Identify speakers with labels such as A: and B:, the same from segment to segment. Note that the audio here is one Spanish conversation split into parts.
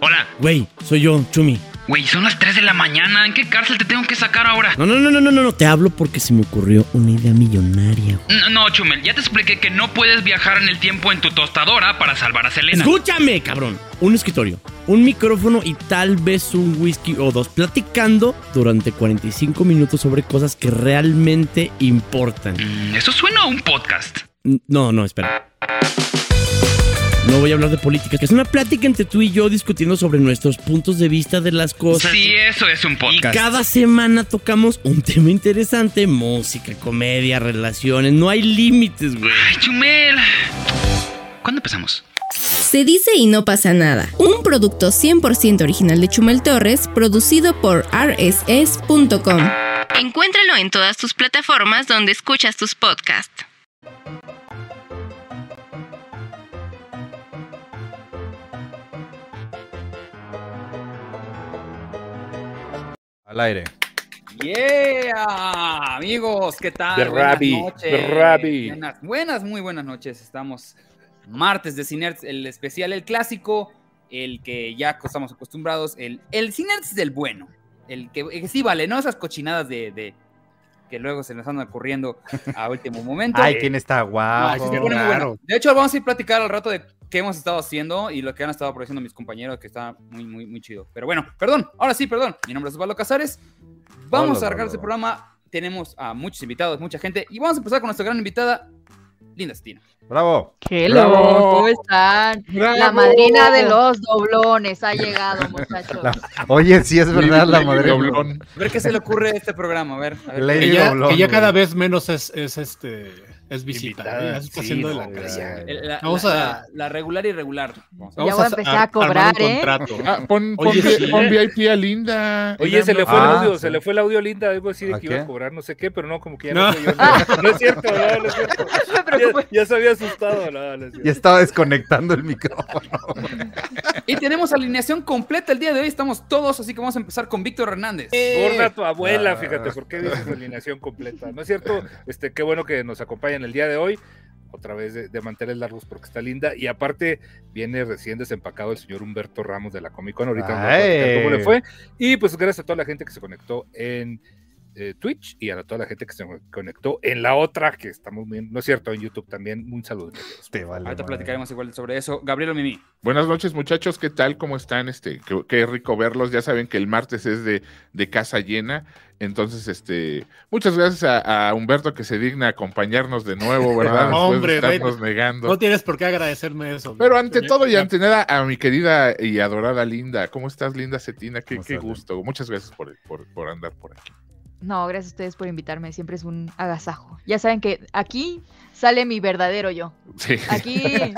A: Hola.
B: Güey, soy yo, Chumi.
A: Güey, son las 3 de la mañana. ¿En qué cárcel te tengo que sacar ahora?
B: No, no, no, no, no, no, no. Te hablo porque se me ocurrió una idea millonaria. güey.
A: No, no, Chumel, ya te expliqué que no puedes viajar en el tiempo en tu tostadora para salvar a Selena.
B: Escúchame, cabrón. Un escritorio, un micrófono y tal vez un whisky o dos platicando durante 45 minutos sobre cosas que realmente importan.
A: Mm, Eso suena a un podcast.
B: No, no, espera. No voy a hablar de política, que es una plática entre tú y yo discutiendo sobre nuestros puntos de vista de las cosas.
A: sí, eso es un
B: Y
A: podcast.
B: cada semana tocamos un tema interesante, música, comedia, relaciones, no hay límites, güey.
A: Ay, Chumel. ¿Cuándo empezamos?
C: Se dice y no pasa nada. Un producto 100% original de Chumel Torres, producido por rss.com. Encuéntralo en todas tus plataformas donde escuchas tus podcasts.
D: Al aire.
E: Yeah, amigos, ¿qué tal?
F: The
E: buenas
F: Rabbi,
E: noches.
F: the Rabbi.
E: Buenas, buenas, muy buenas noches. Estamos martes de Cinerts, el especial, el clásico, el que ya estamos acostumbrados, el, el Cinerts del bueno, el que, el que sí vale, ¿no? Esas cochinadas de, de- que luego se nos andan ocurriendo a último momento.
D: Ay, ¿quién está
G: Ah,
E: No,
D: guapo?
E: sí se pone muy bueno. De hecho, vamos a ir a platicar al rato de qué hemos estado haciendo y lo que han estado produciendo mis compañeros, que está muy, muy, muy chido. Pero bueno, perdón, ahora sí, perdón. Mi nombre es Osvaldo Casares. Vamos a
D: Hola,
E: arrancar
D: Osvaldo.
E: este programa. Tenemos a muchos invitados, mucha gente. Y vamos a empezar con nuestra gran invitada, Linda Cetina.
D: Bravo.
H: Hello,
F: Bravo.
H: ¿cómo están? La madrina de los doblones ha llegado, muchachos.
D: La- Oye, sí es verdad la
F: Lady
D: madre.
F: Doblón.
E: A ver qué se le ocurre a este programa. A ver, a ver.
D: Lady
G: que ya,
D: Doblón,
G: que ya
D: güey.
G: cada vez menos es, es este es visita.
D: Invitada,
G: ¿eh? Ya se está
D: sí,
G: haciendo de
D: no,
G: la
D: güey,
G: casa.
D: ya.
E: El- la,
G: Vamos
E: la-
G: a-
E: la- la regular y regular. Vamos a-
G: Vamos
H: voy a empezar a
G: ar- armar
H: cobrar,
G: un
H: ¿eh?
G: contrato.
F: Ah, pon,
G: Oye,
F: pon-
G: sí. ¿eh?
F: pon VIP a Linda.
I: Oye, se le fue
D: Ah,
I: el audio,
D: sí.
I: se le fue el audio linda, debo decir
D: ¿A
I: que iba
D: qué?
I: a cobrar no sé qué, pero no, como que ya
G: No.
I: no, soy yo, no. No es cierto, no, no es cierto.
H: Me
I: Ya,
H: preocupé.
I: ya se había asustado, no, no es
D: Ya
I: cierto.
D: estaba desconectando el micrófono.
E: Y tenemos alineación completa el día de hoy. Estamos todos, así que vamos a empezar con Víctor Hernández.
I: Gorda tu abuela,
D: Ah.
I: fíjate, ¿por qué dices alineación completa? No es cierto, este, qué bueno que nos acompañan el día de hoy, otra vez de, de manteles largos porque está linda, y aparte viene recién desempacado el señor Humberto Ramos de la Comic Con, ahorita nos va a platicar cómo le
D: Ay.
I: fue, y pues gracias a toda la gente que se conectó en eh, Twitch y a la- toda la gente que se conectó en la otra, que estamos bien, no es cierto, en YouTube también, un saludo.
D: Te vale,
E: Ahorita
D: madre.
E: platicaremos igual sobre eso. Gabriel Mimi.
F: Buenas noches, muchachos. ¿Qué tal? ¿Cómo están? Este, qué, qué rico verlos. Ya saben que el martes es de, de casa llena. Entonces, este, muchas gracias a, a Humberto que se digna acompañarnos de nuevo, ¿verdad? Después
G: Hombre,
F: de estarnos
G: No
F: negando.
G: tienes por qué agradecerme eso.
F: Pero
G: güey.
F: ante
G: Ya-
F: todo y
G: ya-
F: ante nada, a mi querida y adorada Linda. ¿Cómo estás, Linda Cetina? Qué,
D: ¿Cómo
F: qué
D: estás, Linda?
F: gusto. Muchas gracias por, por, por andar por aquí.
H: No, gracias a ustedes por invitarme, siempre es un agasajo. Ya saben que aquí sale mi verdadero yo.
F: Sí.
H: Aquí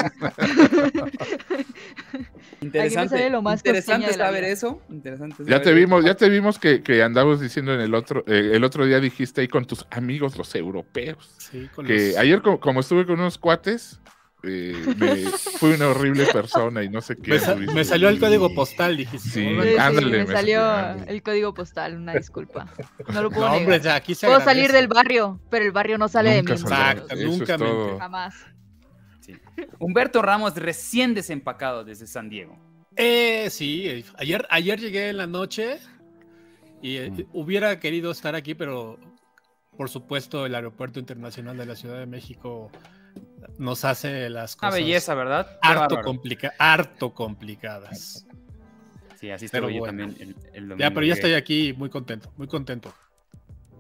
E: Interesante.
H: sale lo más
E: interesante
H: costeña de la
E: saber
H: vida.
E: eso. Interesante
F: Ya
E: saber
F: te
E: eso.
F: vimos,
G: ah
F: ya te vimos que, que andabas diciendo en el otro, eh, el otro día dijiste ahí con tus amigos los europeos.
G: Sí, con
F: Que
G: los-
F: ayer co- como, estuve con unos cuates, eh, me- fui una horrible persona y no sé qué.
G: me, sa-
F: anduviste.
G: me salió el código postal, dijiste.
F: Sí.
G: No,
H: Sí,
G: no,
F: Ándale,
H: me
F: me
H: salió
F: salió.
H: el código postal, una disculpa. No lo puedo
G: no, hombre,
H: negar.
G: ya, aquí se
H: Puedo
G: agradece.
H: salir del barrio, pero el barrio no sale
F: Nunca
H: de mí.
F: saldrá.
G: Exacto,
F: Eso es
G: nunca me
F: todo.
H: Jamás.
E: Humberto Ramos recién desempacado desde San Diego.
G: Eh, sí, eh, ayer, ayer llegué en la noche y eh, hubiera querido estar aquí, pero por supuesto el Aeropuerto Internacional de la Ciudad de México nos hace las
E: Una
G: cosas
E: belleza, ¿verdad? Qué
G: harto,
E: bárbaro.
G: complica- harto complicadas.
E: Sí, así
G: Pero
E: estuve yo
G: bueno.
E: también el, el domingo.
G: Ya, pero
F: Mm,
G: ya
E: que-
G: estoy aquí muy contento, muy contento.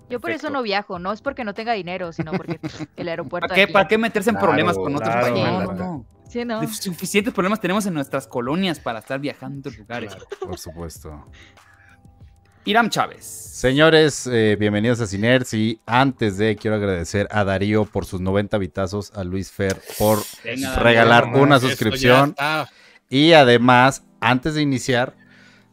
H: Yo por eso
E: Perfecto.
H: no viajo, no es porque no tenga dinero, sino porque el aeropuerto
E: ¿Para qué,
H: aquí-
E: ¿Para qué meterse en
D: Claro,
E: problemas con otros
D: claro,
E: países?
H: claro.
E: No,
H: Sí,
E: no.
H: no.
E: Suficientes problemas tenemos en nuestras colonias para estar viajando a lugares.
D: Claro, por supuesto.
E: Iram Chávez.
D: Señores, eh, bienvenidos a Cinerts y antes de quiero agradecer a Darío por sus 90 vitazos, a Luis Fer por
E: Venga, Darío,
D: regalar
I: nomás.
D: una
G: Esto ya
D: suscripción
G: está.
D: y además, antes de iniciar,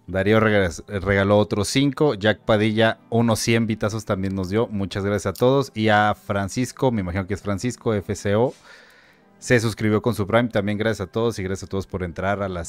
D: Darío regres- regaló otros 5, Jack Padilla unos 100 vitazos también nos dio, muchas gracias a todos y a Francisco, me imagino que es Francisco FCO se suscribió con su Prime. También gracias a todos y gracias a todos por entrar a las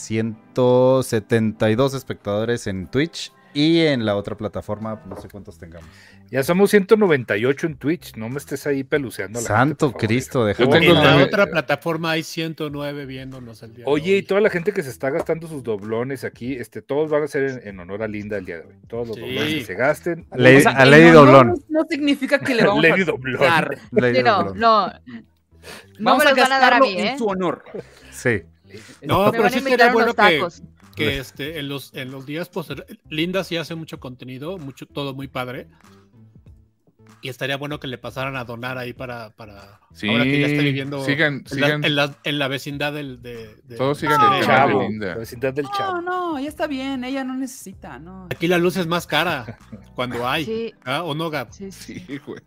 D: 172 espectadores en Twitch y en la otra plataforma, no sé cuántos tengamos.
I: Ya somos 198 en Twitch, no me estés ahí peluceando. a la
D: Santo
I: gente, por favor.
D: Cristo, deja
F: Yo
G: En
F: tengo
G: la
F: también-
G: otra plataforma hay 109 viéndonos al día. de
I: Oye, y
G: hoy.
I: toda la gente que se está gastando sus doblones aquí, este, todos van a ser en, en honor a Linda el día de hoy. Todos los
G: Sí.
I: doblones que se gasten.
D: Le dice- A
E: El
D: Lady
E: honor
D: Doblón.
E: No significa que le vamos
I: Lady
E: a
I: Doblón.
E: dar.
D: Lady
H: Sí, no,
D: Doblón.
H: no. No
E: Vamos
H: me
E: a
H: los van a dar a
E: gastarlo
H: mí,
E: en
H: ¿eh?
E: su honor.
D: Sí.
G: No,
H: Me
G: pero
H: van a
G: sí sería
H: invitar
G: bueno
H: unos
G: pues que,
H: tacos.
G: que este, en, los, en los días posteriores. Linda sí hace mucho contenido, mucho, todo muy padre. Y estaría bueno que le pasaran a donar ahí para. para
F: Sí,
G: ahora que ya está viviendo
F: sigan,
G: en, la,
F: sigan,
G: en la- en la vecindad del. De, de-
F: todos
G: de-
F: sigan el
I: El
G: de-
F: canal
I: chavo,
F: de Linda.
I: la vecindad del
E: No,
I: chavo.
E: no, ya está bien, ella no necesita, no.
G: Aquí la luz es más cara cuando hay.
H: Sí,
G: ¿ah? ¿O no, Gab?
H: sí, sí.
F: Sí, güey.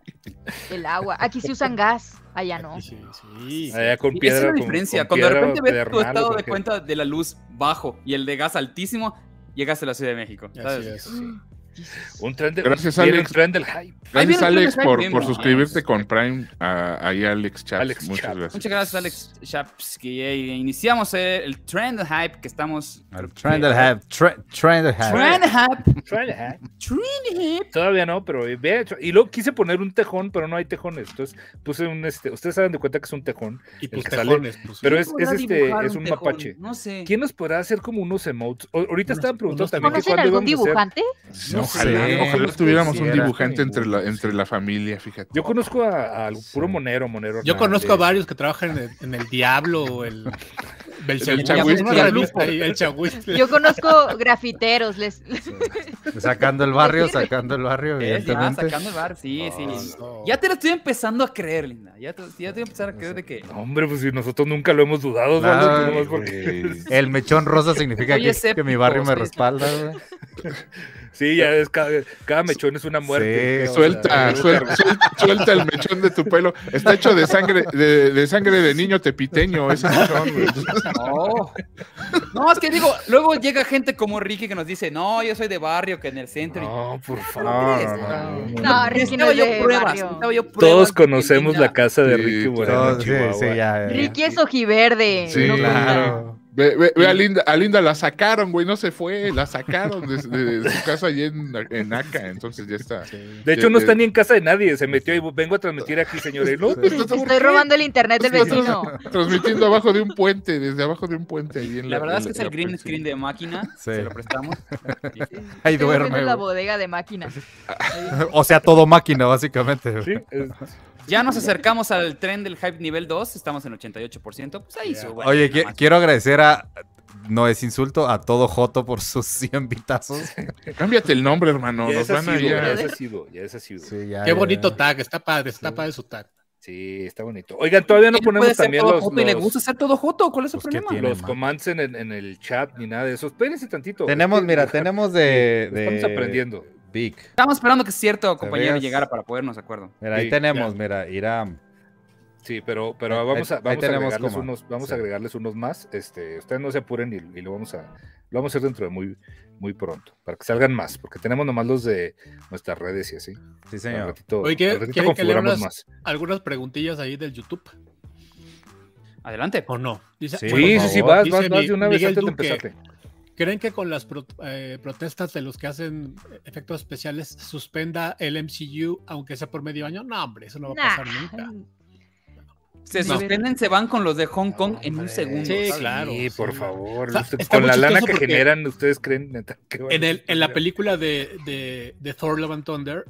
H: El agua. Aquí sí usan gas, allá Ah, no.
G: Sí, sí.
I: Allá con
E: Esa es
I: piedra,
E: la
I: con- con
E: diferencia. Cuando de
I: piedra
E: repente ves tu
I: pedernal o
E: estado
I: con
E: de
I: qué.
E: cuenta de la luz bajo y el de gas altísimo, llegas a la Ciudad de México. ¿sabes? Mm.
G: Así es.
H: Mm,
I: Un tren del,
F: Gracias,
I: viene
F: Alex. Pues,
I: un tren del hype.
E: Ahí viene
F: Gracias,
E: el
F: Alex,
E: Prime
F: por,
E: Time,
F: por
E: ¿no?
F: suscribirte con Prime a, ahí, Alex Chaps.
I: Alex
F: Muchas
I: Chaps.
F: gracias.
E: Muchas gracias, Alex Shapsky. Eh, Iniciamos el, el Trend Hype que estamos.
D: Al Trend that have, tre- trend that have.
E: Trend Hype.
I: Try the hype.
E: Trend Hype.
I: Todavía no, pero ve. Y luego quise poner un tejón, pero no hay tejones. Entonces puse un este. Ustedes saben de cuenta que es un tejón,
G: Y tus
I: que sale-
G: tejones, pues, sí.
I: pero es,
E: ¿Cómo
I: es
E: era
I: este,
E: dibujar
I: es un
E: tejón?
I: mapache.
E: No sé.
I: ¿Quién nos podrá hacer como unos emotes? O- ahorita
G: Unos-
I: estaban preguntando
G: unos
I: también que
H: ¿Conocen
I: cuándo
H: algún
I: íbamos a hacer.
H: dibujante?
F: No
D: Sí.
F: ojalá,
D: Sí.
F: ojalá tuviéramos un
D: Sí.
F: dibujante entre la, entre la familia, fíjate.
I: Yo conozco a, al puro
D: Sí.
I: monero, monero.
G: Yo conozco a
I: Hernández.
G: varios que trabajan en el, en el Diablo o el. Belzebú,
F: Chagüiste.
G: una revista ahí, El Chagüiste.
H: Yo conozco grafiteros, les
D: Sacando el barrio, sacando el barrio,
E: Es, ya,
D: evidentemente.
E: sacando el bar, sí, sí.
G: No.
E: Ya te lo estoy empezando a creer, Linda. Ya te, ya te voy a empezar a creer de que.
I: No, Hombre, pues si nosotros nunca lo hemos dudado, Osvaldo,
D: Nada,
I: nomás porque-
D: El mechón rosa significa
E: Soy
D: que, que
E: escéptico,
D: mi barrio me
E: soy
D: respalda, güey.
I: Sí, ya es cada, cada mechón es una muerte.
D: Sí,
I: O sea,
F: Suelta, suelta, suelta, suelta el mechón de tu pelo. Está hecho de sangre, de, de sangre de niño tepiteño ese mechón. güey.
E: No. No, es que digo, luego llega gente como Ricky que nos dice, no, yo soy de barrio, que en el centro. y-
I: No, por favor.
E: crees?
I: no, no.
H: No, Ricky no
E: Necesitaba
H: es
E: yo
H: de
E: pruebas,
H: barrio.
E: necesitaba yo pruebas
I: Todos
E: de
I: conocemos
E: Linda-
I: la casa de
F: Sí,
I: Ricky Moreno.
D: No,
I: en
D: sí,
I: Chihuahua.
D: Eh, sí, ya, ya.
H: Ricky es ojiverde.
F: Sí,
H: no
F: claro.
H: cuenta.
F: Ve, ve- ve a Linda, a Linda la sacaron, güey, no se fue, la sacaron de, de- de su casa allí en, en Aca, entonces ya está.
I: De hecho, no está ni en casa de nadie. Se metió y vengo a transmitir aquí, señores. No, pues, pero
F: Sí.
I: ¿por
H: Estoy
I: qué?
H: robando el internet del vecino.
F: Transmitiendo abajo de un puente, desde abajo de un puente. ahí en
E: La verdad es que es
F: en
E: el
F: la
E: green
F: prensa.
E: screen de máquina.
D: Sí.
E: Se lo prestamos.
D: Ahí
H: Estoy
D: duerme,
H: viendo la
D: güey.
H: bodega de máquina.
D: O sea, todo máquina, básicamente. güey.
I: Sí, es-
E: Ya nos acercamos al tren del hype nivel 2. Estamos en 88%. Pues ahí
G: Ya.
E: sube.
D: Oye,
E: nada
D: qui-
E: más.
D: quiero agradecer a. No es insulto a todo Joto por sus 100 vitazos.
F: Eh, Cámbiate el nombre, hermano.
I: ya
F: Nos
I: es ha
F: van a
I: sido,
F: ir
I: ya
F: a-
I: es ha sido, ya es ha sido. Sí.
D: Sí, ya,
G: Qué
D: ya,
G: bonito
D: ya.
G: tag, está padre, está padre su tag.
I: está bonito. Oigan, todavía no
E: Él puede
I: ponemos
E: ser
I: también
E: todo
I: los,
E: joto y le gusta
I: los,
E: ser todo joto. ¿Cuál es su
D: Pues, ¿qué
E: problema?
D: tiene?
I: los commands en, en- en el chat ni nada de eso. Espérense tantito.
D: Tenemos,
I: Es que-
D: mira, tenemos de. de-
I: Estamos aprendiendo.
D: Vic.
E: Estamos esperando que cierto compañero
D: veas.
E: llegara para ponernos de acuerdo.
D: Mira, ahí
I: Sí,
D: tenemos, mira, Iram.
I: Sí, pero, pero
D: Ahí-
I: vamos, a,
D: ahí
I: vamos a
D: tenemos
I: agregarles
D: como-
I: unos, vamos
D: sí.
I: a agregarles unos más. Este, ustedes no se apuren y, y lo vamos a, lo vamos a hacer dentro de muy, muy pronto, para que salgan más, porque tenemos nomás los de nuestras redes y así.
D: Sí,
I: Al
D: señor.
I: ratito,
G: Oye, ¿qué-
I: al ratito
G: quieren que
I: configuramos
G: leamos?
I: más.
G: Algunas preguntillas ahí del YouTube,
E: Adelante.
G: ¿o no? Dice,
D: Sí,
I: Sí, sí, sí, vas, vas,
G: dice
I: vas
G: Mi-
I: de una vez
G: Miguel
I: antes
G: Duque,
I: de empezarte.
G: ¿Creen que con las pro- eh, protestas de los que hacen efectos especiales suspenda el MCU, aunque sea por medio año? No, hombre, eso no va a pasar
H: Nah.
G: nunca.
H: Pues
E: Se
G: No.
E: suspenden, se van con los de Hong Kong en un
I: Hombre.
E: segundo.
G: Sí,
E: ¿sabes?
G: claro.
I: Sí, por favor.
G: Está-
I: usted-
G: está
I: con
G: muy
I: la lana
G: chistoso
I: que
G: porque-
I: generan, ustedes creen neta que van a-
G: En, el, en la película de, de, de Thor Love and Thunder,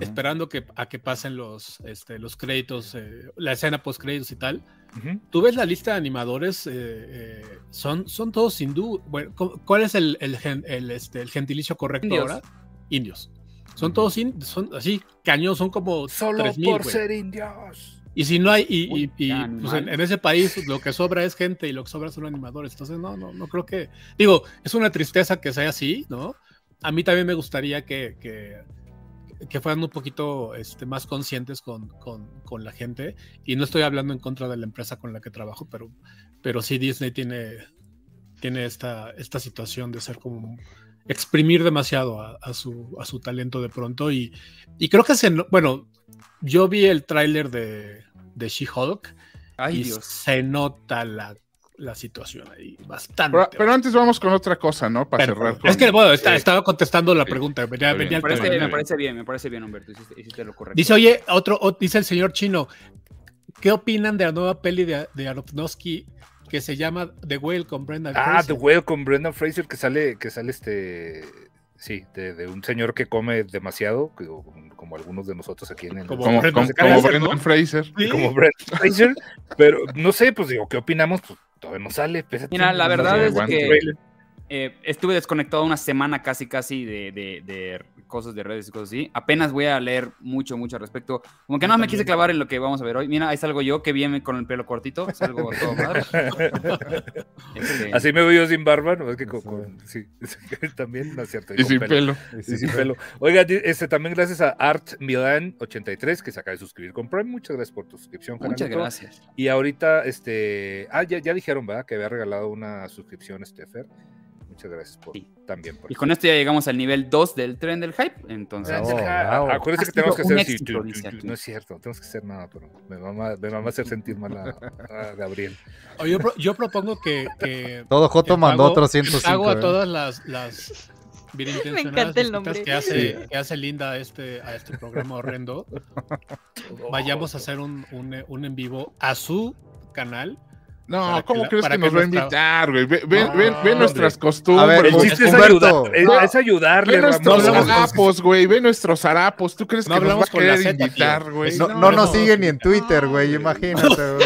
G: esperando que, a que pasen los, este, los créditos, eh, la escena post créditos y tal,
I: Ujú.
G: tú ves la lista de animadores, eh, eh, son, son todos hindú. Bueno, ¿cu- ¿cuál es el, el, gen- el, este, el gentilicio correcto
E: Indios.
G: ahora? Indios. Son todos in- son así, cañón, son como
I: Solo
G: 3000,
I: por
G: güey.
I: ser indios.
G: Y si no hay, y,
E: Uy,
G: y- y,
E: tan
G: pues, en,
E: mal.
G: en ese país lo que sobra es gente y lo que sobra son animadores. Entonces, no, no, no creo que. Digo, es una tristeza que sea así, ¿no? A mí también me gustaría que, que, que fueran un poquito este, más conscientes con, con- con la gente. Y no estoy hablando en contra de la empresa con la que trabajo, pero, pero sí Disney tiene, tiene esta, esta situación de ser como exprimir demasiado a, a su, a su talento de pronto. Y, y creo que se. no- Bueno, yo vi el tráiler de, de She-Hulk
E: Ay,
G: y
E: Dios.
G: se nota la, la situación ahí bastante.
F: Pero, pero antes vamos con otra cosa, ¿no? Para
G: Pero-
F: cerrar.
G: es
F: con-
G: que bueno, está-
F: eh,
G: estaba contestando la pregunta. venía-
F: Está bien.
G: venía el
E: Me parece,
G: tema.
E: bien, me parece bien, me parece bien, Humberto. Hiciste, hiciste lo correcto.
G: Dice, oye, otro, o- dice el señor chino, ¿qué opinan de la nueva peli de, de Aronofsky que se llama The Whale con Brendan
I: Ah, The
G: Fraser?
I: Whale con Brendan Fraser que sale, que sale este, sí, de, de un señor que come demasiado, que- o como, como algunos de nosotros aquí en el...
G: Como-
F: Como, como-
G: Se
I: cae
F: como
I: ese,
F: Brendan
I: ¿no?
F: Fraser.
G: Sí.
I: como Brendan Fraser, pero no sé, pues digo, ¿qué opinamos? Pues todavía no sale. pese a
E: Mira,
I: tiempo,
E: la
I: no
E: verdad
I: sale.
E: es
F: aguanta.
E: que eh, estuve desconectado una semana casi, casi de, de- de cosas de redes y cosas así. Apenas voy a leer mucho, mucho al respecto. Como que no me quise clavar en lo que vamos a ver hoy. Mira, ahí salgo yo, que bien me- con el pelo cortito. Salgo todo madre. Este,
I: Así me veo yo sin barba, no es que con, con- sí, también, no es cierto. y
F: Y
I: con
F: sin
I: pelo.
F: pelo.
I: Y sin pelo. Oiga, di- este, también gracias a Art Milan 83 que se acaba de suscribir con Prime. Muchas gracias por tu suscripción.
E: muchas
I: Janito.
E: gracias.
I: Y ahorita, este, ah, ya, ya dijeron, ¿verdad? Que había regalado una suscripción, este, Fer. Muchas gracias por
E: Sí.
I: también por
E: Y con esto ya llegamos al nivel 2 del tren del hype. Entonces,
I: Gracias,
D: Bravo,
I: ja.
D: bravo.
I: ah, Acuérdense
E: ah, Ha
I: que tenemos que
E: sido un
I: hacer así,
E: éxito,
I: tu, tu,
E: dice
I: tu.
E: aquí.
I: No es cierto, tenemos que hacer nada, pero me mama, me mama hacer sentir mal a, a Gabriel.
G: O yo, pro- yo propongo que, que
D: Todo Joto
G: que
D: mandó
G: pago-
D: otros
G: que pago
D: 105.
F: ¿eh?
G: a todas las, las bienintencionadas
H: Me encanta el
G: visitas
H: nombre.
G: que hace, que hace Linda a este, a este programa horrendo.
D: Oh,
G: Vayamos a hacer un, un, eh, un en vivo a su canal.
F: No,
G: Para que
F: ¿cómo
G: la-
F: crees
G: para
F: que
G: que
F: nos va a
G: nuestra-
F: invitar, güey? Ve, ve-
G: No,
F: ve- ve
G: hombre.
F: nuestras
D: A ver,
F: costumbres.
D: el
I: El chiste es,
D: Humberto.
I: ayudar, es,
F: No.
I: es ayudarle,
F: Ve
I: Ramón.
F: nuestros
G: No hablamos con-
F: harapos, güey. Ve nuestros harapos. ¿Tú crees
G: No
F: que nos va
G: hablamos
F: a
G: con la
F: querer
G: Z, tío.
F: invitar, güey?
G: Es-
D: No,
G: No,
D: no nos
G: no.
D: siguen ni en Twitter, güey, imagínate. o sea.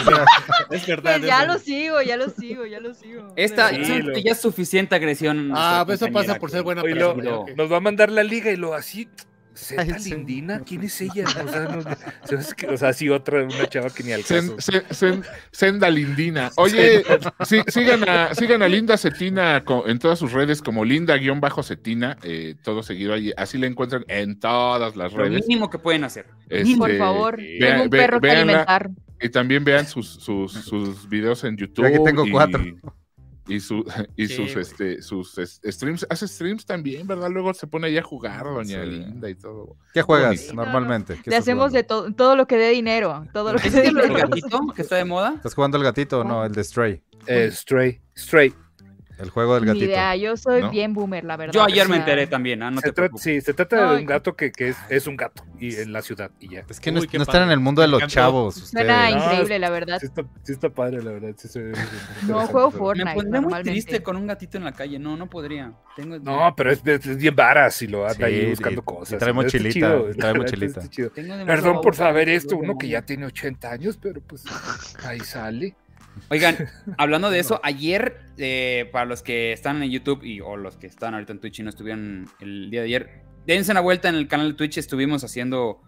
G: Es verdad.
H: Pues ya lo sigo, ya lo sigo, ya lo sigo.
E: esta
I: Sí,
E: siento
I: lo-
E: que ya es suficiente agresión. a nuestra
G: Ah, pues eso
E: compañera
G: pasa por
E: que-
G: ser buena
I: Oye, lo-
G: persona.
E: lo-
G: ok.
I: Nos va a mandar la liga y lo así. ¿Zeta
D: Ay, sí.
I: Lindina? ¿Quién es ella? O sea, no- se me hace que- o sea, sí, otra, una chava que ni al caso.
F: Sen- sen- sen- senda Lindina. Oye, sí, sigan, a, sigan a Linda Cetina co- en todas sus redes como Linda-Cetina, eh, todo seguido allí. Así la encuentran en todas las
E: Lo
F: redes.
E: mínimo que pueden hacer.
F: Este,
H: Por favor,
I: sí.
H: tengo
F: Vean-
H: un
F: ve-
H: perro que
F: véanla.
H: alimentar.
F: Y también vean sus, sus, sus videos en YouTube.
D: Yo aquí tengo
F: y-
D: cuatro.
F: Y, su- y
G: Sí,
F: sus,
G: güey.
F: este, sus es- streams. Hace streams también, ¿verdad? Luego se pone ahí a jugar, doña
D: Sí.
F: Linda y todo.
D: ¿Qué
F: Sí,
D: juegas
H: no, no.
D: normalmente? ¿Qué
H: Le
D: estás
H: hacemos de
D: jugando?
H: todo, todo lo que dé dinero, todo lo que dé
E: ¿Este es el
H: dinero.
E: gatito que está de moda?
D: ¿Estás jugando el gatito o no? El de Stray.
I: Eh, Stray, Stray.
D: El juego del
H: Ni
D: gatito.
H: idea, yo soy
F: ¿No?
H: bien boomer, la verdad.
E: Yo ayer
H: o
E: me
H: sea,
E: enteré también, ah, no
I: se,
E: te
I: trata-
E: preocupes.
I: sí, se trata de
H: Ay.
I: un gato que, que es, es un gato y en la ciudad y ya.
D: Es que no,
G: Uy,
D: es-
G: qué
D: no están en
G: padre.
D: el mundo de
G: Me
D: los
G: encantó.
D: chavos
H: Suena
D: ustedes.
I: No,
H: increíble, la verdad.
I: Sí está, sí está padre, la verdad. sí se ve interesante,
H: No,
I: pero-
H: juego Fortnite.
E: Me pondría muy
H: normalmente.
E: triste con un gatito en la calle. No, no podría. Tengo...
I: No, pero es, es- es bien varas y lo anda ahí
D: Sí,
I: buscando
D: y- y
I: cosas.
D: trae
I: ¿no? Está
D: mochilita,
I: chido,
D: y
I: la
D: trae
I: verdad,
D: mochilita.
I: está chido.
E: tengo demasiado
I: Perdón por
E: abuso.
I: saber esto, uno que ya tiene 80 años, pero pues ahí sale.
E: Oigan, hablando de eso, ayer, eh, para los que están en YouTube y, o los que están ahorita en Twitch y no estuvieron el día de ayer, dense una vuelta en el canal de Twitch. Estuvimos haciendo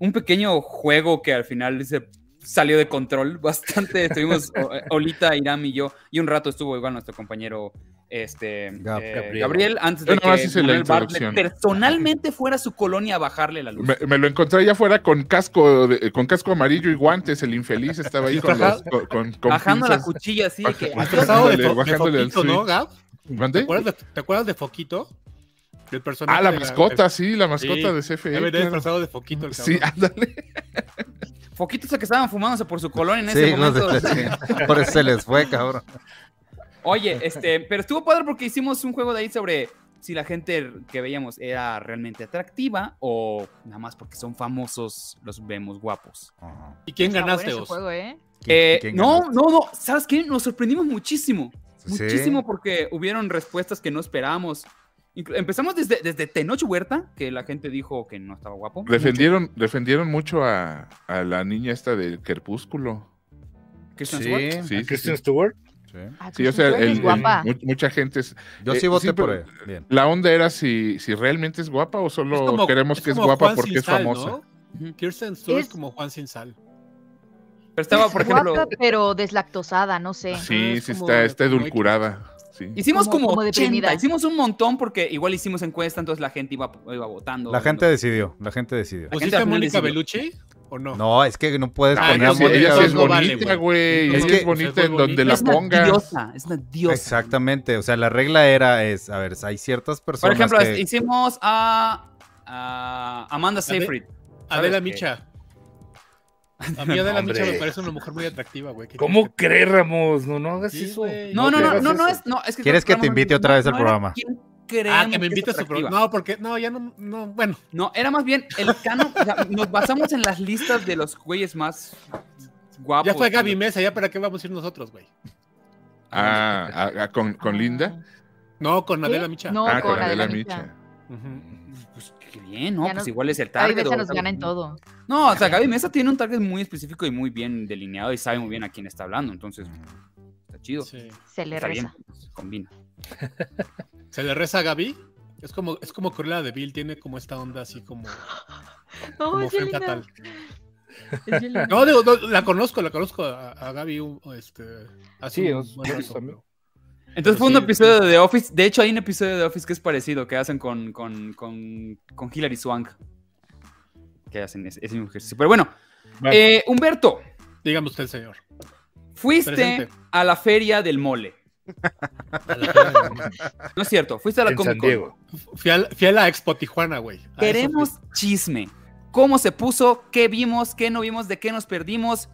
E: un pequeño juego que al final se salió de control bastante. Estuvimos o- eh, Olita, Iram y yo, y un rato estuvo igual nuestro compañero este,
D: Gab-
E: eh,
I: Gabriel.
E: Gabriel. antes
F: Yo
E: de
F: nomás
E: que
F: hice la
E: Manuel Bartlett
F: introducción.
E: personalmente fuera a su colonia a bajarle la luz.
F: Me, me lo encontré allá afuera con casco de- con casco amarillo y guantes. El infeliz estaba ahí con los. Con, con- con
E: bajando la
F: pinzas.
E: cuchilla así de que
F: Baja-
G: Disfrazado de,
F: Ándale,
G: fo- de
F: bajándole al
G: Foquito, ¿no,
F: switch.
G: Gab?
F: ¿Mande?
G: ¿Te acuerdas de, te acuerdas de Foquito? Del personaje
F: Ah, la
G: de
F: mascota, sí, la mascota
G: Sí.
F: de
G: de-
F: CFE.
G: de- de-
F: claro.
G: disfrazado de Foquito. el
F: Sí,
G: cabrón.
F: ándale.
E: foquitos que estaban fumándose por su colonia en
D: Sí,
E: ese
D: los
E: momento.
D: de- por eso se les fue, cabrón.
E: Oye, este, pero estuvo padre porque hicimos un juego de ahí sobre si la gente que veíamos era realmente atractiva o nada más porque son famosos los vemos guapos.
D: Ajá.
G: ¿Y quién
H: Está bueno
G: ganaste
H: ese
G: vos?
H: juego, ¿eh?
D: ¿Quién-
E: Eh,
D: quién
E: no,
D: ganó?
E: no, no, ¿sabes qué? Nos sorprendimos muchísimo,
D: Sí.
E: muchísimo porque hubieron respuestas que no esperábamos. Inclu- Empezamos desde, desde Tenoch Huerta, que la gente dijo que no estaba guapo.
F: Defendieron, defendieron mucho a, a la niña esta del crepúsculo.
E: Christian Stewart.
D: Sí,
F: Sí, sí,
I: Christian
F: sí.
I: Stewart.
D: sí.
H: Ah,
F: Sí, o
H: Kristen
F: sea,
H: Ah, Stewart
F: el-
H: es
F: el-
H: guapa.
F: mu- mucha gente. es-
D: Yo
F: Eh,
D: sí
F: sí,
D: voté por
F: pero-
D: ella. Bien.
F: la onda era si, si realmente es guapa o solo
G: Es como-
F: queremos que es
G: como
F: guapa
G: Juan
F: porque
G: sin
F: es
G: sal,
F: famosa.
G: ¿no?
E: Ujú.
G: Kirsten Stewart es
H: Es-
G: como Juan sin sal.
E: Pero estaba, por
H: Es
E: ejemplo,
H: guapa, pero deslactosada, no sé.
G: Ajá,
F: Sí,
G: es
F: sí,
G: como-
F: está, está
G: como
F: edulcorada. Sí.
E: hicimos
H: Como-
E: como,
H: como
E: 80,
H: deprimida.
E: hicimos un montón porque igual hicimos encuesta, entonces la gente iba, iba votando.
D: La gente decidió, la gente decidió.
E: gente
G: ¿Pusiste
E: al
G: a
E: final
G: Mónica
E: decidió.
G: Bellucci o no?
D: No, es que no puedes
G: Ah,
D: poner
F: Ella,
D: a
G: no,
F: sí-
G: Mónica
F: ella sí es
G: Bellucci no vale,
F: bonita,
G: güey.
F: güey.
D: Es
F: Es,
D: que-
F: es bonita
G: Es
F: en
G: muy
F: donde la
E: es una
F: pongas.
E: diosa, es una diosa.
D: Exactamente, o sea, la regla era es, a ver, hay ciertas
E: Por
D: personas
E: ejemplo,
D: que-
E: este, hicimos a, a Amanda Seyfried.
G: Adela
E: ¿Sabes qué?
G: Micha. A mí Adela
I: Hombre.
G: Micha me parece una mujer muy atractiva, güey. ¿Qué
I: ¿Cómo
G: quieres
I: crees, Ramos? No, no hagas
G: Sí,
I: eso.
G: güey.
E: No, no,
I: te
E: no,
I: hagas
E: no, no
I: eso.
E: es. No, es que
D: ¿Quieres que
E: Ramos
D: te invite
E: no-
D: otra vez al
E: no era
D: programa?
E: quién
G: te-
E: creemos
G: Ah, que me
E: es
G: invites a su
E: atractiva.
G: programa. No, porque, no, ya no, no, bueno.
E: No, era más bien el cano. o sea, nos basamos en las listas de los güeyes más
I: Ah,
E: guapos.
G: Ya
I: pues,
G: fue Gaby Mesa, ya para qué vamos a ir nosotros, güey.
F: Ah, ah, ah, con, con Linda.
G: No, con
H: ¿Qué?
G: Adela Micha.
H: No,
F: ah,
H: con, Adela, Micha.
F: Micha.
G: Ujú.
E: Pues qué bien, ¿no?
H: Ya
E: Pues
H: nos-
E: igual es el
H: Gaby
E: target.
H: Mesa
E: o-
H: nos gana en todo.
E: No, o sea, Gaby Mesa tiene un target muy específico y muy bien delineado y sabe muy bien a quién está hablando. Entonces, está chido.
G: Sí.
H: Se le
E: Está bien,
H: reza.
E: pues, combina.
G: Se le reza a Gaby. Es como, es como Cruella de Bill, tiene como esta onda así como,
H: No,
G: como
H: es bien
G: femme
H: linda,
G: fatal.
H: es bien linda.
G: No, digo, no, la conozco, la conozco a, a Gaby. un- Este, hace
I: Sí,
G: un
I: es-
G: buen
I: yo
G: rato.
I: también.
E: Entonces fue
G: Sí,
E: un
G: sí.
E: episodio de The Office. De hecho, hay un episodio de The Office que es parecido, que hacen con, con, con, con Hilary Swank. Que hacen ese, ese mismo ejercicio. Pero bueno,
G: Va,
E: eh, Humberto,
G: dígame usted, señor.
E: fuiste
G: Presente.
E: a la feria del mole.
G: A la feria de-
E: No es cierto, fuiste a la
I: En
E: Comic
I: San
E: Con.
I: Diego.
G: Fui a, fui a la Expo Tijuana, güey. A
E: Queremos
G: eso
E: chisme. ¿Cómo se puso? ¿Qué vimos? ¿Qué no vimos? ¿De qué nos perdimos?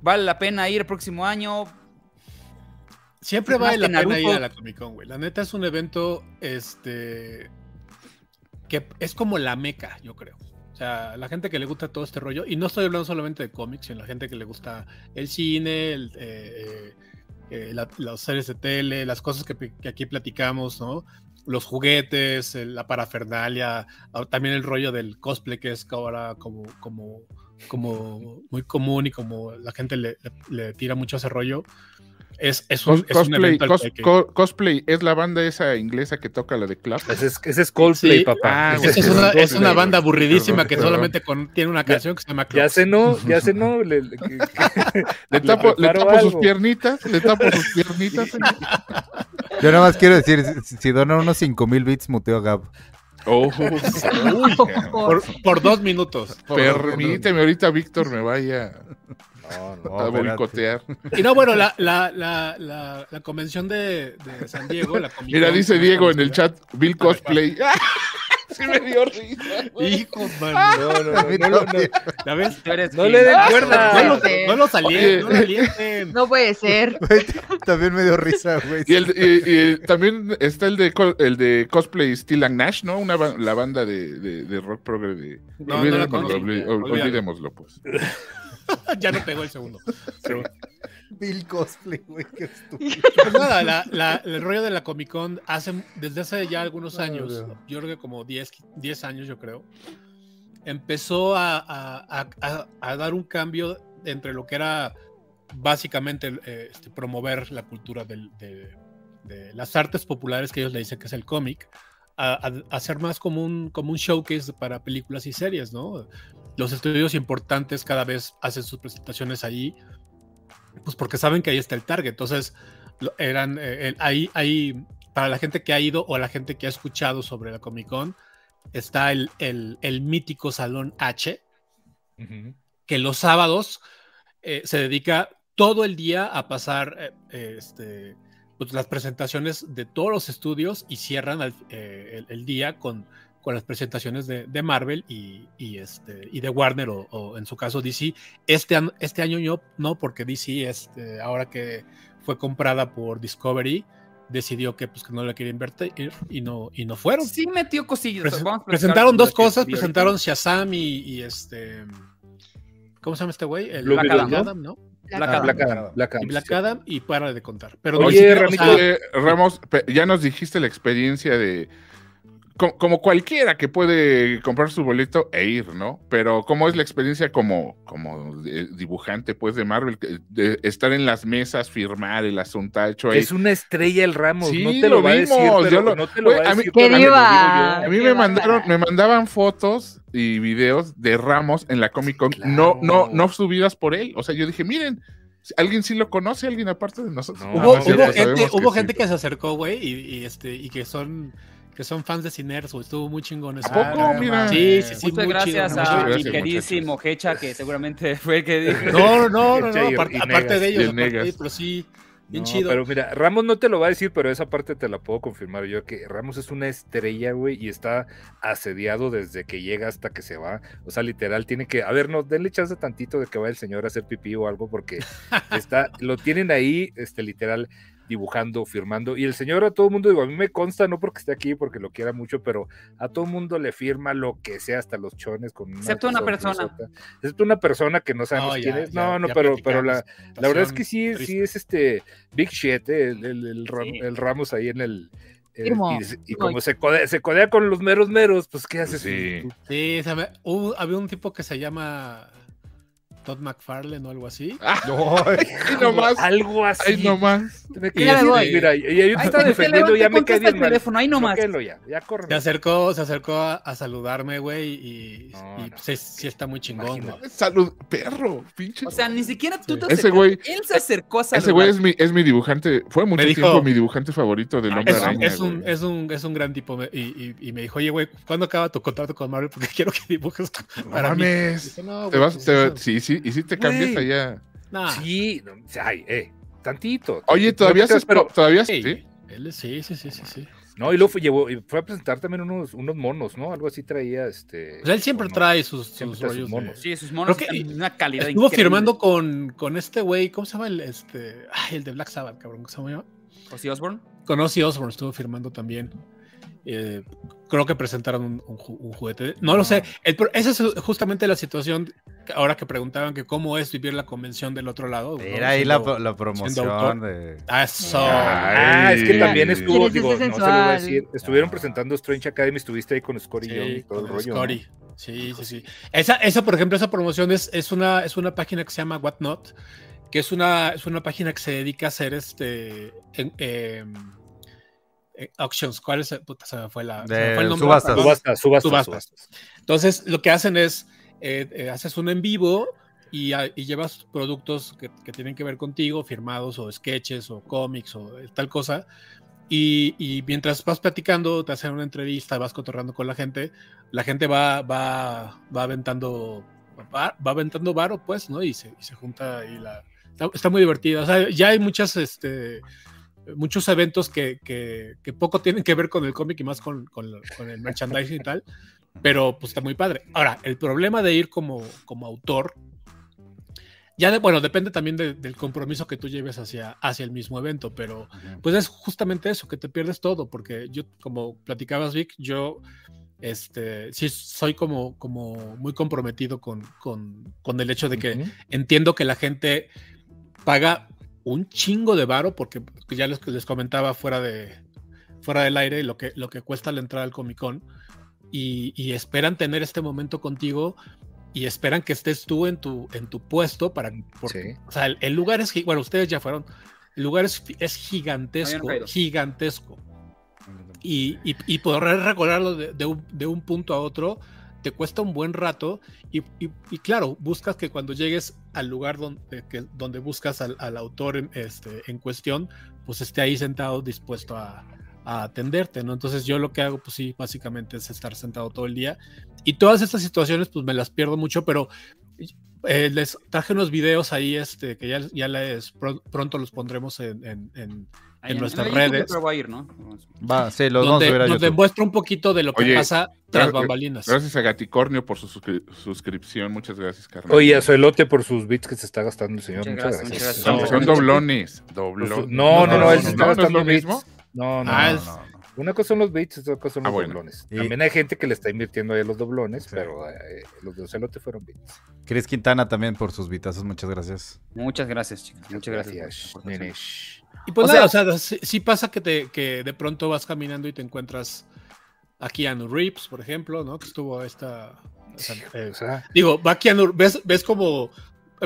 E: ¿Vale la pena ir el próximo año?
G: fui. Siempre
E: es más
G: vale la
E: que
G: pena ir
E: Naruto.
G: a la Comic Con, güey. La neta es un evento, este. que es como la meca, yo creo. O sea, la gente que le gusta todo este rollo, y no estoy hablando solamente de cómics, sino la gente que le gusta el cine, el, eh, eh, la- las series de tele, las cosas que, que aquí platicamos, ¿no? Los juguetes, el- la parafernalia, ah, también el rollo del cosplay que es ahora como, como, como muy común y como la gente le, le- le tira mucho ese rollo. Es, es un,
F: Cos-
G: es un
F: cosplay,
G: evento al
F: cos-
G: que hay que-
F: co- cosplay es la banda esa inglesa que toca la de Club.
I: Ese es, ese es Coldplay,
G: Sí.
I: papá.
F: Ah,
I: Ese
G: Es una, es
I: Coldplay.
G: una banda aburridísima
F: Perdón,
G: que
F: perdón.
G: solamente con- tiene una canción que se llama
I: Ya
G: Clocks.
I: se no, ya se no. Le, le- que-
F: Le
I: le
F: tapo, le
I: preparo
F: tapo sus
I: algo.
F: piernitas, le tapo sus piernitas. señor.
D: Yo nada más quiero decir, si- si donan unos 5000 bits, muteo a Gab.
F: Oh,
G: Por, por dos minutos.
F: permíteme, ahorita Víctor me vaya
D: No, no,
I: Oh,
F: a
D: espérate.
F: boicotear.
G: Y no, bueno, la, la, la, la, la convención de, de San Diego, la Comic-Con-
F: Mira, dice Diego en el chat, Bill Cosplay. Sí me dio risa. güey.
G: Hijo, mano.
I: No, no, no, no, no, no,
G: ¿La ves?
E: Tú eres
I: no
E: Gil.
I: le den
G: No
I: cuerda.
G: los, no los alien- no los alienten.
H: No puede ser.
D: Güey, También me dio risa, güey.
F: Y, el, y- y el- también está el de, co- el de cosplay Steel and Nash, ¿no? Una, ba- la banda de, de- de rock progre. de-
G: No, no la
F: olvidémoslo,
G: conozco.
F: obli- ol-
G: Olvídalo.
F: olvidémoslo, pues.
G: Ya no pegó el segundo.
D: Bill Cosplay, güey, qué estúpido.
G: Pues nada, la- la- el rollo de la Comic Con hace, desde hace ya algunos años, yo creo que como 10, 10 años, yo creo, empezó a, a- a- a- a dar un cambio entre lo que era básicamente eh, este, promover la cultura del- de, de las artes populares que ellos le dicen que es el cómic, a, a- a ser más como un, como un showcase para películas y series, ¿no? Los estudios importantes cada vez hacen sus presentaciones ahí, pues porque saben que ahí está el target. Entonces, lo- eran eh, el- ahí, ahí, para la gente que ha ido o la gente que ha escuchado sobre la Comic Con, está el, el, el mítico Salón H,
I: Ujú.
G: que los sábados eh, se dedica todo el día a pasar eh, eh, este, pues, las presentaciones de todos los estudios y cierran al- eh, el, el día con, con las presentaciones de, de Marvel y, y, este, y de Warner o, o en su caso DC. Este, an- este año yo no, porque DC este, ahora que fue comprada por Discovery decidió que, pues, que no la quería invertir y no, y no fueron.
E: Ah, Sí metió cosillas.
G: Presen-
E: Vamos a platicar de
G: presentaron dos
E: lo que
G: cosas,
E: vi ahorita.
G: presentaron Shazam y, y este... ¿Cómo se llama este güey? El
I: Blue
G: Black
I: Beetle, ¿no?
G: Adam, ¿no?
H: La
I: Ah,
E: Adam.
I: Black Adam, Black
G: Y
I: Adam,
G: Black
I: sí.
G: Adam y para de contar. Pero
I: Oye,
G: ni siquiera, o
I: Ramito, eh,
G: sea,
F: Oye, Eh, Ramos, pe- ya nos dijiste la experiencia de. co- Como cualquiera que puede comprar su boleto e ir, ¿no? Pero ¿cómo es la experiencia como, como eh, dibujante, pues, de Marvel? Que- de estar en las mesas, firmar el asuntacho ahí.
I: Es una estrella el Ramos,
F: Sí,
I: no te lo,
F: lo
I: va a decir,
F: vimos, yo
I: pero
F: lo-
I: no te lo
F: Güey,
I: va
F: a
I: a
F: mí-
I: decir.
H: ¡Que
I: pero te lo digo
H: viva!
I: yo.
F: A mí
H: Qué
F: me mandaron, me
H: bárbara.
F: mandaban fotos y videos de Ramos en la Comic Con, no,
I: claro.
F: no, no subidas por él. O sea, yo dije, miren, alguien sí lo conoce, alguien aparte de nosotros.
I: No,
F: Ah,
G: hubo,
F: no es cierto,
G: hubo gente,
F: sabemos
G: hubo
F: sí.
G: gente que se acercó, güey, y, y este, y que son que son fans de Ciners, güey. Estuvo muy chingón eso.
F: ¿A poco?
G: güey.
F: Mira.
G: Sí, sí, sí.
E: Muchas
G: muy
E: gracias
G: chido,
E: a
G: muchas
E: mi
F: gracias,
E: queridísimo Hecha, que seguramente fue el que dijo.
G: No, no, no, no,
I: Che, y
G: aparte,
I: negas.
G: aparte de ellos,
F: Y
G: aparte de
F: negas.
G: ellos, pero sí, Bien
I: No,
G: chido.
I: Pero mira, Ramos no te lo va a decir, pero esa parte te la puedo confirmar yo, que Ramos es una estrella, güey, y está asediado desde que llega hasta que se va. O sea, literal, tiene que, a ver, no, denle chance tantito de que vaya el señor a hacer pipí o algo, porque está, lo tienen ahí, este, literal, dibujando, firmando. Y el señor a todo mundo, digo, a mí me consta, no porque esté aquí, porque lo quiera mucho, pero a todo mundo le firma lo que sea, hasta los chones con una
E: Excepto una
I: sonrisota. Excepto una persona que no sabemos
G: No, ya,
I: quién es.
G: ya,
I: No, no,
G: ya
I: pero, pero la,
G: platicamos.
I: la verdad es
G: Pasión
I: que sí,
G: triste.
I: sí es este Big Shit, eh, el, el- el Ram-
E: Sí.
I: el Ramos ahí en el. el-
H: Firmo.
I: y, se- y como se codea, se codea con los meros meros, pues ¿qué haces?
F: Sí.
I: Tú-
G: Sí, se me- hubo- había un tipo que se llama Todd McFarlane o algo así.
F: Ay, no más.
I: Algo así.
F: Ay, no más.
I: Te me
H: Ya me
I: quedas-
H: voy.
I: Mira, y ahí te está
E: Ay,
I: defendiendo,
E: te
I: ya me cae
E: contesta el
I: bien mal.
E: teléfono, ahí nomás.
I: Bloquéalo ya, ya corre.
G: Se acercó, se acercó a, a saludarme, güey, y,
I: No,
G: y
I: no.
G: sí- sí está muy chingón,
I: Imagínate.
G: güey.
F: Salud, perro, pinche.
E: O sea, ni siquiera tú te
F: Ese
E: acercaste.
F: güey-
E: Él se acercó a
F: ese güey es mi, es mi dibujante. Fue mucho
G: Me dijo-
F: tiempo mi dibujante favorito del hombre
G: Es,
F: araña.
G: es un,
F: güey.
G: es, un, es un gran tipo. me- Y, y- y me dijo, oye, güey, ¿cuándo acaba tu contrato con Marvel? Porque quiero que dibujes
F: No
G: para mí.
F: mames.
G: Dije, no,
F: Te
G: güey,
F: vas,
G: pues,
F: te-
G: eso-
F: sí, sí, y si te cambias
I: Güey. ah.
F: allá.
G: nah.
I: Sí, no, ay, eh, tantito.
F: Oye,
I: tantito,
F: todavía
I: no te-
F: haces, todavía
G: Sí,
F: sí. Ah,
G: él- sí, sí, sí, sí, sí.
I: No, y luego fue, llevó, y fue a presentar también unos, unos monos, ¿no? Algo así traía este.
G: Pues él siempre
I: ¿o no?
G: trae sus, sus
I: Siempre trae sus
G: rollos de-
I: monos.
E: Sí, sus monos
G: Creo que-
E: están de una calidad
G: Estuvo
E: increíble.
G: firmando con, con este güey, ¿cómo se llama el este? Ay, el de Black Sabbath, cabrón, ¿cómo se llama?
E: Ozzy Osbourne.
G: Con Ozzy Osbourne estuvo firmando también. Eh, creo que presentaron un, un ju- un juguete. No lo sé. El pro- esa es justamente la situación que- ahora que preguntaban que cómo es vivir la convención del otro lado. ¿no?
D: Era ahí la,
G: Siendo-
D: la promoción
G: autor.
D: de.
G: Ah, Eso.
I: Ah, es que también estuvo,
H: ¿Quieres
I: digo, no
H: ese
I: se lo voy a
H: sensual?
I: decir. Estuvieron
D: Ah.
I: presentando Strange Academy, estuviste ahí con Scotty Young y
G: Sí,
I: todo el
G: con el
I: rollo. ¿no?
G: Scotty. Sí, sí, sí. Esa, esa, por ejemplo, esa promoción es, es, una, es una página que se llama Whatnot, que es una, es una página que se dedica a hacer este en- em, eh, auctions. ¿Cuál es? Puta, se me fue, la, se me
D: De
G: fue el nombre.
D: subastas.
I: Subastas, subastas,
G: Subastas. Entonces, lo que hacen es, eh, eh, haces un en vivo y, a- y llevas productos que, que tienen que ver contigo, firmados o sketches o cómics o eh, tal cosa. Y, y mientras vas platicando, te hacen una entrevista, vas cotorrando con la gente, la gente va, va, va aventando va, va aventando varo, pues, ¿no? Y se, y se junta ahí la... Está, está muy divertido. O sea, ya hay muchas, este, muchos eventos que, que, que poco tienen que ver con el cómic y más con, con lo- con el merchandising y tal, pero pues está muy padre. Ahora, el problema de ir como, como autor, ya de- bueno, depende también de- del compromiso que tú lleves hacia, hacia el mismo evento, pero pues es justamente eso, que te pierdes todo, porque yo, como platicabas Vic, yo este, sí soy como, como muy comprometido con, con, con el hecho de que
I: Ujú.
G: entiendo que la gente paga un chingo de varo, porque ya les, les comentaba fuera, de, fuera del aire lo que, lo que cuesta la entrada al Comic Con, y, y esperan tener este momento contigo y esperan que estés tú en tu, en tu puesto para... porque-
I: Sí.
G: O sea, el, el lugar es... gi- Bueno, ustedes ya fueron. El lugar es, fi- es gigantesco,
E: caído.
G: gigantesco. Y, y, y poder recorrerlo de, de un, de un punto a otro te cuesta un buen rato y, y- y claro, buscas que cuando llegues al lugar donde, que- donde buscas al, al autor en, este, en cuestión, pues esté ahí sentado dispuesto a, a atenderte, ¿no? Entonces yo lo que hago, pues sí, básicamente es estar sentado todo el día y todas estas situaciones, pues me las pierdo mucho, pero eh, les traje unos videos ahí, este, que ya, ya les, pro- pronto los pondremos en, en- en-
E: Ahí
G: nuestras
E: YouTube,
G: redes.
E: pero va a ir, ¿no?
D: Va, sí, los vamos a
G: donde,
D: subir a
G: donde
D: YouTube.
G: muestro un poquito de lo que
F: Oye,
G: pasa tras
F: gra-
G: bambalinas.
F: Gracias a Gaticornio por su suscri- suscripción. Muchas gracias, carnal.
I: Oye, a Zoelote por sus bits que se está gastando el señor.
E: Muchas
I: Muchas,
E: gracias,
I: gracias.
E: muchas
F: Son,
E: gracias. Pues,
F: son doblones. doblones.
I: No, no, no, él se está
F: ¿no es
I: gastando
F: lo
I: bits.
F: mismo?
I: No, no,
G: Ah,
I: no,
G: es-
I: no, no. Una cosa son los bits, otra cosa son
F: Ah,
I: los
F: bueno.
I: doblones.
D: Y-
I: También hay gente que le está invirtiendo ahí a los doblones,
D: Sí.
I: pero eh, los de Zoelote fueron bits.
D: Chris Quintana también por sus vitazos, muchas gracias.
E: Muchas gracias, chicas. Muchas gracias. por su aportación.
I: Nenesh.
G: Y pues
E: O
G: nada, o sea, sí, sí pasa que, te, que de pronto vas caminando y te encuentras a Keanu Reeves, por ejemplo, ¿no? Que estuvo esta... o sea, eh,
I: O sea,
G: digo, va Keanu, ves, ves como...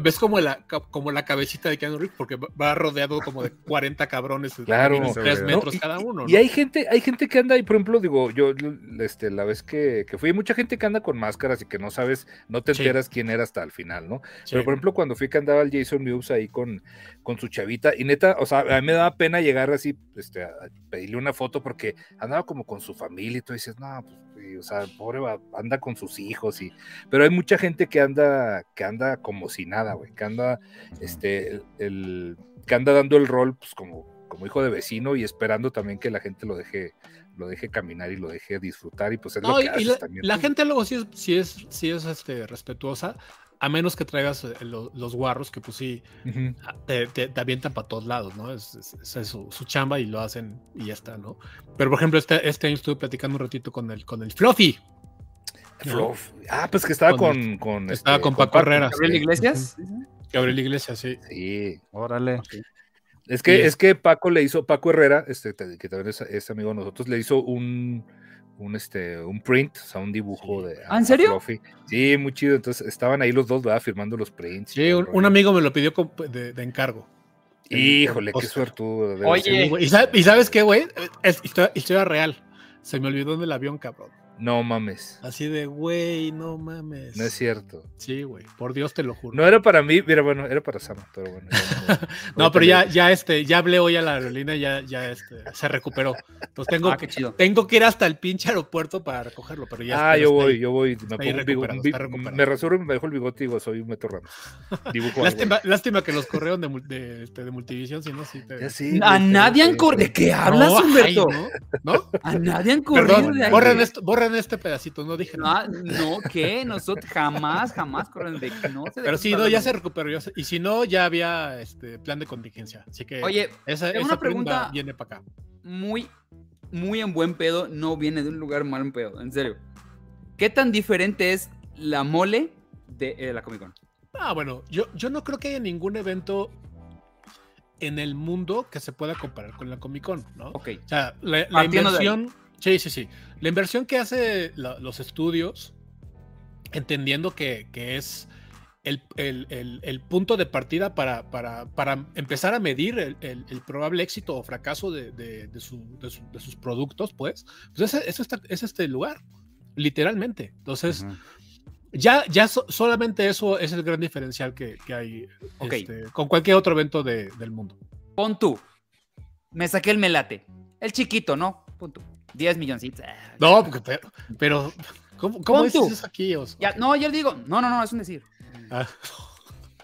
G: Ves como la, ca- como la cabecita de Keanu Reeves, porque va- va rodeado como de 40 cabrones de
I: Claro.
G: 3
D: No,
G: metros
I: y-
G: cada uno.
I: y
G: ¿no?
I: hay gente, hay gente que anda ahí, por ejemplo, digo, yo l- este, la vez que, que fui, hay mucha gente que anda con máscaras y que no sabes, no te
G: Sí.
I: enteras quién era hasta el final, ¿no?
G: Sí.
I: Pero por ejemplo, cuando fui que andaba el Jason Mewes ahí con, con su chavita, y neta, o sea, a mí me daba pena llegar así, este, a a pedirle una foto porque andaba como con su familia y tú dices, no, pues, güey. O sea, pobre va- anda con sus hijos y. Pero hay mucha gente que anda, que anda como si nada, güey. Que anda, este, el, el- que anda dando el rol, pues, como, como hijo de vecino y esperando también que la gente lo deje, lo deje caminar y lo deje disfrutar. Y pues es lo
G: No, y,
I: que
G: y
I: haces
G: la,
I: también.
G: la
I: tú.
G: gente luego sí es, sí es, sí es este, respetuosa, a menos que traigas eh, lo- los guarros, que pues sí,
I: Ujú.
G: te, te- te avientan para todos lados, ¿no? Es, es- esa es su, su chamba y lo hacen y ya está, ¿no? Pero por ejemplo, este, este año estuve platicando un ratito con el, con el Fluffy. ¿no?
I: Fluff. Ah, pues que estaba
G: Con
I: con. con
G: estaba con Paco Herrera.
E: Gabriel
I: Sí.
E: Iglesias.
G: Gabriel Iglesias, sí.
I: Sí.
D: Órale.
I: Es
G: Y
I: que,
G: es-
I: es que Paco le hizo, Paco Herrera, este, te- que también es, es amigo de nosotros, le hizo un, un, este, un print, o sea, un dibujo de.
E: ¿Ah, en
I: a
E: serio?
I: Fluffy. Sí, muy chido. Entonces estaban ahí los dos, ¿verdad? Firmando los prints. y
G: Sí,
I: todo
G: un,
I: el
G: un
I: rollo.
G: amigo me lo pidió con- de, de encargo.
I: Híjole, qué
G: Oscar.
I: suertudo. debe
E: Oye.
I: ser.
G: Sí, güey. ¿Y, sa- y sabes qué, güey? Es historia, historia real. Se me olvidó en el avión, cabrón.
I: No mames.
G: Así de, güey, no mames.
I: No es cierto.
G: Sí, güey. Por Dios te lo juro.
I: No era para mí, mira, bueno, era para Sama, pero bueno. ya no.
G: No, pero
I: Ahorita
G: ya, ya, este, ya hablé hoy a la aerolínea, ya, ya este, se recuperó. Entonces tengo,
E: Ah, qué chido.
G: tengo que ir hasta el pinche aeropuerto para recogerlo, pero
I: le-
G: ya.
I: Ah,
G: está-
I: yo
G: está
I: voy,
G: ahí.
I: yo voy. Me,
G: ahí
I: pongo un
G: recuperado,
I: bigo- un bi-
G: está recuperado.
I: me rasuro y me dejo el bigote y digo, soy un metro ramos. Dibujo. algo.
G: Lástima, lástima que los correos de, mul- de, este, de multivisión, si no, sí te.
I: Ya sé,
E: A
I: güey, te-
E: nadie han
I: te-
E: corrido. ¿De qué
G: No,
E: hablas,
G: ay,
E: Humberto?
G: ¿no? ¿No?
E: A nadie han corrido
G: Perdón,
E: de aquí.
G: borren, esto, borren este pedacito, no dije nada.
E: No, no, ¿qué? Nosotros jamás, jamás corren de no sé de
G: Pero
E: qué
G: sí,
E: estás
G: no, ya se
E: hablando.
G: recuperó. ya se- y si no, ya había este plan de contingencia. Así que
E: Oye,
G: esa,
E: tengo
G: esa
E: una pregunta.
G: prenda viene para acá.
E: muy, muy en buen pedo, no viene de un lugar mal en pedo, en serio. ¿Qué tan diferente es la mole de eh, la Comic Con?
G: Ah, bueno, yo, yo no creo que haya ningún evento en el mundo que se pueda comparar con la Comic Con, ¿no?
E: Ok.
G: O sea, la, la
E: Partiendo de ahí.
G: inversión. Sí, sí, sí. La inversión que hace la- los estudios, entendiendo que, que es el, el- el- el punto de partida para, para, para empezar a medir el, el- el probable éxito o fracaso de, de- de su- de su- de sus productos, pues, pues ese- eso está- es este lugar, literalmente. Entonces,
D: Ujú.
G: ya, ya so- solamente eso es el gran diferencial que, que hay
E: Ok.
G: este, con cualquier otro evento de- del mundo.
E: Pon tú. Me saqué el melate. El chiquito, ¿no? Pon tú. 10 milloncitos. Ah,
G: No, porque, pero, pero ¿cómo, cómo
E: Pon
G: dices
E: tú.
G: eso aquí? O sea,
E: Ya, no, yo le digo. No, no, no, es un decir.
G: Ah.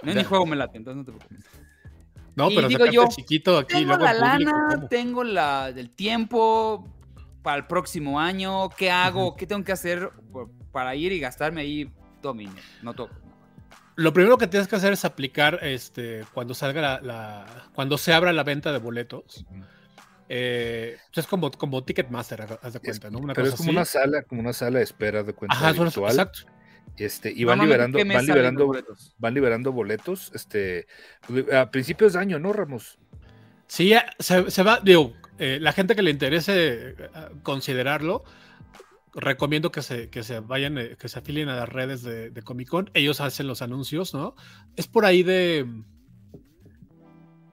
E: No es ni juego melate, entonces no te preocupes.
G: no,
E: y
G: pero
E: digo
G: digo
E: yo,
G: yo, chiquito aquí,
E: Tengo
G: luego
E: la
G: en público,
E: lana,
G: ¿cómo?
E: tengo la, el tiempo para el próximo año. ¿Qué hago? ¿Qué tengo que hacer por- para ir y gastarme ahí todo mi dinero? No todo.
G: Lo primero que tienes que hacer es aplicar este, cuando salga la, la- cuando se abra la venta de boletos.
I: Ujú.
G: Eh, pues es como, como Ticketmaster, haga- haz de
I: Es-
G: cuenta, ¿no? Una
I: pero
G: cosa
I: es como
G: así.
I: una sala, como una sala de espera de cuenta
G: Ajá, es una-
I: virtual.
G: exacto.
I: Este, y van
E: Normalmente,
I: liberando,
E: ¿qué me
I: van
E: salen los
I: liberando,
E: boletos?
I: van liberando boletos, este, a principios de año, ¿no, Ramos?
G: Sí, eh, se, se va, digo, eh, la gente que le interese eh, a- considerarlo, recomiendo que se, que se vayan, eh, que se afilien a las redes de, de Comic Con. Ellos hacen los anuncios, ¿no? Es por ahí de,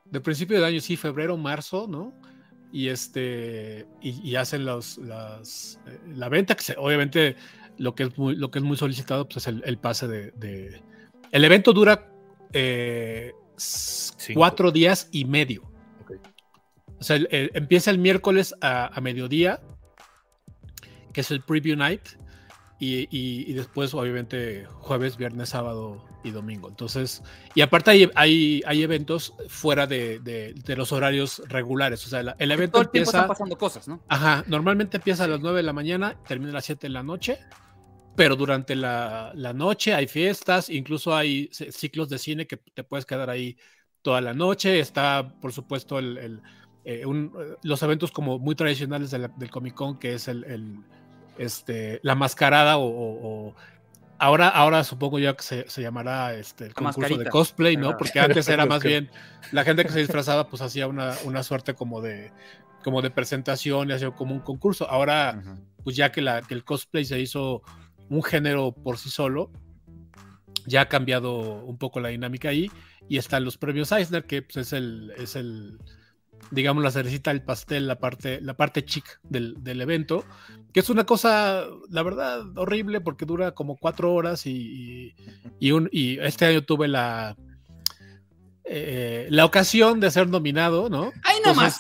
G: de principio de año, sí, febrero, marzo, ¿no? Y este, y, y hacen los, las, eh, la venta, que se- obviamente lo que es muy, lo que es muy solicitado, pues es el, el pase de, de- El evento dura eh, s-
I: Cinco.
G: cuatro días y medio.
I: Ok.
G: O sea, el- el- empieza el miércoles a, a mediodía, que es el preview night, y, y- y después, obviamente, jueves, viernes, sábado y domingo. Entonces, y aparte hay, hay, hay eventos fuera de, de- de los horarios regulares. O sea, la- el evento
E: Todo el tiempo
G: empieza.
E: están pasando cosas, ¿no?
G: Ajá, normalmente empieza a las 9 de la mañana, termina a las 7 de la noche, pero durante la, la noche hay fiestas, incluso hay c- ciclos de cine que te puedes quedar ahí toda la noche. Está, por supuesto, el, el, eh, un- eh, los eventos como muy tradicionales de la- del Comic Con, que es el, el, este, la mascarada o... o- o- Ahora, ahora supongo yo que se, se llamará este, el
E: La
G: concurso de
E: mascarita.
G: cosplay, ¿no?
E: Ajá.
G: Porque antes era más
I: Mascarita.
G: bien la gente que se disfrazaba, pues hacía una, una suerte como de, como de presentación y hacía como un concurso. Ahora,
D: Ujú.
G: pues ya que, la, que el cosplay se hizo un género por sí solo, ya ha cambiado un poco la dinámica ahí. Y están los premios Eisner, que pues, es el, es el, digamos, la cerecita del pastel, la parte, la parte chic del, del evento, que es una cosa, la verdad, horrible porque dura como cuatro horas y, y, y un, y este año tuve la, eh, la ocasión de ser nominado, ¿no?
E: Ahí nomás.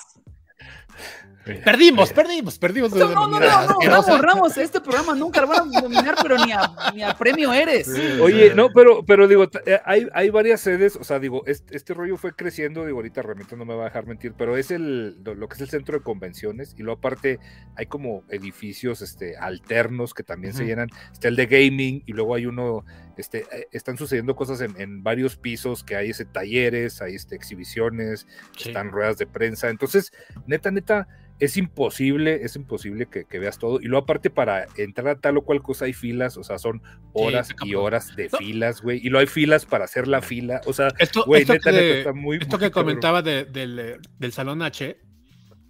G: Perdimos, perdimos, perdimos.
E: No, no, no, no, no, Ramos, Ramos, este programa nunca lo van a nominar, pero ni a, ni a premio eres.
I: Oye, no, pero, pero digo, t- eh, hay, hay varias sedes, o sea, digo, este, este rollo fue creciendo, digo, ahorita realmente no me va a dejar mentir, pero es el, lo, lo que es el centro de convenciones y luego aparte hay como edificios este, alternos que también se
F: Ujú.
I: llenan, está el de gaming y luego hay uno, este, eh, están sucediendo cosas en, en varios pisos, que hay este, talleres, hay este, exhibiciones, están ruedas de prensa, entonces, neta, neta, es imposible, es imposible que, que veas todo. Y luego aparte para entrar a tal o cual cosa hay filas, o sea, son horas
G: está
I: y
G: cabrón.
I: horas de
G: No.
I: filas, güey. Y luego hay filas para hacer la fila, o sea,
G: Esto,
I: güey,
G: esto
I: neta,
G: que,
I: neta, está muy...
G: esto que
I: muy cabrón.
G: comentaba de- del, eh, del salón H,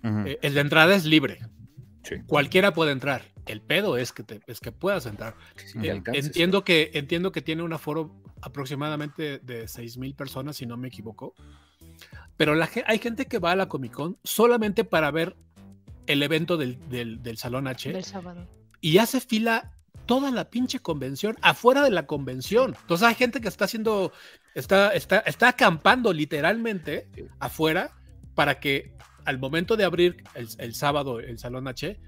D: Ujú.
G: eh, el de entrada es libre.
I: Sí.
G: Cualquiera puede entrar. El pedo es que, te, es que puedas entrar.
I: Sí, que
G: Eh,
I: alcances,
G: entiendo, que, entiendo que tiene un aforo aproximadamente de 6.000 personas, si no me equivoco. Pero la, ge- hay gente que va a la Comic Con solamente para ver el evento del, del- del Salón H
H: Del sábado.
G: y hace fila toda la pinche convención afuera de la convención. Entonces hay gente que está haciendo, está, está, está acampando literalmente afuera para que al momento de abrir el, el sábado el salón H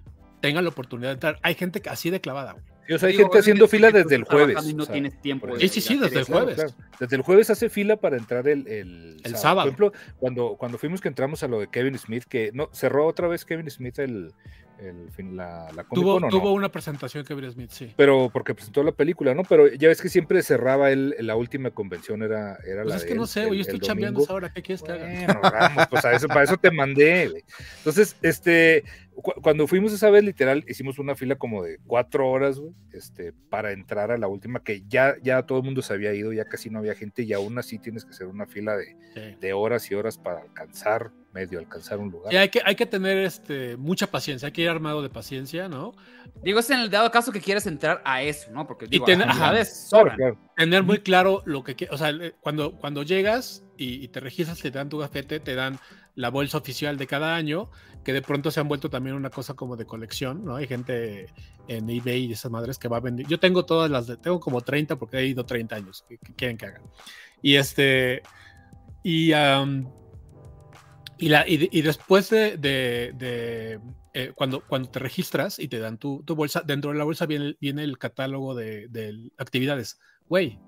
G: tengan la oportunidad de entrar. Hay gente que así de clavada. güey.
I: Sí, o sea, hay
E: Digo,
I: gente haciendo fila
E: obviamente,
I: desde el
E: estás trabajando
I: jueves.
E: Y no
I: o sea,
E: tienes tiempo.
I: por
E: de-
G: Sí, sí, sí,
E: de hacer
G: desde el
E: eso.
G: jueves.
I: Desde el jueves hace fila para entrar el, el,
G: El sábado.
I: Por ejemplo, cuando, cuando fuimos que entramos a lo de Kevin Smith, que no cerró otra vez Kevin Smith el, el fin- la, la Comic
G: Tuvo,
I: Con, ¿o no?
G: tuvo una presentación que Will Smith, sí.
I: pero porque presentó la película, ¿no? Pero ya ves que siempre cerraba él, eh, la última convención era, era la
G: Pues es
I: de
G: que no
I: él,
G: sé,
I: el-
G: güey, yo
I: el domingo.
G: estoy chambeando esa hora, ¿qué quieres que haga?
I: Bueno, Ramos, pues a eso, para eso te mandé, güey. Entonces, este, cu- cuando fuimos esa vez, literal, hicimos una fila como de cuatro horas, güey, este, para entrar a la última, que ya, ya todo el mundo se había ido, ya casi no había gente, y aún así tienes que hacer una fila de,
G: Sí.
I: de horas y horas para alcanzar, medio alcanzar un lugar.
G: Y hay que, hay que tener este, mucha paciencia, hay que ir armado de paciencia, ¿no?
I: Pues
E: Digo, es en el dado caso que quieras entrar a eso, ¿no? Porque digo,
G: tener-
E: las
G: ajá.
E: actividades
I: Claro,
E: sobran.
I: claro.
G: tener muy claro lo que quie- o sea le- cuando cuando llegas y, y te registras te dan tu gafete te dan la bolsa oficial de cada año que de pronto se han vuelto también una cosa como de colección no hay gente en eBay y esas madres que va a vender yo tengo todas las de, tengo como 30 porque he ido 30 años que, que quieren que hagan y este y am, y, la, y, de- y después de, de- de, eh, cuando, cuando te registras y te dan tu, tu bolsa, dentro de la bolsa viene, el- viene el catálogo de, de actividades. Güey,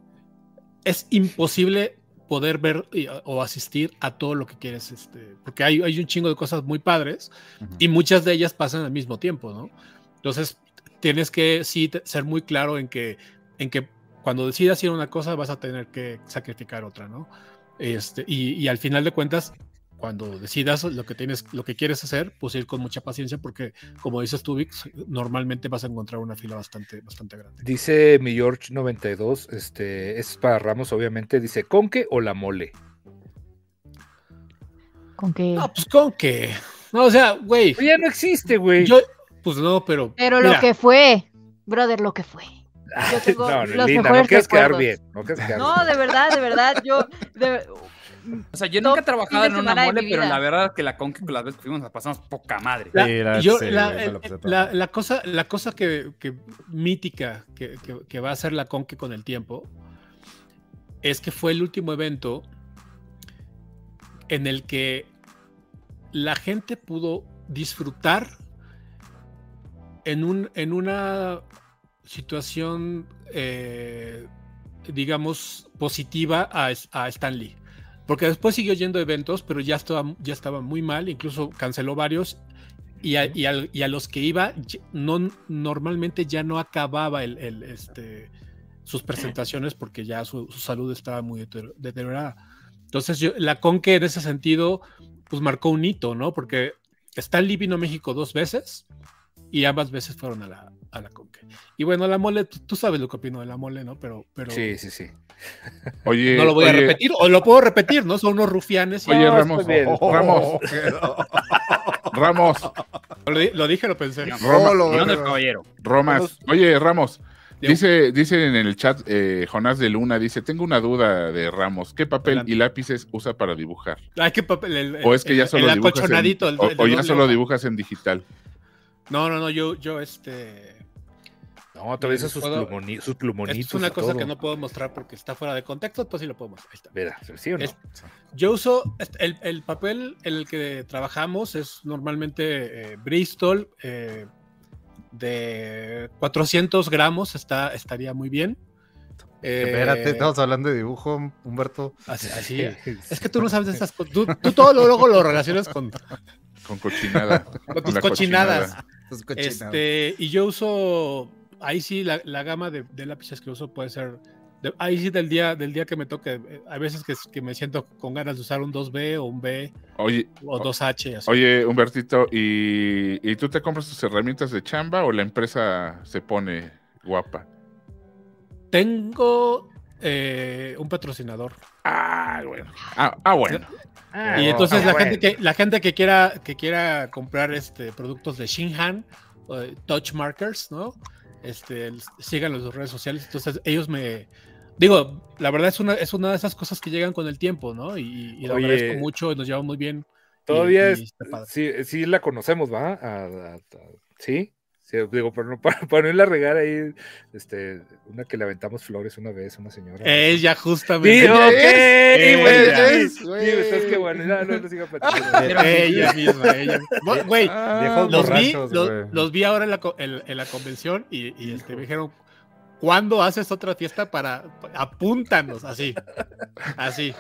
G: es imposible poder ver y- o asistir a todo lo que quieres, este, porque hay, hay un chingo de cosas muy padres y muchas de ellas pasan al mismo tiempo, ¿no? Entonces, tienes que sí te- ser muy claro en que, en que cuando decidas ir a una cosa vas a tener que sacrificar otra, ¿no? Este, y, y al final de cuentas, cuando decidas lo que tienes, lo que quieres hacer, pues ir con mucha paciencia, porque como dices tú, Vix, normalmente vas a encontrar una fila bastante, bastante grande.
I: Dice mi George 92, este, es para Ramos, obviamente, dice, ¿con qué o la mole?
H: Con que.
G: No, pues con que. No, o sea, güey.
I: Pues Ya no existe, güey.
G: Yo, pues no, pero.
H: Pero
G: mira,
H: lo que fue, brother, lo que fue. Yo tengo
I: No,
H: los
I: Linda, no
H: mejores
I: quieres quedar
H: recuerdos.
I: bien. No quieres quedar bien.
H: No, de verdad, de verdad, yo. de-
E: O sea, yo
H: Top
E: nunca he trabajado
H: fin
E: en
H: de
E: una
H: semana de
E: mole,
H: mi
E: pero
H: vida.
E: la verdad es que la con que las veces que fuimos la pasamos poca madre.
G: la-
D: Sí, la-
G: yo-
D: sí,
G: la-
D: me lo pasé todo.
G: la- la cosa, la cosa que, que mítica que, que- que va a ser la Conque con el tiempo es que fue el último evento en el que la gente pudo disfrutar en, un, en una situación, eh, digamos, positiva a, S- a Stan Lee. Porque después siguió yendo a eventos, pero ya estaba, ya estaba muy mal, incluso canceló varios. Y a, y al- y a los que iba, ye- no, normalmente ya no acababa el, el, este, sus presentaciones porque ya su, su salud estaba muy deterior- deteriorada. Entonces, yo, la Conque en ese sentido, pues marcó un hito, ¿no? Porque Stan Lee vino a México dos veces y ambas veces fueron a la, a la Conque. Y bueno, la mole, tú, tú sabes lo que opino de la mole, ¿no? Pero, pero
I: Sí, sí, sí.
F: Oye,
G: no lo voy a
F: oye,
G: repetir, o lo puedo repetir, ¿no? Son unos rufianes. y-
F: Oye,
I: No,
F: Ramos,
I: está bien.
F: Ramos, Ramos,
G: lo, di- lo dije, lo pensé.
F: Roma-
J: Solo,
E: Hablando del
J: pero-
E: caballero.
F: Romas. Oye, Ramos,
G: Digo.
F: dice, dice en el chat eh, Jonás de Luna, dice, tengo una duda de Ramos, ¿qué papel
G: Adelante.
F: y lápices usa para dibujar?
G: Ay, qué papel. Ah, el-
F: ¿O es que ya
G: el-
F: solo
G: el
F: dibujas en,
G: acolchonadito, el-
F: o,
G: el
F: o
G: de
F: ya
G: doble
F: solo
G: hoja.
F: dibujas en digital?
G: No, no, no, yo, yo, este.
I: No, todavía esos sus,
G: Puedo-
I: plumoni- sus plumonitos.
G: Es una
I: y
G: cosa
I: todo.
G: que no puedo mostrar porque está fuera de contexto, pues sí lo puedo mostrar. Ahí está.
I: Mira, ¿sí o no?
G: Es- Yo uso est- el, el papel en el que trabajamos es normalmente eh, Bristol eh, de 400 gramos está estaría muy bien. Eh,
D: Espérate, estamos hablando de dibujo, Humberto.
G: así- así- Es que tú no sabes de estas cosas. Tú, tú todo lo, luego lo relacionas con, con
F: Con cochinada.
G: tus
F: la
G: cochinadas.
F: cochinada.
D: Estás cochinado.
G: Este, y yo uso, ahí sí, la, la gama de, de lápices que uso puede ser, de- ahí sí del día, del día que me toque, eh, hay veces que, que me siento con ganas de usar un 2B o un B
F: Oye,
G: o 2H. así.
F: oye, Humbertito, ¿y, y tú te compras tus herramientas de chamba o la empresa se pone guapa?
G: Tengo eh, un patrocinador.
F: Ah, bueno. Ah, ah, bueno.
I: Ah,
G: y entonces
I: ah,
G: la,
I: bueno.
G: gente que, la gente que quiera, que quiera comprar este, productos de Shinhan, o de Touch Markers, ¿no? Este, el- síganlos en sus redes sociales. Entonces ellos me... Digo, la verdad es una, es una de esas cosas que llegan con el tiempo, ¿no? Y, y lo
I: Oye.
G: agradezco mucho, nos llevamos muy bien.
I: Todavía
G: y-
I: es,
G: y está padre.
I: sí, eh, sí la conocemos, ¿va? A- a- a- sí, sí, digo, para no, para, para no irla a regar ahí, este, una que le aventamos flores una vez, una señora.
D: Eh,
G: Ella justamente.
I: Sí, ok, güey,
G: ella.
I: sí, sí, es que bueno, ya no, no siga platicando.
G: Ella, ella misma, ella. Bu- Güey,
F: Ah,
D: Viejos
G: los vi,
D: borrachos,
G: los,
D: güey.
G: los vi ahora en la, co- en- en la convención y, y, este, me dijeron, ¿cuándo haces otra fiesta para... pa- apúntanos, así, así.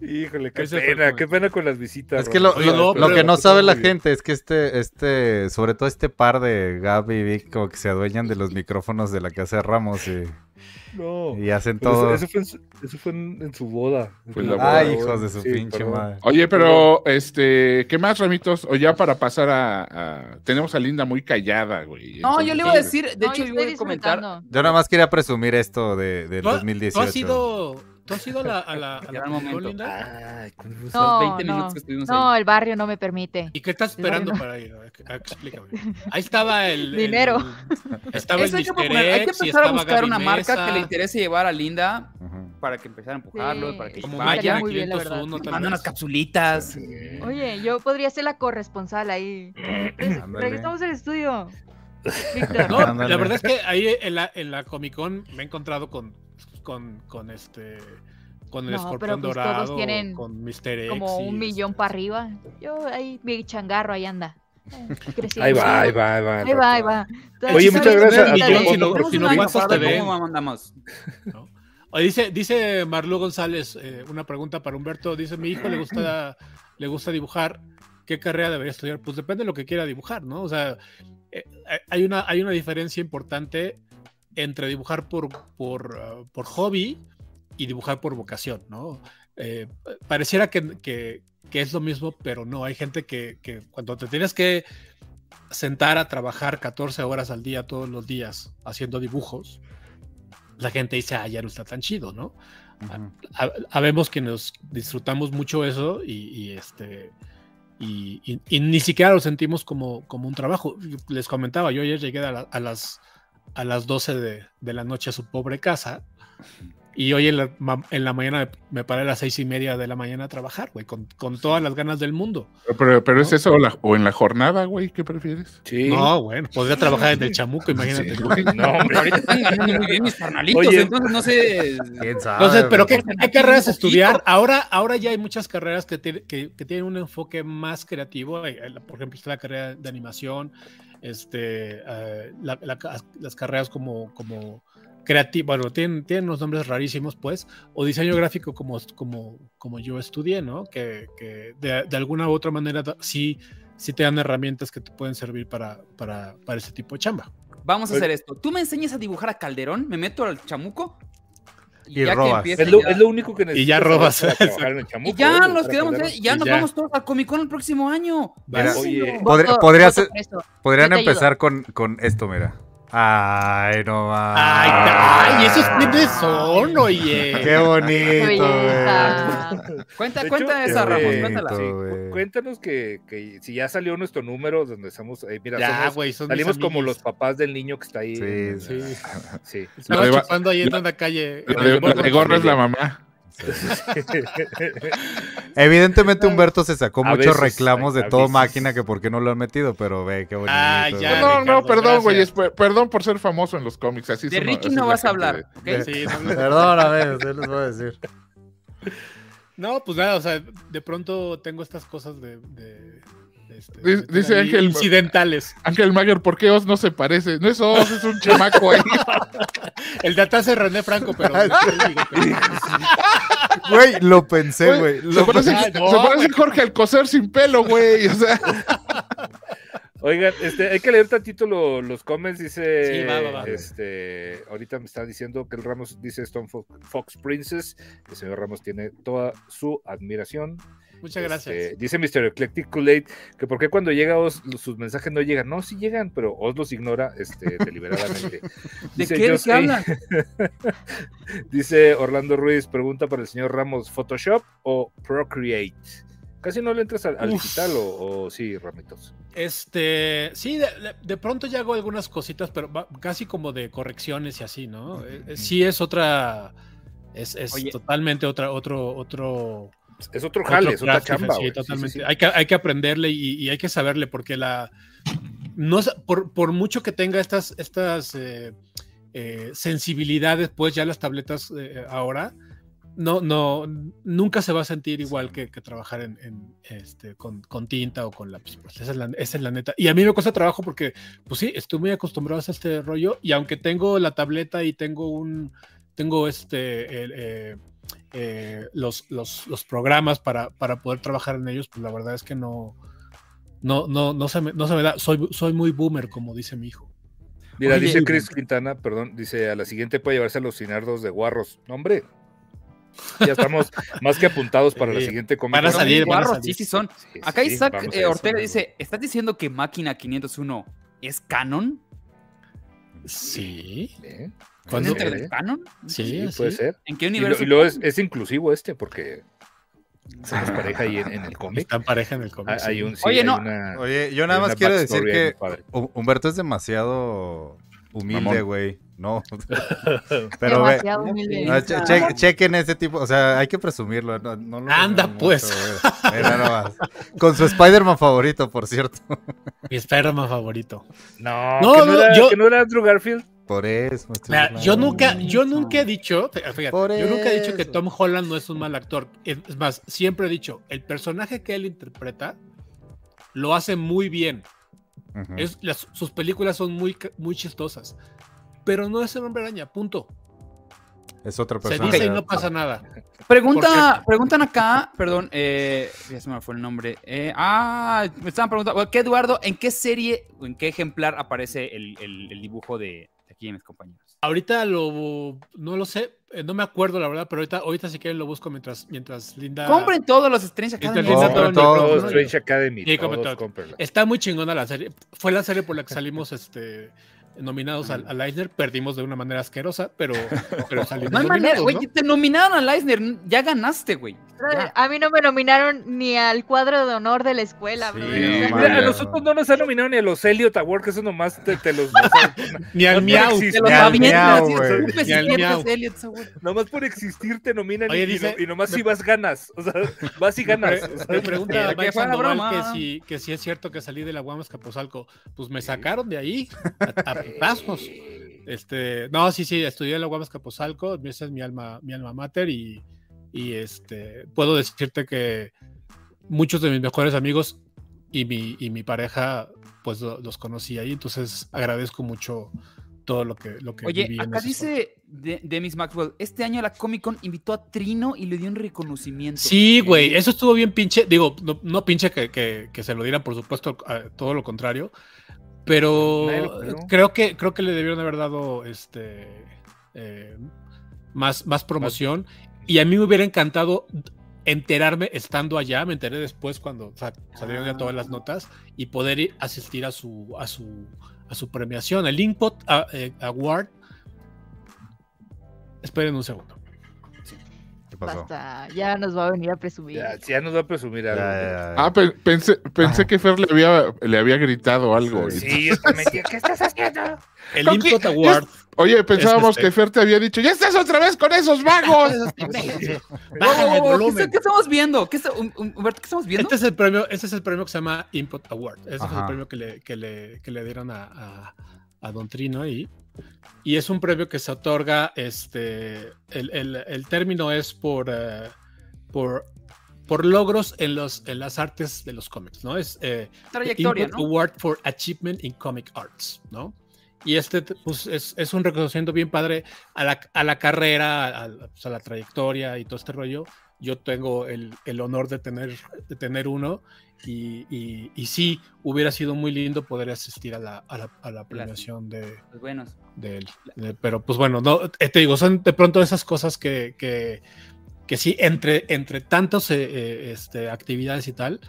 I: Híjole, qué
G: Ese fue el
I: pena,
G: momento.
I: qué pena con las visitas.
D: Es que lo,
I: Roberto.
D: lo-
G: Oye, no,
D: lo
G: pero- pues,
D: que no sabe la
I: muy bien.
D: gente es que este, este, sobre todo este par de Gaby y Vic, como que se adueñan de los micrófonos de la casa de Ramos y,
I: No.
D: y hacen
I: Pero
D: todo.
I: Eso, eso fue en su, eso fue en, en su boda.
F: Fue la boda.
D: Ay, hijos de su
I: Pues, Sí,
D: pinche
I: perdón.
D: madre.
F: Oye, pero, este, ¿qué más, Ramitos? O ya para pasar a, a- Ah, Tenemos a Linda muy callada, güey.
E: No, yo le iba a
F: entonces-
E: decir, de
H: No,
E: hecho,
H: yo
E: yo iba
H: estoy
E: a comentar.
H: disfrutando.
D: Yo nada más quería presumir esto de, del
G: ¿Tú, ha- tú
D: 2018.
G: has ido, tú has ido a la, a la, a la
E: Gran
G: convención,
E: momento.
G: Linda?
I: Ay, con los-
E: Los
H: No,
E: 20
H: no.
E: Pues, minutos que estuvimos ahí.
H: No, el barrio no me permite.
G: ¿Y qué estás
H: El barrio
G: esperando
H: no.
G: para ir? A ver, a- Explícame. Ahí estaba el... el-
H: Dinero.
G: estaba el
E: Eso hay que,
G: Mr.
E: proponer, hay que
G: X y
E: empezar a
G: estaba
E: buscar
G: Gaby
E: una marca que le
G: Mesa.
E: interese llevar a Linda
D: Ujú.
E: para que empezara a empujarlo,
H: Sí,
E: Ah, para que
G: Como
H: Estaría
E: vaya.
G: Maya,
H: muy bien, la
G: 501 tal
E: Manda
G: vez.
E: unas capsulitas.
H: Oye, yo podría ser la corresponsal ahí. Pues,
D: Ándale.
H: Regresamos al estudio. Víctor.
G: No,
D: Ándale.
G: la verdad es que ahí en la, en la Comic Con me he encontrado con, con, con este con el
H: No,
G: escorpión
H: pero pues todos
G: dorado,
H: tienen
G: con Mr. X.
H: como
G: y
H: un millón
G: este-
H: para arriba. Yo ahí, mi changarro, ahí anda. Eh, creciendo.
I: Ahí va, ahí va, ahí va.
H: Ahí va, ahí va.
I: Oye, muchas
H: Todas
I: gracias
G: a
H: las
G: ti,
H: cositas
G: Otto,
H: de-
G: por si no
E: Una
G: cuentas,
E: pasada,
G: te ven.
E: ¿Cómo mandamos?
G: Oye, dice, dice Marlu González, eh, una pregunta para Humberto. Dice, mi hijo le gusta, le gusta dibujar. ¿Qué carrera debería estudiar? Pues depende de lo que quiera dibujar, ¿no? O sea, eh, eh, hay, una, hay una diferencia importante entre dibujar por, por, ah, por hobby y dibujar por vocación, ¿no? Eh, pa- pareciera que, que- que es lo mismo, pero no. Hay gente que, que cuando te tienes que sentar a trabajar 14 horas al día, todos los días, haciendo dibujos, la gente dice, ah, ya no está tan chido, ¿no?
D: Ujú.
G: Hab- Habemos que nos disfrutamos mucho eso y, y este. Y, y- y ni siquiera lo sentimos como, como un trabajo. Les comentaba, yo ayer llegué a, la- a las, a las 12 de, de la noche a su pobre casa y hoy en la, ma- en la mañana me paré a las seis y media de la mañana a trabajar, güey, con, con todas las ganas del mundo.
F: Pero, pero es eso o, la- o en la jornada, güey, ¿qué prefieres?
I: Sí.
G: No, bueno, podría trabajar desde el chamuco, imagínate.
F: Sí,
G: tú.
F: güey.
I: No, hombre.
E: Pero ahorita están ganando muy bien mis carnalitos,
I: Oye.
E: entonces no sé.
D: ¿Quién
I: Ah,
D: sabe?
G: Entonces, ¿pero qué,
E: Corten
G: qué
E: aquí
G: carreras
E: un poquito.
G: estudiar? Ahora, ahora ya hay muchas carreras que, tiene- que- que tienen un enfoque más creativo. eh, eh, la- Por ejemplo, está la carrera de animación, este, eh, la- la ca- las carreras como, como creativo, bueno, tienen, tienen unos nombres rarísimos, pues, o diseño gráfico como, como, como yo estudié, ¿no? Que, que de, de alguna u otra manera da- sí, sí te dan herramientas que te pueden servir para, para, para ese tipo de chamba.
E: Vamos a hacer esto. Tú me enseñas a dibujar a Calderón, me meto al chamuco.
D: Y robas.
I: Es lo,
E: ya-
I: es lo único que necesitas.
G: Y ya
I: para
G: robas.
I: trabajar en el chamuco,
E: Y ya
I: güey,
E: nos
I: para
E: quedamos,
I: aprender.
E: ahí, ya
G: Y
E: nos
G: ya.
E: vamos todos al Comic Con el próximo año.
D: Mira,
G: Vas-
I: Oye,
D: Podría-
H: Voto-
D: podría
H: voto
D: ser-
H: por eso.
D: Podrían
H: Yo te ayudo.
D: empezar con, con esto, mira. Ay, no más.
I: Ah.
G: Ay, ay, esos clips son, oye.
D: Qué
H: Qué
D: bonito, güey.
H: belleza.
E: Cuenta,
I: De
E: cuenta
I: hecho,
E: esa,
I: eh,
E: Ramos,
I: bonito.
E: cuéntala.
I: Sí, cu-
D: güey.
I: cuéntanos que, que si ya salió nuestro número donde estamos. eh, mira,
G: Ya,
I: somos-
G: güey, son mis
I: salimos como
G: amiguis.
I: los papás del niño que está ahí.
D: Sí,
G: Sí.
I: Sí.
G: Estaba
F: La de-
G: chupando ahí en la calle.
F: La de, la de gorra es la mamá.
D: Evidentemente Humberto se sacó
I: A
D: muchos
I: veces,
D: reclamos de
I: a
D: todo
I: veces.
D: máquina que por qué no lo han metido, pero ve qué bonito.
G: Ah, ya,
F: no,
G: Ricardo,
F: no, perdón, güey.
G: gracias.
F: es per- Perdón por ser famoso en los cómics. Así
E: De
F: son-
E: Ricky
F: así
E: no
F: la
E: vas a
F: gente
E: hablar. ¿ok?
G: Sí, no,
D: Perdóname, se les voy a decir.
G: No, pues nada, o sea, de pronto tengo estas cosas de. de- de este,
F: Dice-
G: meter
F: dice
G: ahí
F: Ángel- pues,
G: Incidentales.
F: Ángel Mayer, ¿por qué Oz no se parece? No es Oz, es un chamaco eh. ahí.
G: El de atrás es René Franco, pero.
F: Ah,
D: Güey, lo pensé, güey.
F: Se
D: Lo
F: parece,
G: Ay, Ah, no,
F: se parece
G: güey.
F: Jorge Alcocer sin pelo, güey. O sea,
I: Oigan, este, hay que leer tantito lo- los comments, dice.
G: Sí, va, va, va.
I: Este, ahorita me está diciendo que el Ramos dice Stone Fo- Fox Princess, que el señor Ramos tiene toda su admiración. Este,
G: Muchas gracias.
I: dice Mr. Eclectic Kool-Aid que por qué cuando llega Oz los- sus mensajes no llegan. No, sí llegan, pero Oz los ignora este, deliberadamente.
E: ¿De
I: Dice
E: qué, de
I: Just
E: qué
I: A.
E: hablan?
I: Dice Orlando Ruiz, pregunta para el señor Ramos, ¿Photoshop o Procreate? Casi no le entras al, al
G: Uf.
I: digital o, o sí, Ramitos.
G: Este, sí, de, de- de pronto ya hago algunas cositas, pero va- casi como de correcciones y así, ¿no? Eh, eh, Sí es otra, es, es
E: Oye.
G: totalmente otra, otro, otro,
I: Es otro jale, es otra
G: craft
I: chamba.
G: diferente,
I: güey. Sí,
G: sí,
I: sí,
G: totalmente.
I: sí.
G: Hay, que, hay que aprenderle y, y hay que saberle, porque la. No, es- por, por mucho que tenga estas, estas eh, eh, sensibilidades, pues ya las tabletas eh, ahora, no, no, nunca se va a sentir igual que, que trabajar en, en, este, con, con tinta o con lápiz. pues, esa, es la, esa es la neta. Y a mí me cuesta trabajo porque, pues sí, estoy muy acostumbrado a este rollo y aunque tengo la tableta y tengo un, tengo este, el, eh, eh, los, los, los programas para, para poder trabajar en ellos, pues la verdad es que no, no, no, no, se, me, no se me da. Soy, soy muy boomer, como dice mi hijo.
I: Mira,
G: Oye,
I: dice Chris Quintana, perdón, dice a la siguiente puede llevarse a los cinardos de guarros. No, hombre. Ya estamos más que apuntados para la
G: Sí,
I: siguiente comida.
G: van a
E: Son
G: salir, van a
E: guarros,
G: salir.
E: Sí, sí son.
I: Sí,
E: Acá
I: sí,
E: Isaac
I: vamos a
E: eh,
I: eso,
E: Ortega
I: güey.
E: dice, ¿estás diciendo que Máquina 501 es canon?
G: Sí.
I: ¿Eh?
G: ¿Cuándo?
E: ¿Dentro del canon?
G: Sí,
I: Sí, puede
G: sí.
I: ser.
E: ¿En qué
I: Y lo,
E: universo?
I: y lo es, es inclusivo este, porque se nos pareja ahí en, en el cómic.
G: Están pareja en el cómic.
I: Hay-
G: sí.
I: Hay un, sí,
E: Oye,
I: hay
E: no.
I: una-
D: Oye, yo nada
I: hay
D: más
I: una
D: quiero decir
I: backstory ahí muy
D: que
I: padre.
D: Hu- Humberto es demasiado humilde,
F: Mamón.
D: güey. No. Pero ve,
H: Demasiado humilde.
D: no, che- che- chequen ese tipo, o sea, hay que presumirlo. no- no lo
G: Anda,
D: presuman
G: pues.
D: güey. Mira nomás. Con su Spider-Man favorito, por cierto.
G: Mi Spider-Man favorito.
I: No,
G: No,
I: que no,
G: no,
I: era,
G: yo-
I: que no era Andrew Garfield.
D: Por eso. me estoy
G: Mira, yo
D: burlando.
G: nunca, yo nunca he dicho, te- fíjate,
D: Por
G: yo nunca he dicho que
D: eso.
G: Tom Holland no es un mal actor. Es más, siempre he dicho, el personaje que él interpreta lo hace muy bien.
D: Ujú.
G: Es- las- sus películas son muy, ca- muy chistosas. Pero no es el hombre araña, punto.
D: Es otra
G: Se
D: persona.
G: dice y no pasa nada.
E: Pregunta,
G: Porque-
E: preguntan acá, Ah, perdón, eh, ya se me fue el nombre. eh, ah, me estaban preguntando, ¿qué Eduardo, en qué serie o en qué ejemplar aparece el, el- el dibujo de, de aquí de mis compañeros?
G: Ahorita lo no lo sé, eh, no me acuerdo la verdad, pero ahorita, ahorita si quieren lo busco mientras, mientras Linda.
E: Compren todos los Strange
G: Está
E: Academy.
G: linda
D: Compren
G: todo el
D: todos,
G: libro,
I: Todos
G: ¿no? Eh,
I: Strange Academy.
G: Sí, como
I: todos
G: todo.
I: cómprenla.
G: Está muy chingona la serie. Fue la serie por la que salimos este nominados al, al Eisner, perdimos de una manera asquerosa, pero, pero salimos
E: No hay manera,
G: nominados,
E: güey,
G: ¿no?
E: te nominaron al Eisner, ya ganaste, güey.
H: Brother, A mí no me nominaron ni al cuadro de honor de la escuela,
D: Sí,
H: brother.
D: no
H: O sea,
D: mames.
I: Eh, Mira, a nosotros no nos han nominado ni a los Elliot Award, que eso nomás te, te los vas a-
G: Ni al
I: No
G: miau.
I: existe.
E: Te los
D: Ni al
E: avientas,
D: miau,
E: sí,
D: güey.
E: te rompes
G: Ni al
E: y
G: miau.
E: pierdes, Elliot, seguro.
I: nomás por existir te nominan
G: Oye,
I: y,
G: dice-
I: no- y nomás
G: me-
I: si vas ganas, o sea, vas y ganas. o sea,
G: Me pregunta
E: Este, Que
G: Mike
E: fuera
G: Sandoval
E: broma.
G: que si, que si es cierto que salí de la Guamas Capozalco. Pues me sacaron de ahí a, a putazos. Este, no, sí, sí, estudié en la Guamas Capozalco, esa es mi alma, mi alma mater y, y este, puedo decirte que muchos de mis mejores amigos y mi, y mi pareja, pues lo- los conocí ahí, entonces agradezco mucho todo lo que, lo que
E: Oye,
G: viví en
E: acá
G: esos
E: dice de- Demis Maxwell, este año la Comic Con invitó a Trino y le dio un reconocimiento.
G: Sí, güey, eso estuvo bien pinche. Digo, no, no pinche que, que- que se lo dieran, por supuesto, a- todo lo contrario. Pero
I: Nadie lo peló.
G: creo que, creo que le debieron haber dado este eh, más, más promoción. Y a mí me hubiera encantado enterarme estando allá. Me enteré después cuando sa- salieron ya todas las notas y poder ir- asistir a su, a su, a su premiación, el Input ah, a- eh, Award. Esperen un segundo.
D: Ah, ¿Qué pasó.
H: Basta, ya nos va a venir a presumir.
I: Ya, ya nos va a presumir
D: Ya,
I: algo.
D: ya, ya.
F: Ah, pe- pensé, pensé que Fer le había, le había gritado algo.
I: Sí, yo también. ¿Qué qué estás haciendo?
G: El
F: Coqui,
G: Input Award.
F: Oye, pensábamos
G: Este-
F: que Fer te había dicho, ya estás otra vez con esos vagos.
G: Bájale el
E: Oh, ¿qué,
G: volumen.
E: está- qué estamos viendo? ¿Qué está- um, um, Humberto, ¿qué estamos viendo?
G: Este es el premio, este es el premio que se llama Input Award. Este es
D: Ajá.
G: el premio que le, que le, que le dieron a, a- a Don Trino y, y es un premio que se otorga, este, el, el- el término es por, eh, por, por logros en, los, en las artes de los cómics, ¿no? Es eh,
E: Trayectoria,
G: Input
E: ¿no?
G: Award for Achievement in Comic Arts, ¿no? Y este pues, es, es un reconocimiento bien padre a la, a la carrera, a, la- pues, a la trayectoria y todo este rollo. Yo tengo el, el honor de tener, de tener uno y, y, y sí, hubiera sido muy lindo poder asistir a la, a la, a la premiación de,
E: Pues buenos.
G: de él. De- pero pues bueno, no, eh, te digo, son de pronto esas cosas que, que, que sí, entre, entre tantas este, actividades y tal,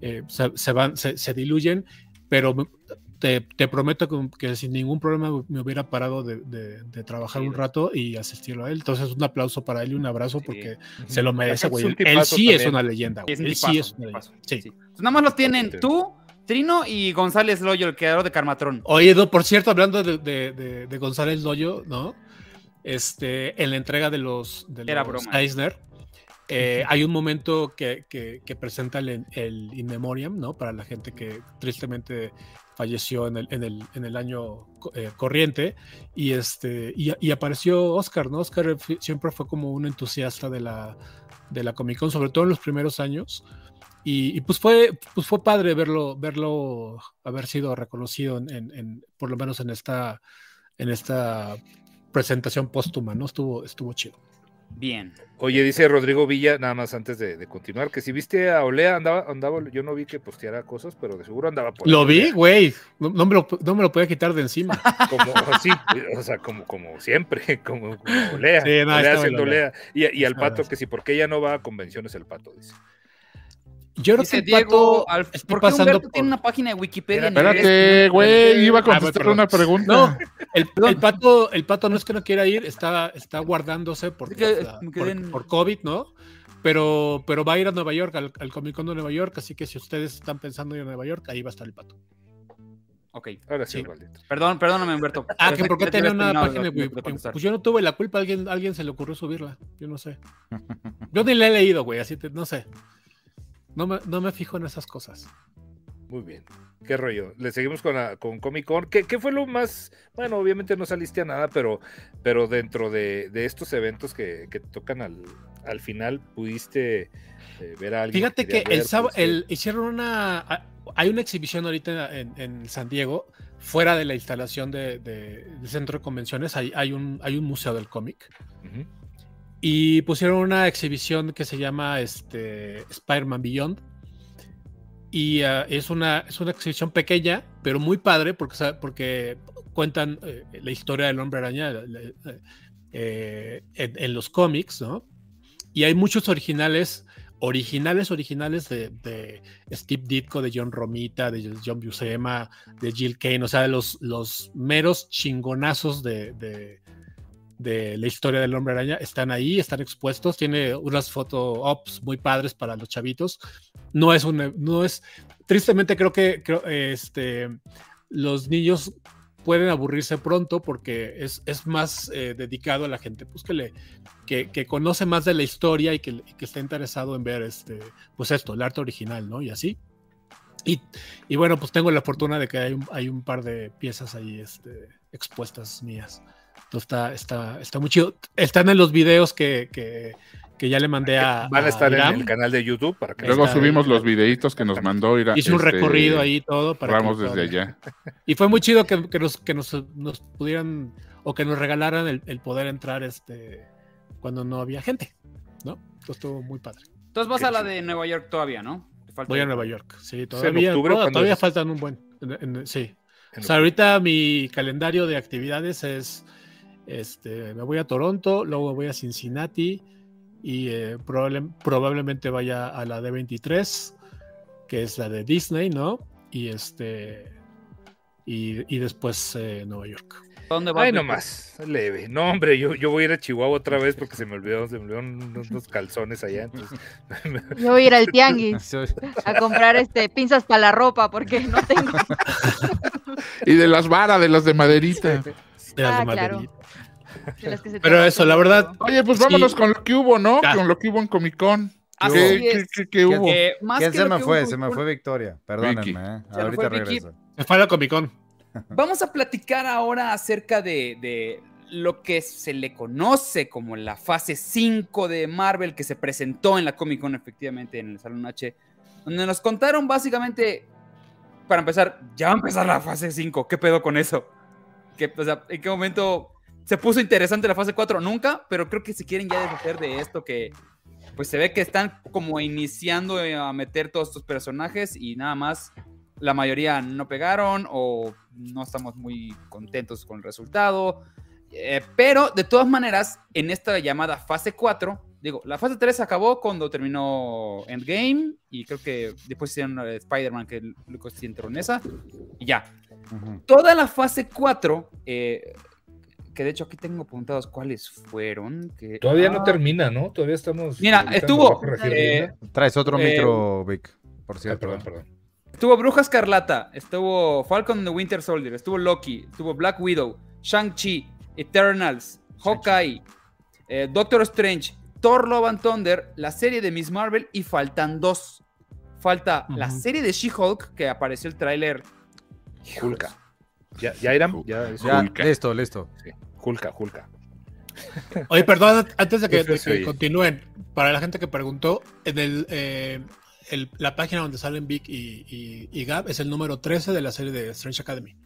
G: eh, se, se van, se, se diluyen, pero me- te, te prometo que, que sin ningún problema me hubiera parado de, de- de trabajar
E: Sí,
G: un
E: de-
G: rato y asistirlo a él. Entonces, un aplauso para él y un abrazo
E: Sí.
G: porque se lo merece,
I: Es
G: güey.
I: un
G: Él,
I: tipazo
G: sí es
I: también.
G: una leyenda, güey.
E: Es un
G: Él
E: tipazo,
G: sí es
E: un
G: una leyenda.
E: tipazo,
G: Sí.
E: sí. Entonces, nada más los tienen
I: Este,
E: tú, Trino y González Loyo, el creador de Carmatrón.
G: Oye, Do- por cierto, hablando de, de, de- de González Loyo, ¿no? Este, en la entrega de los, de
E: Era
G: los
E: broma.
G: Eisner, eh, hay un momento que, que- que presenta el, el In Memoriam, ¿no? Para la gente que tristemente falleció en el, en el, en el año co- eh, corriente. Y, este, y, y apareció Oscar, ¿no? Oscar fi- siempre fue como un entusiasta de la, de la Comic Con, sobre todo en los primeros años. Y, y pues, fue, pues fue padre verlo, verlo haber sido reconocido en, en- en- por lo menos en esta, en esta presentación póstuma, ¿no? Estuvo, estuvo chido.
E: Bien.
I: Oye, dice Rodrigo Villa, nada más antes de, de continuar, que si viste a Olea, andaba, andaba, yo no vi que posteara cosas, pero de seguro andaba por ahí.
G: Lo vi, güey. No, no me lo, no me lo podía quitar de encima.
I: Como, sí, o sea, como, como siempre, como, como Olea.
G: Sí, no,
I: Olea
G: estaba
I: haciendo
G: el Olea.
I: Olea. Y, y al
G: Estaba
I: pato, que si porque ella no va a convenciones, el pato dice.
G: Yo creo
E: Dice
G: que el este pato
E: Diego, Alf-
G: está
E: ¿por qué
G: pasando
E: Humberto
G: por-
E: tiene una página de Wikipedia? en
F: Espérate,
E: inglés?
F: Eh, güey, iba a
G: Ah,
F: contestar
G: perdón.
F: una pregunta.
G: No, el, el pato, el pato no es que no quiera ir, está, está guardándose por,
E: Es que,
G: por la-
E: me
G: por,
E: quedé en-
G: por COVID, ¿no? Pero, pero va a ir a Nueva York, al, al Comic Con de Nueva York, así que si ustedes están pensando en ir a Nueva York, ahí va a estar el pato.
E: Ok,
I: Ahora sí,
G: Sí.
I: maldito.
E: perdón, perdóname, Humberto.
G: Ah, que por qué
E: Ya te
G: tenía
E: habías
G: una
E: terminado
G: página de
E: de- de
G: Wikipedia.
E: contestar.
G: Pues yo no tuve la culpa, alguien, alguien se le ocurrió subirla, yo no sé. Yo ni la he leído, güey, así te, no sé. No me, no me fijo en esas cosas.
I: Muy bien. ¿Qué rollo? Le seguimos con, la- con Comic Con. ¿Qué, qué fue lo más? Bueno, obviamente no saliste a nada, pero, pero dentro de, de estos eventos que, que te tocan al, al final, pudiste eh, ver a alguien.
G: Fíjate que
I: querías
G: el
I: ver? pues, eh,
G: sábado
I: Pudiste-
G: hicieron una. a- Hay una exhibición ahorita en, en San Diego, fuera de la instalación de- de- del centro de convenciones. Hay, hay, un, hay un museo del cómic.
I: Ujú.
G: Y pusieron una exhibición que se llama este, Spider-Man Beyond. Y ah, es, una, es una exhibición pequeña, pero muy padre, porque, sa- porque cuentan eh, la historia del hombre araña la- la- eh, eh, en, en los cómics, ¿no? Y hay muchos originales, originales, originales de, de Steve Ditko, de John Romita, de John Buscema, de Jill Kane, o sea, los, los meros chingonazos de- de, de la historia del hombre araña están ahí, están expuestos, tiene unas foto ops muy padres para los chavitos. No es un, no es, tristemente creo que creo, eh, este, los niños pueden aburrirse pronto porque es, es más eh, dedicado a la gente pues, que, le, que, que conoce más de la historia y que, y que está interesado en ver este, pues esto, el arte original, ¿no? Y así. Y, y bueno, pues tengo la fortuna de que hay un, hay un par de piezas ahí este, expuestas mías. Entonces, está, está, está muy chido. Están en los videos que, que, que ya le mandé a.
I: Van a estar en
G: Iram.
I: el canal de YouTube para que
F: Luego
G: Está
F: subimos los videitos que nos mandó Ira-
G: Hice un
F: este,
G: recorrido ahí todo para. que
F: Ramos
G: lo
F: desde
G: puedan-
F: allá.
G: Y fue muy chido que, que nos, que nos, nos pudieran o que nos regalaran el, el poder entrar este cuando no había gente, ¿no? Entonces, estuvo muy padre.
E: Entonces vas
I: Qué
E: a la
I: chido.
E: de Nueva York todavía, ¿no? Te falta
G: Voy a
E: ir.
G: Nueva York. Sí,
I: en
G: todavía,
I: octubre o
G: to-
I: cuándo
G: todavía
I: es?
G: faltan un buen. en- en- sí.
I: En
G: O sea, ahorita mi calendario de actividades es, este, me voy a Toronto, luego voy a Cincinnati y eh, probable- probablemente vaya a la D23, que es la de Disney, ¿no? Y este, y, y después eh, Nueva York.
E: ¿Dónde va?
I: Ay,
E: Víctor?
I: nomás, leve. No, hombre, yo, yo voy a ir a Chihuahua otra vez porque se me olvidaron, se me olvidaron unos, unos calzones allá. Entonces,
H: Yo voy a ir al tianguis a comprar este pinzas para la ropa porque no tengo.
F: Y de las varas, de las de maderita.
G: de las
H: Ah,
G: de
H: claro.
G: Madrid.
H: de las que se
G: Pero
H: te-
G: eso, la verdad,
F: Oye, pues
G: Sí.
F: vámonos con lo que hubo, ¿no?
G: Ya.
F: Con lo que hubo en Comic Con.
E: Así
F: ¿Qué, qué,
E: es.
F: qué- qué hubo?
E: Eh, más
D: ¿Quién
E: que
D: se
E: lo
D: me
E: que
D: fue?
E: hubo-
D: Se me fue Victoria.
F: Vicky.
D: Perdónenme,
E: Se
D: ¿eh?
E: nos
D: Ahorita
E: fue Vicky.
D: regreso.
G: se fue a la Comic Con.
E: Vamos a platicar ahora acerca de, de lo que se le conoce como la fase 5 de Marvel que se presentó en la Comic Con efectivamente en el Salón H, donde nos contaron básicamente, para empezar, ya va a empezar la fase 5, ¿qué pedo con eso? ¿Qué, o sea, ¿En qué momento se puso interesante la fase 4? Nunca, pero creo que se quieren ya deshacer de esto que... Pues se ve que están como iniciando a meter todos estos personajes y nada más la mayoría no pegaron o no estamos muy contentos con el resultado. Eh, pero de todas maneras, en esta llamada fase 4, digo, la fase 3 acabó cuando terminó Endgame y creo que después hicieron la de Spider-Man que Lucas entró en esa y ya.
D: Ujú.
E: Toda la fase 4, eh, que de hecho aquí tengo apuntados cuáles fueron. Que,
I: Todavía no
E: Ah,
I: termina, ¿no? Todavía estamos.
E: Mira,
I: ahorita en
E: estuvo,
I: trabajo recién
E: eh,
I: viviendo.
D: Traes otro
E: Eh,
D: micro, Vic, por
I: Ah,
D: cierto.
I: perdón, perdón.
E: Estuvo Bruja Escarlata, estuvo Falcon and the Winter Soldier, estuvo Loki, estuvo Black Widow, Shang-Chi, Eternals, Hawkeye, eh, Doctor Strange, Thor Love and Thunder, la serie de Miss Marvel y faltan dos. Falta la
G: Ujú.
E: serie de She-Hulk, que apareció el tráiler.
I: Julka. Ya, ya Irán, ya, es
D: Ya,
F: Julka.
D: listo, listo.
I: Julka, Julka.
G: Oye, perdón, antes de que,
I: Eso
G: de
I: se
G: que
I: oye.
G: continúen, para la gente que preguntó, en el, eh, el- la página donde salen Vic y, y- y Gab es el número 13 de la serie de Strange Academy.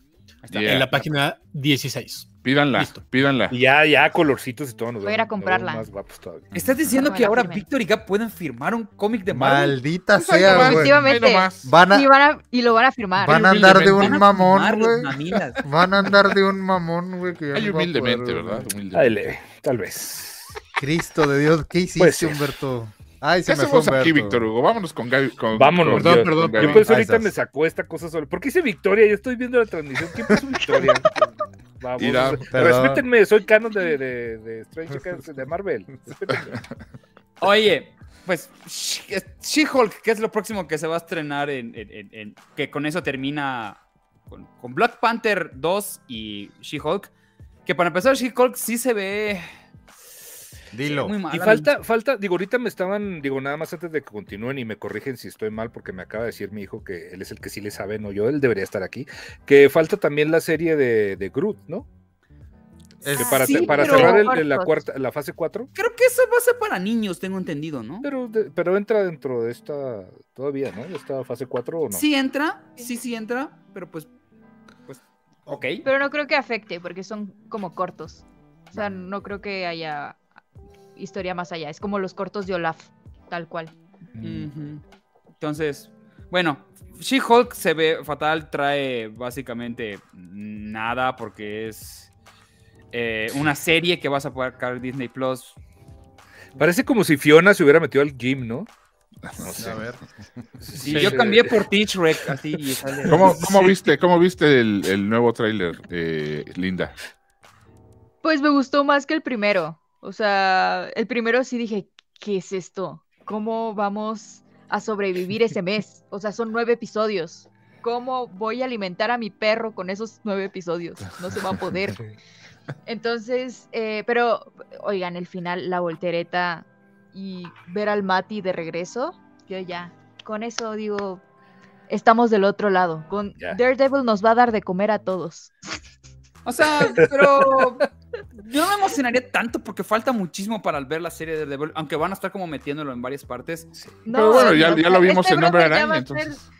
F: Yeah.
G: En la página 16.
F: Pídanla,
G: Listo.
F: pídanla.
I: Y ya, ya, colorcitos y todo. Nos
H: Voy a ir a
I: vemos- nos
H: comprarla.
I: vemos Más guapos todavía.
E: ¿Estás diciendo
H: me
E: que
H: la
E: ahora
H: firmen.
E: Victor y Gap pueden firmar un cómic de Marvel?
D: Maldita
F: Pues ahí nomás,
D: sea, güey.
F: ahí
H: Efectivamente.
F: nomás.
D: Van a,
H: Y, van a- y lo van a firmar.
D: van a andar de
E: Van a
D: un
E: firmar
D: mamón,
E: las
D: güey.
E: mamilas.
D: Van a andar de un mamón, güey. que ya
F: Ay,
D: no va a poder,
F: humildemente,
D: güey.
F: ¿verdad? Humildemente.
I: Ay, leve, tal vez.
D: Cristo de Dios, ¿qué hiciste,
I: Pues sí.
D: Humberto? Ay,
F: ¿Qué
D: se me fue
F: hacemos
D: Humberto.
F: aquí, Víctor Hugo? Vámonos con Gaby. Con,
I: Vámonos,
F: con-
G: Perdón,
I: Dios.
G: perdón,
I: Yo
F: Gaby.
I: por eso
D: Ahí
I: ahorita
D: estás.
I: me sacó esta cosa solo. ¿Por qué hice Victoria? Yo estoy viendo la transmisión. ¿Quién puso Victoria? Vamos.
F: Mira,
D: perdón.
I: Respétenme, soy canon de, de, de Strange Academy, de Marvel. Respétenme.
E: Oye, pues She- She-Hulk, que es lo próximo que se va a estrenar en, en- en- en- que con eso termina con, con Black Panther 2 y She-Hulk. Que para empezar, She-Hulk sí se ve
D: Dilo.
E: muy mal.
I: Y falta, falta, digo, ahorita me estaban, digo, nada más antes de que continúen y me corrigen si estoy mal, porque me acaba de decir mi hijo que él es el que sí le sabe, no yo, él debería estar aquí. Que falta también la serie de, de Groot, ¿no?
D: Es-
I: Que para,
E: sí,
I: para
E: pero-
I: cerrar el- el- la, cuarta, la fase 4,
E: Creo que eso va a ser para niños, tengo entendido, ¿no?
I: pero, de- pero entra dentro de esta todavía, ¿no? De esta fase 4 o no.
E: Sí entra, sí, sí entra, pero pues. pues ok.
H: Pero no creo que afecte porque son como cortos. O sea, no creo que haya historia más allá. Es como los cortos de Olaf, tal cual.
I: Mm.
E: Ujú. Entonces, bueno, She-Hulk se ve fatal, trae básicamente nada porque es eh, una serie que vas a poder cargar Disney Plus.
I: Parece como si Fiona se hubiera metido al gym, ¿no? No sé.
D: A ver.
E: Sí,
G: Sí.
E: yo cambié por Teach Rec así y sale.
F: ¿Cómo, cómo viste, cómo viste el, el nuevo tráiler, eh, Linda?
H: Pues me gustó más que el primero. O sea, el primero sí dije, ¿qué es esto? ¿Cómo vamos a sobrevivir ese mes? O sea, son nueve episodios. ¿Cómo voy a alimentar a mi perro con esos nueve episodios? No se va a poder. Entonces, eh, pero, oigan, el final, la voltereta y ver al Mati de regreso, yo ya, con eso digo, estamos del otro lado. Con
I: Ya.
H: Daredevil nos va a dar de comer a todos.
E: O sea, pero yo no me emocionaría tanto porque falta muchísimo para ver la serie de Devil, aunque van a estar como metiéndolo en varias partes.
H: No,
F: Pero bueno, ya,
H: no,
F: ya
H: no,
F: lo vimos
H: este
F: en Hombre
H: brother ya va
F: Araña,
H: a ser-
F: entonces.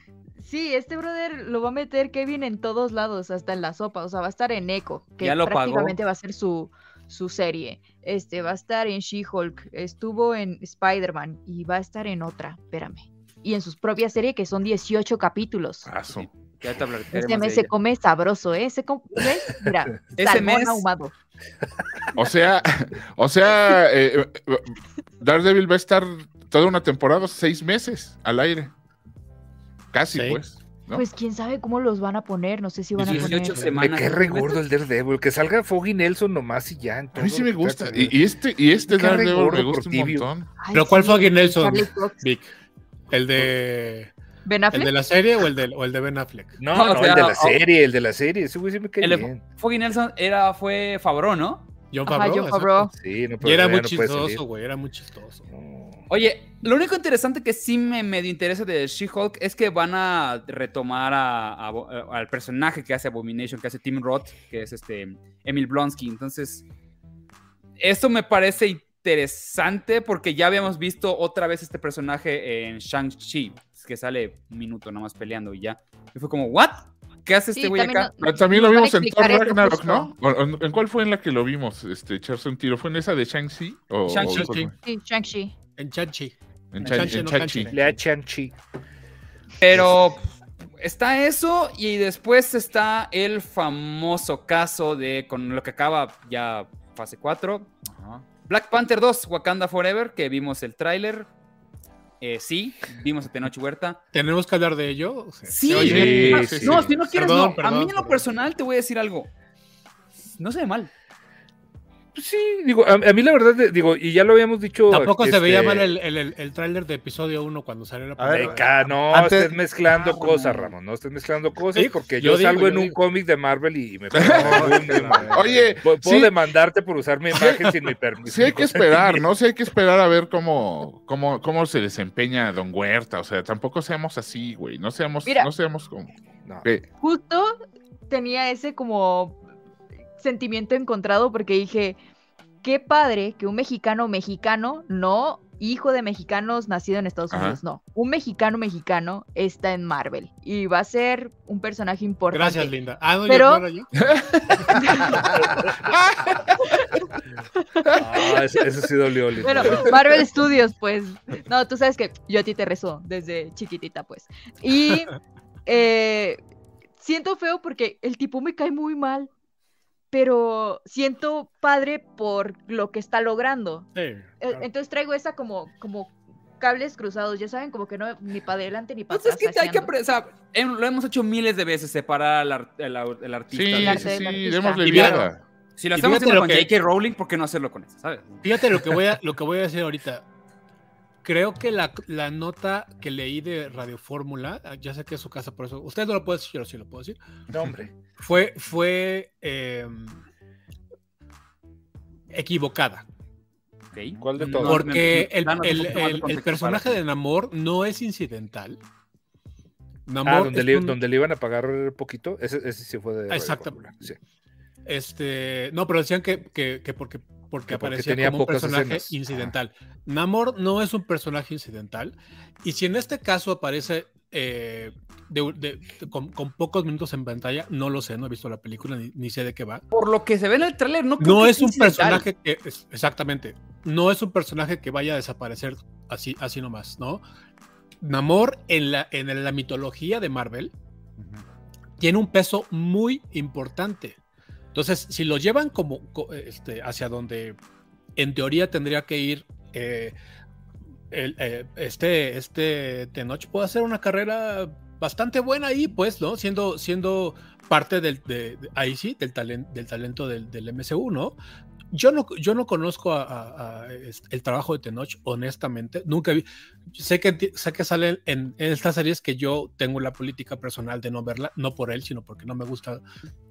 H: Sí, este brother lo va a meter Kevin en todos lados, hasta en la sopa, o sea, va a estar en Echo, que
E: Ya lo pagó.
H: prácticamente va a ser su, su serie. Este va a estar en She-Hulk, estuvo en Spider-Man y va a estar en otra, espérame. Y en su propia serie que son 18 capítulos.
F: Ah, su-
E: Ya te hablaré.
H: Este mes se come sabroso, ¿eh? Se come, ¿ves? Mira,
E: Ese
H: salmón
E: mes-
H: ahumado.
F: O sea, o sea, eh, eh, Daredevil va a estar toda una temporada, seis meses al aire. Casi,
G: Sí.
F: pues. ¿no?
H: Pues quién sabe cómo los van a poner, no sé si van a
E: 18
H: poner.
I: Me
E: semanas.
I: cae re gordo el Daredevil. Que salga Foggy Nelson nomás y ya. en
F: a mí sí
I: todo
F: me
I: lo que
F: gusta.
I: hace.
F: Y, y este, y este
I: Me cae
F: Daredevil
I: gordo
F: me
I: por
F: gusta un
I: tibio.
F: montón.
H: Ay,
G: ¿Pero cuál
H: sí,
G: Foggy Nelson,
H: Charlie Cox.
G: Vic? ¿El de,
H: ¿Ben
G: ¿El
H: Affleck?
G: de la serie o el de, o el de Ben Affleck?
I: No,
E: No,
I: no,
E: o sea,
I: el de la
E: o-
I: serie, el de la serie. Ese güey sí me cae
E: El de
I: bien.
E: Foggy Nelson era, fue Favreau, ¿no?
G: John
H: Ajá,
G: Favreau.
H: John
G: exacto.
H: Favreau.
I: Sí,
F: Pues
I: no, pero
G: Y era
I: ya
G: muy
I: no puede salir.
G: chistoso, güey, era muy chistoso.
I: No.
E: Oye, lo único interesante que sí me medio interesa de She-Hulk es que van a retomar a- a Abo- a- al personaje que hace Abomination, que hace Tim Roth, que es este Emil Blonsky. Entonces, esto me parece interesante porque ya habíamos visto otra vez este personaje en Shang-Chi, que sale un minuto nomás peleando y ya. Y fue como, ¿what? ¿Qué hace este
H: Sí,
E: güey
H: también
E: acá?
H: no-
F: Pero Ah, También lo
H: Nos van a
F: vimos en Thor
H: explicar eso
F: Ragnarok,
H: justo.
F: ¿no? ¿O- o- ¿En cuál fue en la que lo vimos? Este, echarse un tiro. ¿Fue en esa de Shang-Chi? O-
E: Shang-Chi.
F: o-
G: Sí.
H: Sí, Shang-Chi.
G: En Chanchi.
F: En
G: En
F: Shang-
G: Shang-Chi,
F: en
G: no
F: Shang-Chi.
G: Shang-Chi.
I: Le da Shang-Chi.
E: Pero pff, está eso y después está el famoso caso de con lo que acaba ya fase 4. Black Panther 2, Wakanda Forever, que vimos el tráiler. Eh, sí, vimos a Tenoch Huerta.
G: ¿Tenemos que hablar de ello?
E: Sí,
G: ¿Se oye?
E: no,
F: sí, sí,
E: no,
F: sí.
E: si no quieres,
G: Perdón,
E: no.
G: perdón,
E: a mí en lo
G: perdón.
E: personal te voy a decir algo. No se ve mal.
I: Pues sí, digo, a, a mí la verdad, de- digo, y ya lo habíamos dicho.
G: Tampoco se
I: este,
G: veía mal el, el, el, el tráiler de episodio 1 cuando salió la
D: A ver,
I: Ay,
G: primera vez.
F: Ah,
I: ca- no,
D: Antes-
I: estés mezclando
E: Ah,
I: cosas,
E: Ramón.
I: Ramón. No estés mezclando cosas
G: Sí,
I: porque
G: yo
I: yo,
G: digo,
I: salgo
G: yo
I: en un
G: digo.
I: cómic de Marvel y me
F: Oye,
I: Puedo
F: sí.
I: demandarte por usar mi imagen sin mi permiso.
F: Sí hay que esperar, ¿no? Sí hay que esperar a ver cómo, cómo, cómo se desempeña Don Huerta. O sea, tampoco seamos así, güey. No seamos,
H: Mira.
F: no seamos como.
I: No.
F: ¿Qué?
H: Justo tenía ese como sentimiento encontrado porque dije, qué padre que un mexicano mexicano, no hijo de mexicanos nacido en Estados
F: Ajá.
H: Unidos, no, un mexicano mexicano está en Marvel y va a ser un personaje importante.
G: Gracias, Linda. Ah, no, yo-
H: Pero-
G: no era yo.
I: Ah, eso, eso sí dolió, Lin.
H: Bueno, Marvel Studios, pues. No, tú sabes que yo a ti te rezo desde chiquitita, pues. Y eh, siento feo porque el tipo me cae muy mal, pero siento padre por lo que está logrando.
G: Sí,
H: Eh,
G: claro.
H: Entonces traigo esa como, como cables cruzados, ya saben, como que no, ni para adelante ni para
E: Entonces,
H: atrás.
E: Pues es que hay que.
H: haciendo.
E: apre- o sea, em- lo hemos hecho miles de veces, separar al, ar- al au- al artista.
F: Sí,
H: El
E: de-
H: arte
F: sí,
H: del
F: sí,
H: artista.
F: démosle
G: Y mira,
F: viada.
E: Si lo
G: Y
E: estamos
G: fíjate
E: haciendo
G: lo
E: con
G: que-
E: J.K. Rowling, ¿por qué no hacerlo con esa, sabes?
G: Fíjate lo que voy a, lo que voy a decir ahorita. Creo que la, la nota que leí de Radio Fórmula, ah, ya sé que es su casa, por eso. Usted no lo puede decir, yo sí lo puedo decir.
I: No, hombre.
G: Fue, fue eh, equivocada.
E: Ok.
I: ¿Cuál de
E: Ah, No,
I: todos?
E: me- me-
G: Porque el,
E: danos un
G: el-
E: poquito más de
G: el- el
E: contexto
G: personaje
E: para-
G: de Namor no es incidental. Namor
I: Ah, donde
G: es
I: le,
G: un-
I: donde le iban a pagar poquito. Ese, ese sí fue de. Radio
G: Exacto.
I: Fórmula, sí.
G: Este, no, pero decían que, que- que porque, porque
I: Que porque
G: aparecía
I: tenía
G: como un
I: pocas
G: personaje
I: escenas.
G: incidental. Namor no es un personaje incidental. Y si en este caso aparece eh, de- de- de- con, con pocos minutos en pantalla, no lo sé, no he visto la película ni, ni sé de qué va.
E: Por lo que se ve en el tráiler, no creo
G: No
E: que
G: es
E: sea
G: un
E: incidental.
G: personaje que, es- exactamente, no es un personaje que vaya a desaparecer así, así nomás, ¿no? Namor en la, en la mitología de Marvel tiene un peso muy importante. Entonces, si lo llevan como co- este, hacia donde en teoría tendría que ir eh, el, eh, este, este Tenoch, puede hacer una carrera bastante buena ahí, pues, ¿no? Siendo, siendo parte del, de, de- ahí sí, del, talen- del talento del, del MCU, ¿no? Yo no, yo no conozco a- a- a es- el trabajo de Tenoch, honestamente. Nunca vi. Sé que, ti- sé que sale en, en estas series que yo tengo la política personal de no verla, no por él, sino porque no me gustan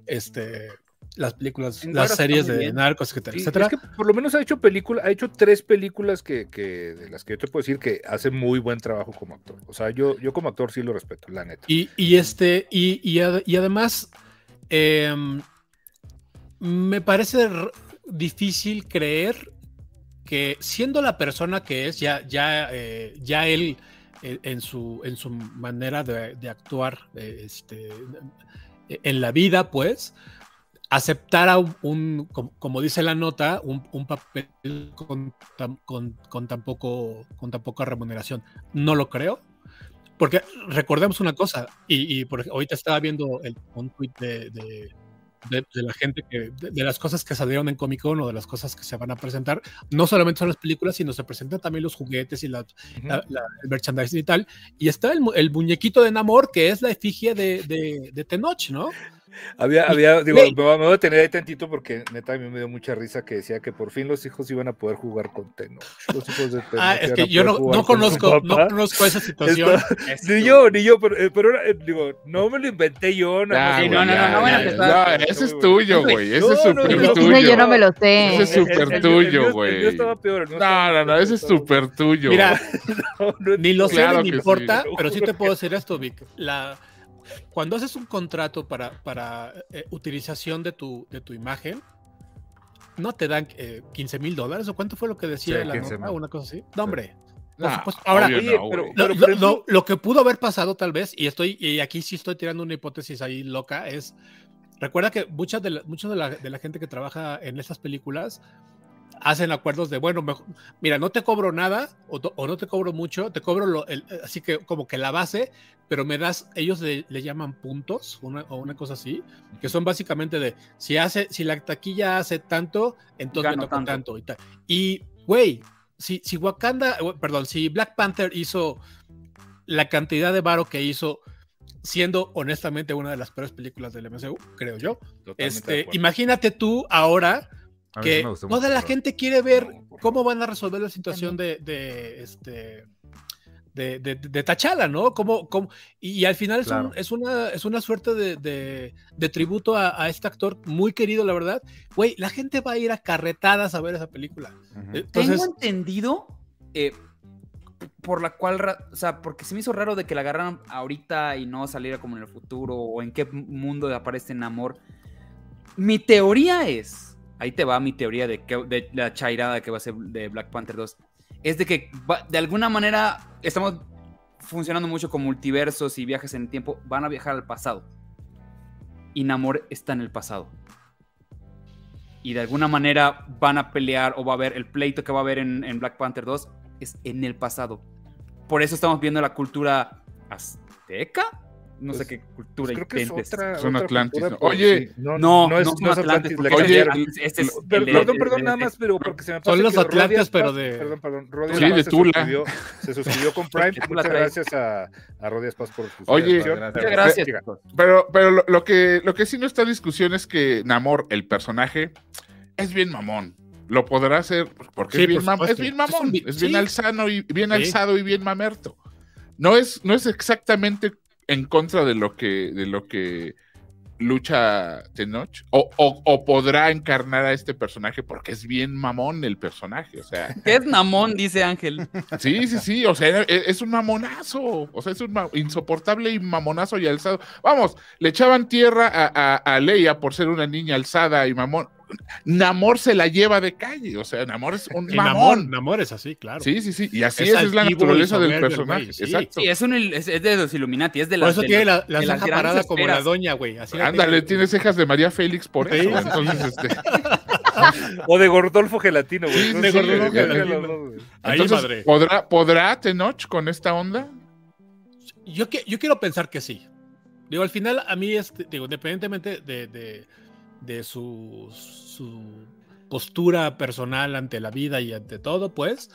G: este, las películas,
E: En Guerra
G: las
E: está
G: series
E: muy
G: de
E: bien.
G: narcos, etcétera,
I: Sí,
G: etcétera.
I: Es que por lo menos ha hecho películas, ha hecho tres películas que, que- de las que yo te puedo decir que hace muy buen trabajo como actor. O sea, yo, yo como actor sí lo respeto, la neta.
G: Y, y este, y, y ad- y además, em, me parece r- difícil creer que siendo la persona que es, ya, ya, eh, ya él eh, en, su, en su manera de, de actuar eh, este, en la vida, pues, aceptara un, un- com- como dice la nota, un, un papel con tan, con, con tan poco- con tan poca remuneración. No lo creo. Porque recordemos una cosa, y, y por ej- ahorita estaba viendo el- un tweet de, de, de, de la gente que, de, de las cosas que salieron en Comic Con o de las cosas que se van a presentar. No solamente son las películas, sino se presentan también los juguetes y la, la- la- el merchandising y tal. Y está el, mu- el muñequito de Namor, que es la efigie de, de, de Tenoch, ¿no?
I: Había, había, digo,
G: Güey.
I: me voy, me voy a tener ahí tantito porque neta a mí me dio mucha risa que decía que por fin los hijos iban a poder jugar con Tenoch. Los hijos de Tenoch
G: Ah, es
I: iban a
G: que yo
I: poder
G: no,
I: jugar con
G: no
I: su
G: conozco, no
I: papá.
G: conozco esa situación.
I: Ni yo, ni yo, pero, eh, pero era, eh, digo, no me lo inventé yo. nada más
E: sí,
F: güey,
E: no, no,
F: ya,
E: no, no,
F: ya,
E: bueno,
F: ya.
E: pues, va.
F: No, ese es tuyo, güey. Ese es
I: No, no,
F: súper
I: no, no.
F: tuyo.
H: yo no me lo sé.
F: Ese es
I: El- el-
F: súper
I: el- el mío-
F: tuyo,
I: el mío
F: güey.
I: estaba peor, el mío
F: No,
I: estaba
F: no, no,
I: peor,
F: ese es
I: estaba-
F: súper tuyo.
G: Mira,
I: no, no,
G: Ni lo sé,
F: Claro que
G: ni me importa,
I: sí.
G: pero sí te puedo decir esto, Vic. La, cuando haces un contrato para, para eh, utilización de tu, de tu imagen, no te dan eh, 15 mil dólares o cuánto fue lo que decía
I: Sí,
G: la
I: 15
G: nota,
I: mil.
G: una cosa así. No, hombre. por
F: No,
G: supuesto. Ahora,
F: obvio
I: oye,
F: no,
I: pero-
F: güey.
G: Lo,
I: por
G: lo-
I: ejemplo-
G: lo- lo que pudo haber pasado tal vez, y estoy y aquí sí estoy tirando una hipótesis ahí loca, es, recuerda que mucha de la, mucha de la, de la gente que trabaja en estas películas hacen acuerdos de, bueno, mejor- mira, no te cobro nada o, to- o no te cobro mucho, te cobro lo, el- eh, así que como que la base, pero me das, ellos le, le llaman puntos una, o una cosa así, que son básicamente de, si, hace, si la taquilla hace tanto, entonces
E: Gano
G: me toca
E: tanto.
G: tanto. y tal. Y, güey, si, si Wakanda, eh, perdón, si Black Panther hizo la cantidad de varo que hizo, siendo honestamente una de las peores películas del MCU, creo yo.
I: Totalmente de
G: Este,
I: acuerdo.
G: imagínate tú ahora
I: A mí sí
G: que
I: me gustó
G: toda
I: mucho,
G: la
I: pero-
G: gente quiere ver cómo van a resolver la situación de, de, este de, de- de Tachala, ¿no? Cómo- cómo- y, y al final es, un-
I: Claro.
G: es una, es una suerte de, de- de tributo a, a este actor muy querido, la verdad. Güey, la gente va a ir a carretadas a ver esa película. Eh,
D: Ujú.
G: Entonces,
E: Tengo entendido eh, por la cual, ra- o sea, porque se me hizo raro de que la agarraran ahorita y no saliera como en el futuro o en qué mundo aparece Namor. Mi teoría es, ahí te va mi teoría de, que, de la chairada que va a ser de Black Panther 2, es de que va- de alguna manera estamos funcionando mucho con multiversos y viajes en el tiempo, van a viajar al pasado. Y Namor está en el pasado y de alguna manera van a pelear o va a haber el pleito que va a haber en, en Black Panther 2 es en el pasado. Por eso estamos viendo la cultura azteca. No sé
I: Pues-
E: qué cultura
I: Pues creo que es
E: inventes.
I: otra.
F: Son
I: otra
F: Atlantis,
I: cultura,
F: ¿no?
I: pero
F: Oye,
I: sí. no,
E: No,
I: no es, no es
E: Atlantis,
I: Atlantis, la
E: porque
F: Oye,
I: cambiaron.
E: Atlantis, este es
I: Per-
E: el de-
I: perdón,
E: el
I: perdón,
E: de-
I: nada más, pero porque se me pasa
G: Son los
I: que Rodia
G: Atlantes,
I: Paz-
G: pero de-
I: Perdón, perdón. Rodia
F: Sí, de
I: Paz se
F: Tula.
I: suscribió- Se suscribió con Prime.
E: Tula
I: Muchas
E: trae.
I: gracias a, a Rodia Paz por su
F: Oye,
I: suscripción.
D: muchas
E: Muchas gracias.
I: Siga.
F: Pero, pero lo, lo que, lo que sí no está en discusión es que Namor, el personaje, es bien mamón. Lo podrá hacer porque
G: Sí,
F: es, bien
G: por
F: mam-
G: supuesto.
F: pues, es bien
G: Es un
F: mamón,
G: vi-
F: es bien
G: sí.
F: alzano y bien
G: Sí.
F: alzado y bien mamerto. No es, no es exactamente en contra de lo que, de lo que lucha Tenoch, o, o- o podrá encarnar a este personaje porque es bien mamón el personaje. O sea,
E: ¿Qué es Namón? Dice Ángel.
F: Sí, sí, sí, o sea, era- e- es un mamonazo, o sea, es un ma- insoportable y mamonazo y alzado. Vamos, le echaban tierra a, a- a Leia por ser una niña alzada y mamón. Namor se la lleva de calle, o sea, Namor es un
G: en amor,
F: mamón.
G: en amor es así, claro.
F: Sí, sí, sí, y así
G: Es
F: es, es la
G: altivo y
F: naturaleza del
G: soberbio el
F: personaje.
G: güey, sí.
F: Exacto.
E: Sí, es, un, il- es, es de los Illuminati, es de
G: Por
E: las
G: eso
E: de
G: tiene
E: los-
G: la, la
E: de las
G: ceja
E: grandes
G: parada como la
E: esferas.
G: doña, güey. así la
F: Ándale,
G: tiene.
F: tiene cejas de María Félix por
G: Sí,
F: eso.
G: sí, sí.
F: Entonces, este,
I: O de Gordolfo Gelatino, güey.
F: Sí,
I: No
F: de
I: sé,
F: Gordolfo
I: cualquiera de
G: Gelatino.
I: los dos, güey.
G: Ahí,
F: entonces,
G: madre.
F: ¿podrá, ¿podrá Tenoch con esta onda?
G: Yo, que- yo quiero pensar que sí. Digo, al final, a mí, este, digo, independientemente de, de- de su, su postura personal ante la vida y ante todo, pues,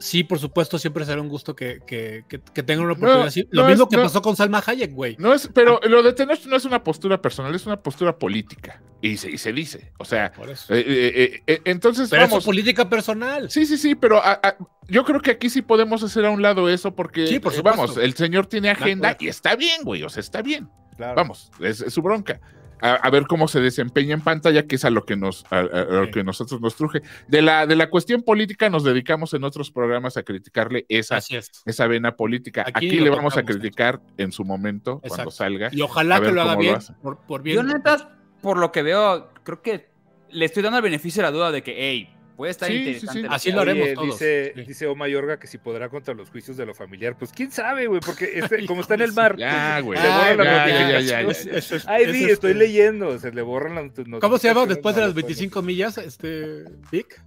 G: sí, por supuesto, siempre será un gusto que, que, que- que tengan una oportunidad
F: No,
G: así. Lo
F: no
G: mismo
F: es-
G: que
F: no-
G: pasó con Salma Hayek, güey.
F: No es, pero lo de Tenoch no es una postura personal, es una postura política. Y se, y se dice. O sea,
G: Por eso.
F: eh, eh, eh, eh, entonces
G: Pero es su
F: vamos.
G: política personal.
F: Sí, sí, sí, pero a- a- yo creo que aquí sí podemos hacer a un lado eso porque,
G: Sí, por
F: eh,
G: supuesto.
F: vamos, el señor tiene agenda
G: acuerdo.
F: y está bien, güey, o sea, está bien.
I: Claro.
F: Vamos, es, es su bronca. A, a ver cómo se desempeña en pantalla, que es a lo que nos a, a- a lo
G: Sí.
F: que nosotros nos truje. De la, de la cuestión política nos dedicamos en otros programas a criticarle esa,
G: Así es.
F: esa vena política.
G: Aquí
F: Aquí,
G: lo
F: le vamos a
G: tocamos,
F: criticar en su momento, cuando
G: Exacto.
F: salga.
G: Y ojalá
F: A
G: que
F: ver
G: lo haga
F: cómo lo
G: bien,
F: hace.
G: por, por
E: Yo,
G: bien.
E: neta, por lo que veo, creo que le estoy dando el beneficio de la duda de que, hey, puede estar
F: Sí, sí,
E: interesante.
F: sí.
E: lo que
G: Así lo
E: hago.
G: haré. haremos
I: Oye,
G: todos.
I: eh, Dice,
G: Sí.
I: dice Oma Yorga que si podrá contra los juicios de lo familiar. Pues quién sabe, güey, porque este,
G: Hijo
I: como está en
G: de
I: el
G: su-
I: mar.
F: Ya, Ah, güey.
I: le borra
F: Ya, ya,
I: la
F: ya, ya, ya,
I: notificación.
F: ya.
G: Eso es-
I: Ay,
G: eso
I: sí,
G: es-
I: estoy leyendo. Se le borran las
G: ¿Cómo se llama
I: notificaciones,
G: después de
I: no,
G: las
I: después no.
G: 25 millas, este, Vic?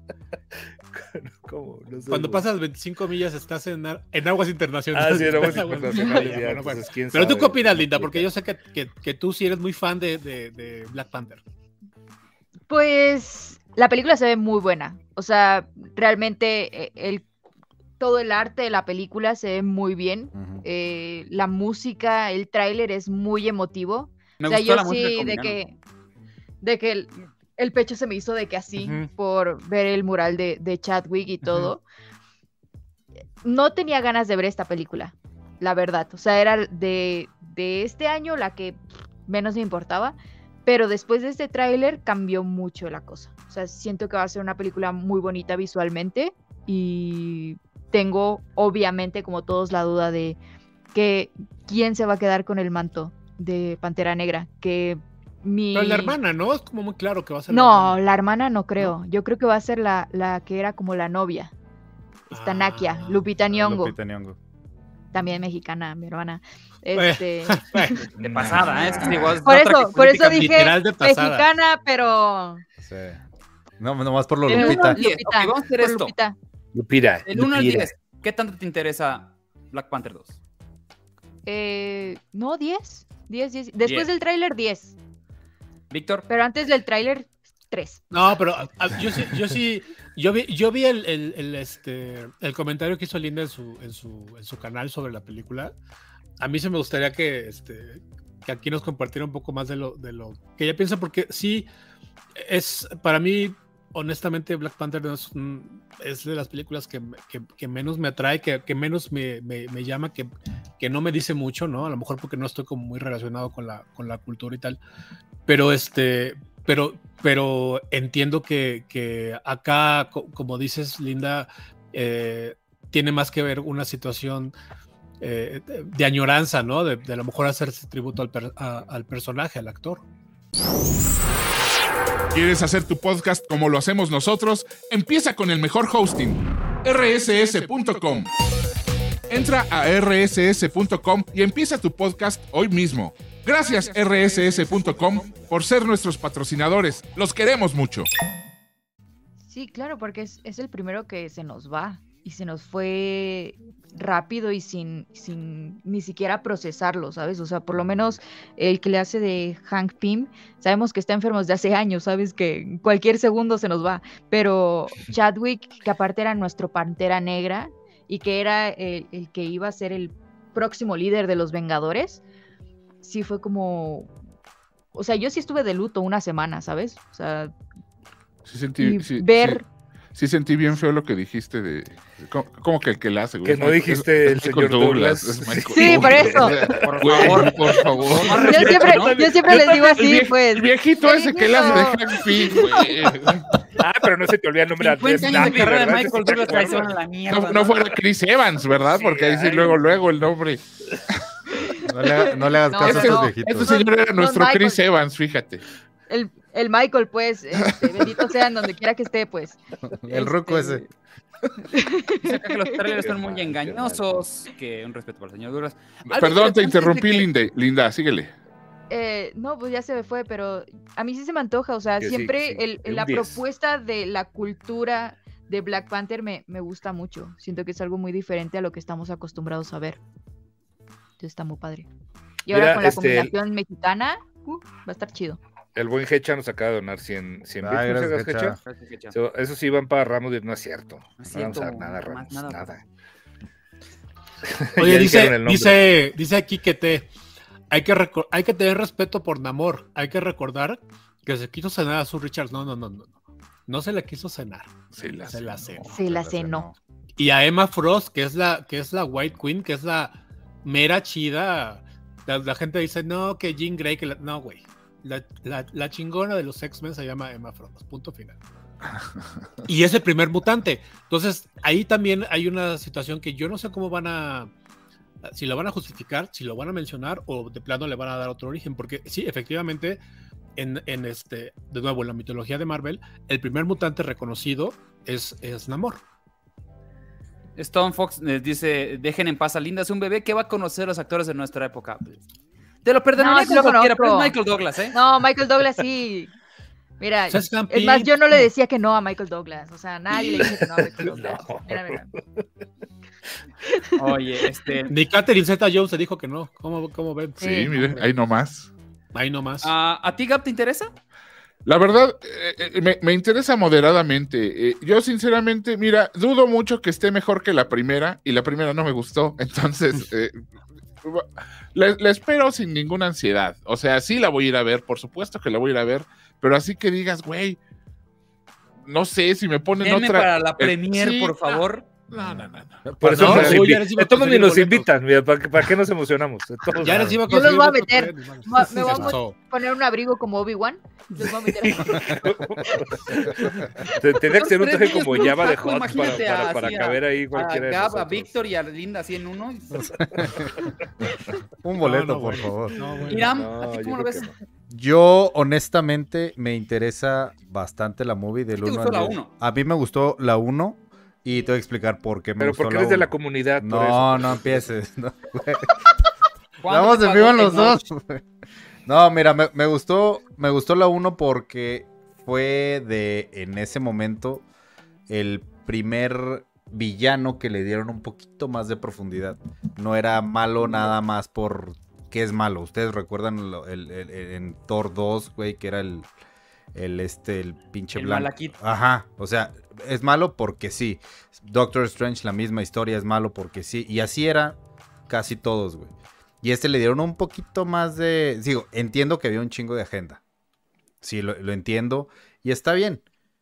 I: ¿Cómo? No sé,
G: Cuando
I: güey.
G: pasas 25 millas estás en, ar- en aguas internacionales.
I: Ah, sí, en aguas
G: Estás en
I: internacionales, ya,
G: Bueno, bueno.
I: entonces, ¿quién
G: Pero tú
I: sabe?
G: qué opinas, Linda, porque yo sé que, que- que tú sí eres muy fan de, de- de Black Panther.
H: Pues la película se ve muy buena. O sea, realmente eh, el, todo el arte de la película se ve muy bien.
D: Ujú.
H: Eh, la música, el tráiler es muy emotivo.
E: Me
H: o sea,
E: gustó
H: yo
E: la música
H: sí, de
E: combinaron.
H: que, de que el, el pecho se me hizo de que así,
I: Ujú.
H: por ver el mural de, de Chadwick y todo. No tenía ganas de ver esta película, la verdad. O sea, era de, de este año la que menos me importaba. Pero después de este tráiler cambió mucho la cosa. O sea, siento que va a ser una película muy bonita visualmente y tengo obviamente como todos la duda de que quién se va a quedar con el manto de Pantera Negra, que mi
G: Pero la hermana, ¿no? Es como muy claro que va a ser. la
H: No,
G: hermana.
H: la hermana no creo. Yo creo que va a ser la, la que era como la novia. Esta
G: Ah.
H: Nakia, Lupita Nyong'o,
D: Lupita Nyong'o.
H: también mexicana, mi hermana.
G: Bueno.
H: Este,
G: Bueno,
E: De pasada, ¿eh? Es que es igual, es
H: por
E: otra
H: eso,
E: que
H: por
E: política
H: eso dije
G: literal de pasada.
H: mexicana, pero
D: Sí. No, nomás por lo
H: Pero-
D: Lupita.
E: Bien,
H: Lupita,
E: ok, vamos a hacer
H: por
E: esto.
H: Lupita.
I: Lupita.
E: Del 1 al
I: Lupita.
E: 10, ¿qué tanto te interesa Black Panther 2?
H: Eh, no, 10. 10, 10. Después
E: Diez.
H: del tráiler, 10.
E: Víctor,
H: Pero antes del tráiler, 3.
G: No, pero a- a- yo sí, yo sí, yo vi, yo vi el, el- el, este, el comentario que hizo Linda en su, en, su, en su canal sobre la película. A mí sí me gustaría que, este, que aquí nos compartiera un poco más de lo, de lo que ella piensa, porque sí, es para mí, honestamente, Black Panther no es, un- es de las películas que, me- que- que menos me atrae, que, que menos me, me- me llama, que, que no me dice mucho, ¿no? A lo mejor porque no estoy como muy relacionado con la, con la cultura y tal. Pero este, pero, pero entiendo que, que acá, co- como dices, Linda, eh, tiene más que ver una situación eh, de- de añoranza, ¿no? De, de a lo mejor hacerse tributo al, per- a- al personaje, al actor.
F: ¿Quieres hacer tu podcast como lo hacemos nosotros? Empieza con el mejor hosting, rss.com. Entra a rss.com y empieza tu podcast hoy mismo. Gracias rss.com por ser nuestros patrocinadores. Los queremos mucho.
H: Sí, claro, porque es, es el primero que se nos va. Y se nos fue rápido y sin, sin ni siquiera procesarlo, ¿sabes? O sea, por lo menos el que le hace de Hank Pym, sabemos que está enfermo desde hace años, ¿sabes? Que en cualquier segundo se nos va. Pero Chadwick, que aparte era nuestro Pantera Negra y que era el, el que iba a ser el próximo líder de los Vengadores, sí fue como... O sea, yo sí estuve de luto una semana, ¿sabes? O sea,
F: Sí sentí,
H: y
F: sí-
H: ver...
F: sí- sí sentí bien feo lo que dijiste de... ¿Cómo, cómo que el que la hace? güey?
I: Que no dijiste
F: Es-
I: el
F: es
I: señor Douglas.
F: es Michael
H: Sí, por
F: Douglas.
H: eso.
E: por
F: Güey,
E: favor.
F: por favor.
E: Más
H: Yo
E: respeto,
H: siempre,
E: ¿no?
H: yo siempre les digo
F: El
H: así,
F: vie- El
H: pues.
F: viejito ese que le hace de Hank Pym, güey.
I: Ah, pero no se te olvida el nombre de
E: 50
I: Andrés
E: años de
I: Navi,
E: carrera de
I: ¿verdad?
E: Michael
I: ¿Sí te
E: Douglas traición a
I: acuerdas?
E: la mierda.
F: No, no fuera Chris Evans, ¿verdad?
I: Sí,
F: Porque ahí sí
I: ay.
F: luego, luego el nombre.
D: No le, no le hagas
H: No,
D: caso a
F: ese-
D: esos
H: no.
F: Este
D: viejitos.
H: Don-
F: señor era
H: Don
F: nuestro
H: Michael.
F: Chris Evans, fíjate.
H: El, el Michael, pues, este, bendito sea en donde quiera que esté, pues.
D: El ruco
H: este-
D: ese.
E: Dice acá que los trailers son
D: mal,
E: muy
D: qué mal.
E: engañosos. Que un respeto para el señor Douglas. Algo
F: Ah, Perdón, te
E: interesante es de
F: interrumpí,
E: que-
F: Linda. Linda, síguele.
H: Eh, no, pues ya se me fue, pero a mí sí se me antoja, o sea,
I: Que sí,
H: siempre
I: sí,
H: el-
I: que un
H: la
I: 10.
H: propuesta de la cultura de Black Panther me, me gusta mucho. Siento que es algo muy diferente a lo que estamos acostumbrados a ver. Entonces está muy padre. Y ahora
I: Mira,
H: con la
I: este-
H: combinación mexicana, uh, va a estar chido.
I: El buen Hecha nos acaba de donar 100 100
D: Ay,
I: bits. Muchas
D: gracias,
I: gracias,
D: Hecha.
I: Hecha. So, Esos sí van para Ramos de no es cierto. No,
E: es
I: vamos a dar
E: cierto,
I: nada,
E: más
I: Ramos,
E: nada.
I: nada.
G: Oye,
I: Ya dijeron
G: dice,
I: el nombre.
G: dice, dice aquí que te hay que recor- hay que tener respeto por Namor, hay que recordar que se quiso cenar a su Richards. No, no, no, no, no. No se la quiso cenar,
F: Se la
G: se la cenó.
H: Se la cenó.
G: Y a Emma Frost, que es la, que es la White Queen, que es la mera chida. La, la gente dice, no, que Jean Grey, que la- No, güey. La, la- la chingona de los X-Men se llama Emma Frost. Punto final. Y es el primer mutante. Entonces, ahí también hay una situación que yo no sé cómo van a. Si lo van a justificar, si lo van a mencionar o de plano le van a dar otro origen. Porque sí, efectivamente, en, en este. De nuevo, en la mitología de Marvel, el primer mutante reconocido es, es Namor.
E: Stone Fox les dice: Dejen en paz a Linda, es un bebé que va a conocer los actores de nuestra época. Te lo perdonaría
H: No, sí
E: con
H: lo
E: cualquiera,
H: conozco.
E: pero es Michael Douglas, ¿eh?
H: No, Michael Douglas sí. Mira,
G: O sea, es
H: es más, yo no le decía que no a Michael Douglas. O sea, nadie le dice que no a Michael Douglas.
I: No.
H: Mira, mira.
E: Oye, este.
G: Ni Catherine Zeta-Jones se dijo que no. ¿Cómo, cómo ven?
F: Sí, mire, ahí nomás.
G: Ahí nomás.
I: Ah,
E: ¿A, a ti, Gab, te interesa?
F: La verdad, eh, eh, me, me interesa moderadamente. Eh, yo sinceramente, mira, dudo mucho que esté mejor que la primera y la primera no me gustó. Entonces, eh, la, la espero sin ninguna ansiedad. O sea, sí la voy a ir a ver, por supuesto que la voy a ir a ver, pero así que digas, güey, no sé si me ponen
E: Denme
F: otra...
E: para la
F: eh,
E: premier,
F: sí,
E: por favor.
I: Ah,
F: No, no, no. no.
I: Por eso
G: No,
I: nos
G: uy,
I: invi-
G: ya les iba a
I: de todos modos ni nos
G: conseguir boletos.
I: invitan, mira, ¿para, qué- para qué nos emocionamos? De todos
G: ya
I: modos.
G: les iba a
H: Yo los
G: conseguir
H: voy a
G: otro
H: meter.
G: tren,
H: Me-
G: hermano.
H: me voy a
G: Se pasó.
H: Poner un abrigo como Obi-Wan. Los voy a meter ahí.
I: Te- Tenía que ser un
E: Tres
I: traje
E: niños
I: como
E: con un
I: Java de
E: saco,
I: Hot para,
E: imagínate
I: para, para
E: así a-
I: caber ahí
E: A
I: cualquiera de
E: Gab, a
I: nosotros.
E: Víctor y a Linda, así en uno.
D: Un boleto,
G: No, no,
D: por
G: güey.
D: favor.
G: No, bueno.
E: Miram,
I: No,
E: ¿a ti
I: yo
E: cómo lo
I: creo
E: ves?
I: que
D: Yo, honestamente, me interesa bastante la movie del
E: ¿A ti te
D: 1
E: gustó la
D: al diez.
E: uno?
D: A mí me gustó la 1 y te voy a explicar por qué me
I: Pero
D: gustó
I: porque
D: la
I: eres de la
D: uno.
I: comunidad, por
D: No,
I: eso.
D: no empieces. No, güey.
E: ¿Cuándo
D: Vamos
E: te
D: en
E: pagó
D: vivo los
E: Tecnoch?
D: dos. güey. No, mira, me, me gustó, me gustó la 1 porque fue de, en ese momento, el primer villano que le dieron un poquito más de profundidad. No era malo nada más por que es malo. Ustedes recuerdan lo- el- el- el- en Thor 2, güey, que era el, el, este, el pinche
E: El
D: blanco.
E: Malakith.
D: Ajá, o sea, es malo porque sí. Doctor Strange, la misma historia, es malo porque sí. Y así era casi todos, güey. Y este le dieron un poquito más de. Digo, entiendo que había un chingo de agenda. Sí, lo, lo entiendo. Y está bien.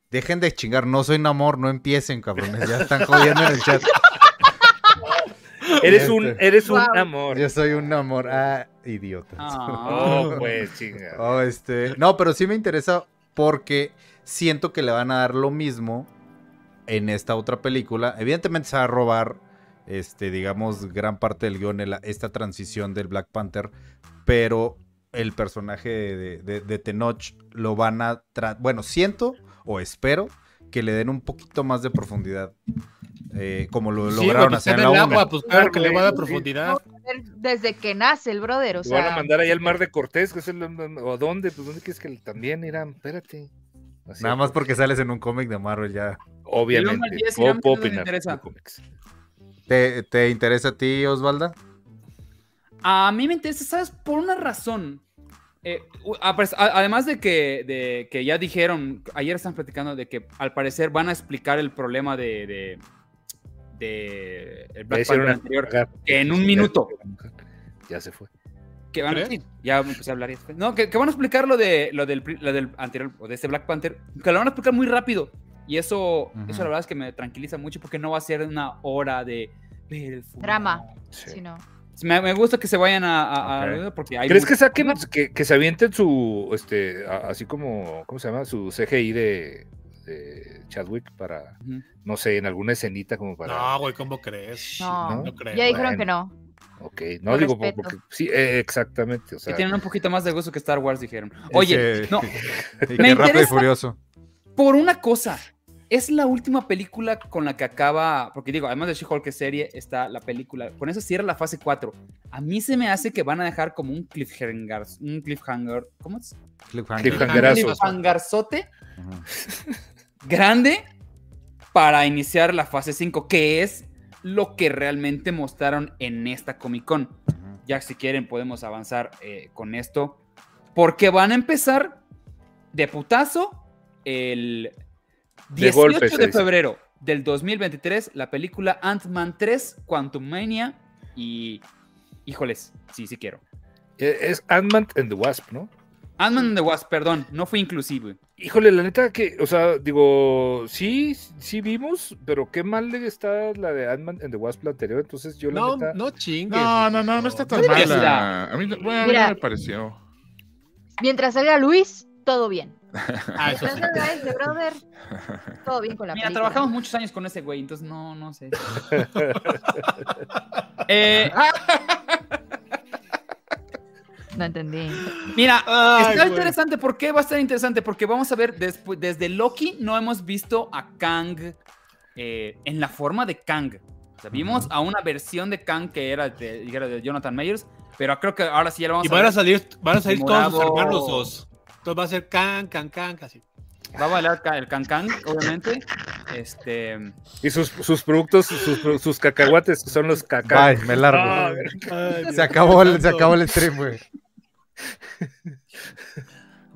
D: Dejen de chingar. No soy Namor, no empiecen, cabrones. Ya están jodiendo en el chat.
I: Eres un, eres un
H: Wow.
I: amor.
D: Yo soy un Namor. Ah, idiota.
E: Ah,
I: Oh, pues, chinga.
D: Oh, este, no, pero sí me interesa porque siento que le van a dar lo mismo en esta otra película. Evidentemente se va a robar, este, digamos, gran parte del guión, el- esta transición del Black Panther, pero el personaje de, de- de Tenoch lo van a... tra- bueno, siento o espero que le den un poquito más de profundidad, eh, como lo
G: Sí,
D: lograron
G: güey,
D: hacer en
G: está
D: la
G: en el
D: 1.
G: agua, pues claro que le va a dar
I: Sí.
G: profundidad.
H: Desde que nace el brother. O
I: Te van a
H: sea,
I: mandar ahí al mar de Cortés, que es el. ¿O a dónde? Pues, ¿dónde quieres que le- también irán? Espérate. Así
D: Nada
I: es.
D: más porque sales en un cómic de Marvel ya.
E: Del uno al
I: Obviamente.
E: diez,
I: Puedo,
E: Irán,
I: puedo
E: ¿qué te
I: opinar de
E: interesa?
I: cómics.
D: ¿Te, te interesa a ti, Osvalda?
E: A mí me interesa, ¿sabes? Por una razón. Eh, u- apres- a- además de que, de que ya dijeron, ayer están platicando de que al parecer van a explicar el problema de, de, de el
I: Ya
E: Black
I: hicieron
E: Panther
I: una-
E: anterior. en un minuto.
I: Ya se fue.
E: Que van,
G: ¿Crees?
E: sí, ya empecé a hablar. ya. No, que, que van a explicar lo, de, lo, del, pri- lo del anterior, o de este Black Panther, que lo van a explicar muy rápido. Y eso, eso
D: Ujú.
E: la verdad es que me tranquiliza mucho porque no va a ser una hora de ver el funeral.
H: Drama.
I: Sí.
H: si no.
E: Me, me gusta que se vayan a... a- a- porque hay
I: ¿Crees
E: mucho-
I: que saquen, que, que se avienten su, este, a- así como, ¿cómo se llama? Su CGI de, de Chadwick para,
E: Ujú.
I: no sé, en alguna escenita como para...
G: No, güey, ¿cómo crees?
H: No,
I: no
G: creo.
H: ya dijeron
I: Bueno.
H: que no.
I: Ok, no
H: Con
I: digo, po-
H: respeto.
I: porque, sí, eh, exactamente, o
E: Que
I: sea,
E: tienen un poquito más de gusto que Star Wars, dijeron. Oye,
D: Ese-
E: no,
D: Y
E: Me
D: que rápido y
E: interesa-
D: furioso.
E: por una cosa. Es la última película con la que acaba, porque digo, además de She-Hulk que es serie, está la película. Con eso cierra la fase 4. A mí se me hace que van a dejar como un cliffhanger, un cliffhanger, ¿cómo es?
D: Cliffhanger.
I: Cliffhangerazo.
E: Un cliffhangerzote
D: Ujú.
E: grande para iniciar la fase 5, que es lo que realmente mostraron en esta Comic Con.
D: Ujú.
E: ya si quieren podemos avanzar eh, con esto, porque van a empezar de putazo el
I: De
E: 18 de,
I: golpe, se dice.
E: febrero del 2023, la película Ant-Man 3, Quantum Mania y... Híjoles, sí, sí quiero.
I: eh, es Ant-Man and the Wasp, ¿no?
E: Ant-Man and the Wasp, perdón, no fue inclusive.
I: Híjole, la neta que, o sea, digo, sí, sí vimos, pero qué mal le está la de Ant-Man and the Wasp la anterior, entonces yo la
G: No,
I: neta...
G: no chingues.
F: No, no, no, no está tan
E: Sí,
F: mala.
E: mira.
F: A mí, no- bueno, a mí
H: Mira.
F: no me pareció.
H: Mientras salga Luis, todo bien.
G: Ah, eso
H: Mientras
G: sí.
H: salga ese brother, todo bien con la
E: Mira,
H: película.
E: trabajamos muchos años con ese güey, entonces no, no sé. Eh,
H: No entendí.
E: Mira,
G: Ay,
E: está
G: güey.
E: interesante. ¿Por qué va a estar interesante? Porque vamos a ver, despu- desde Loki no hemos visto a Kang eh, en la forma de Kang. O sea, vimos a una versión de Kang que era de, que era de Jonathan Meyers, pero creo que ahora sí ya lo vamos
G: Y
E: a ver.
G: van a salir, van a salir todos
E: Morado.
G: los hermanos dos. Entonces va a ser can, can, can, casi.
E: Va a bailar ca- el cancán, obviamente. Este.
K: Y sus, sus productos, sus, sus- sus cacahuates son los cacao.
D: Bye, me largo.
K: Ah,
D: se acabó el, se acabó el stream, güey.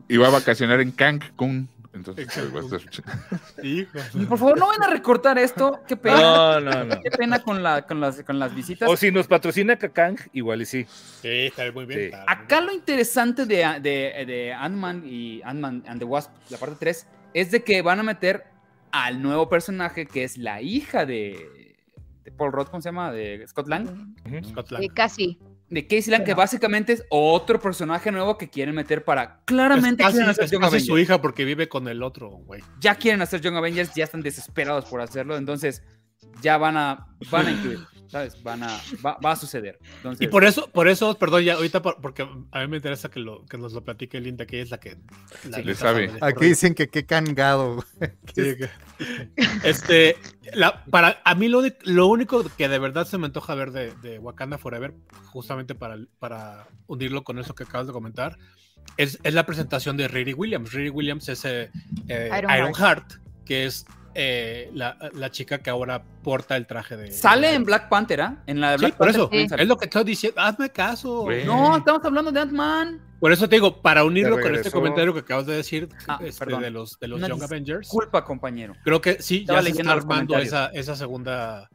I: Y va a vacacionar en Cancún. Entonces, pues, va a estar-
G: Hijo.
E: Por favor, no van a recortar esto. Qué pena.
K: No, no, no.
E: Qué pena con, la, con, las, con las visitas.
K: O si nos patrocina Cacang, igual y sí.
G: Sí, está muy bien.
K: Sí.
G: está muy bien.
E: Acá lo interesante de, de, de Ant-Man y Ant-Man and the Wasp, la parte 3, es de que van a meter al nuevo personaje que es la hija de, de Paul Rudd, ¿cómo se llama? De Scott Lang.
G: Scotland.
H: Eh, casi.
E: De Casey Lang, que básicamente es otro personaje nuevo que quieren meter para... Claramente
G: Es casi-
E: quieren hacer
G: Ah, es
E: Young
G: casi su
E: Avengers.
G: hija porque vive con el otro, güey.
E: Ya quieren hacer Young Avengers, ya están desesperados por hacerlo, entonces ya van a, van a incluir, ¿sabes? Van a, va, va a suceder. Entonces,
G: Y por eso, por eso, perdón, ya ahorita, por- porque a mí me interesa que, lo, que nos lo platique Linda, que ella es la que la
I: le sabe.
D: Aquí dicen que qué cangado, güey.
G: Sí, que- Este, la- para a mí lo, de- lo único que de verdad se me antoja ver de, de Wakanda Forever, justamente para, para unirlo con eso que acabas de comentar, es, es la presentación de Riri Williams. Riri Williams es eh, eh,
H: Iron
G: Ironheart, que es eh, la, la chica que ahora porta el traje de.
E: Sale
G: de-
E: en Black Panther, ¿ah? En la de
G: Sí,
E: Black
G: por
E: Panther
G: eso.
E: también
H: Sí.
E: sale.
G: Es lo que estoy diciendo. Hazme caso.
I: Güey.
E: No, estamos hablando de Ant-Man.
G: Por eso te digo, para unirlo
K: Ya
G: con este
K: regresó.
G: comentario que acabas de decir
E: Ah,
G: este,
E: perdón.
G: de los, de los
E: Una
G: Young
E: dis-
G: Avengers,
E: Culpa, compañero.
G: creo que sí,
E: Estaba
G: ya se
E: leyendo
G: está
E: los
G: armando esa,
E: comentarios.
G: esa segunda,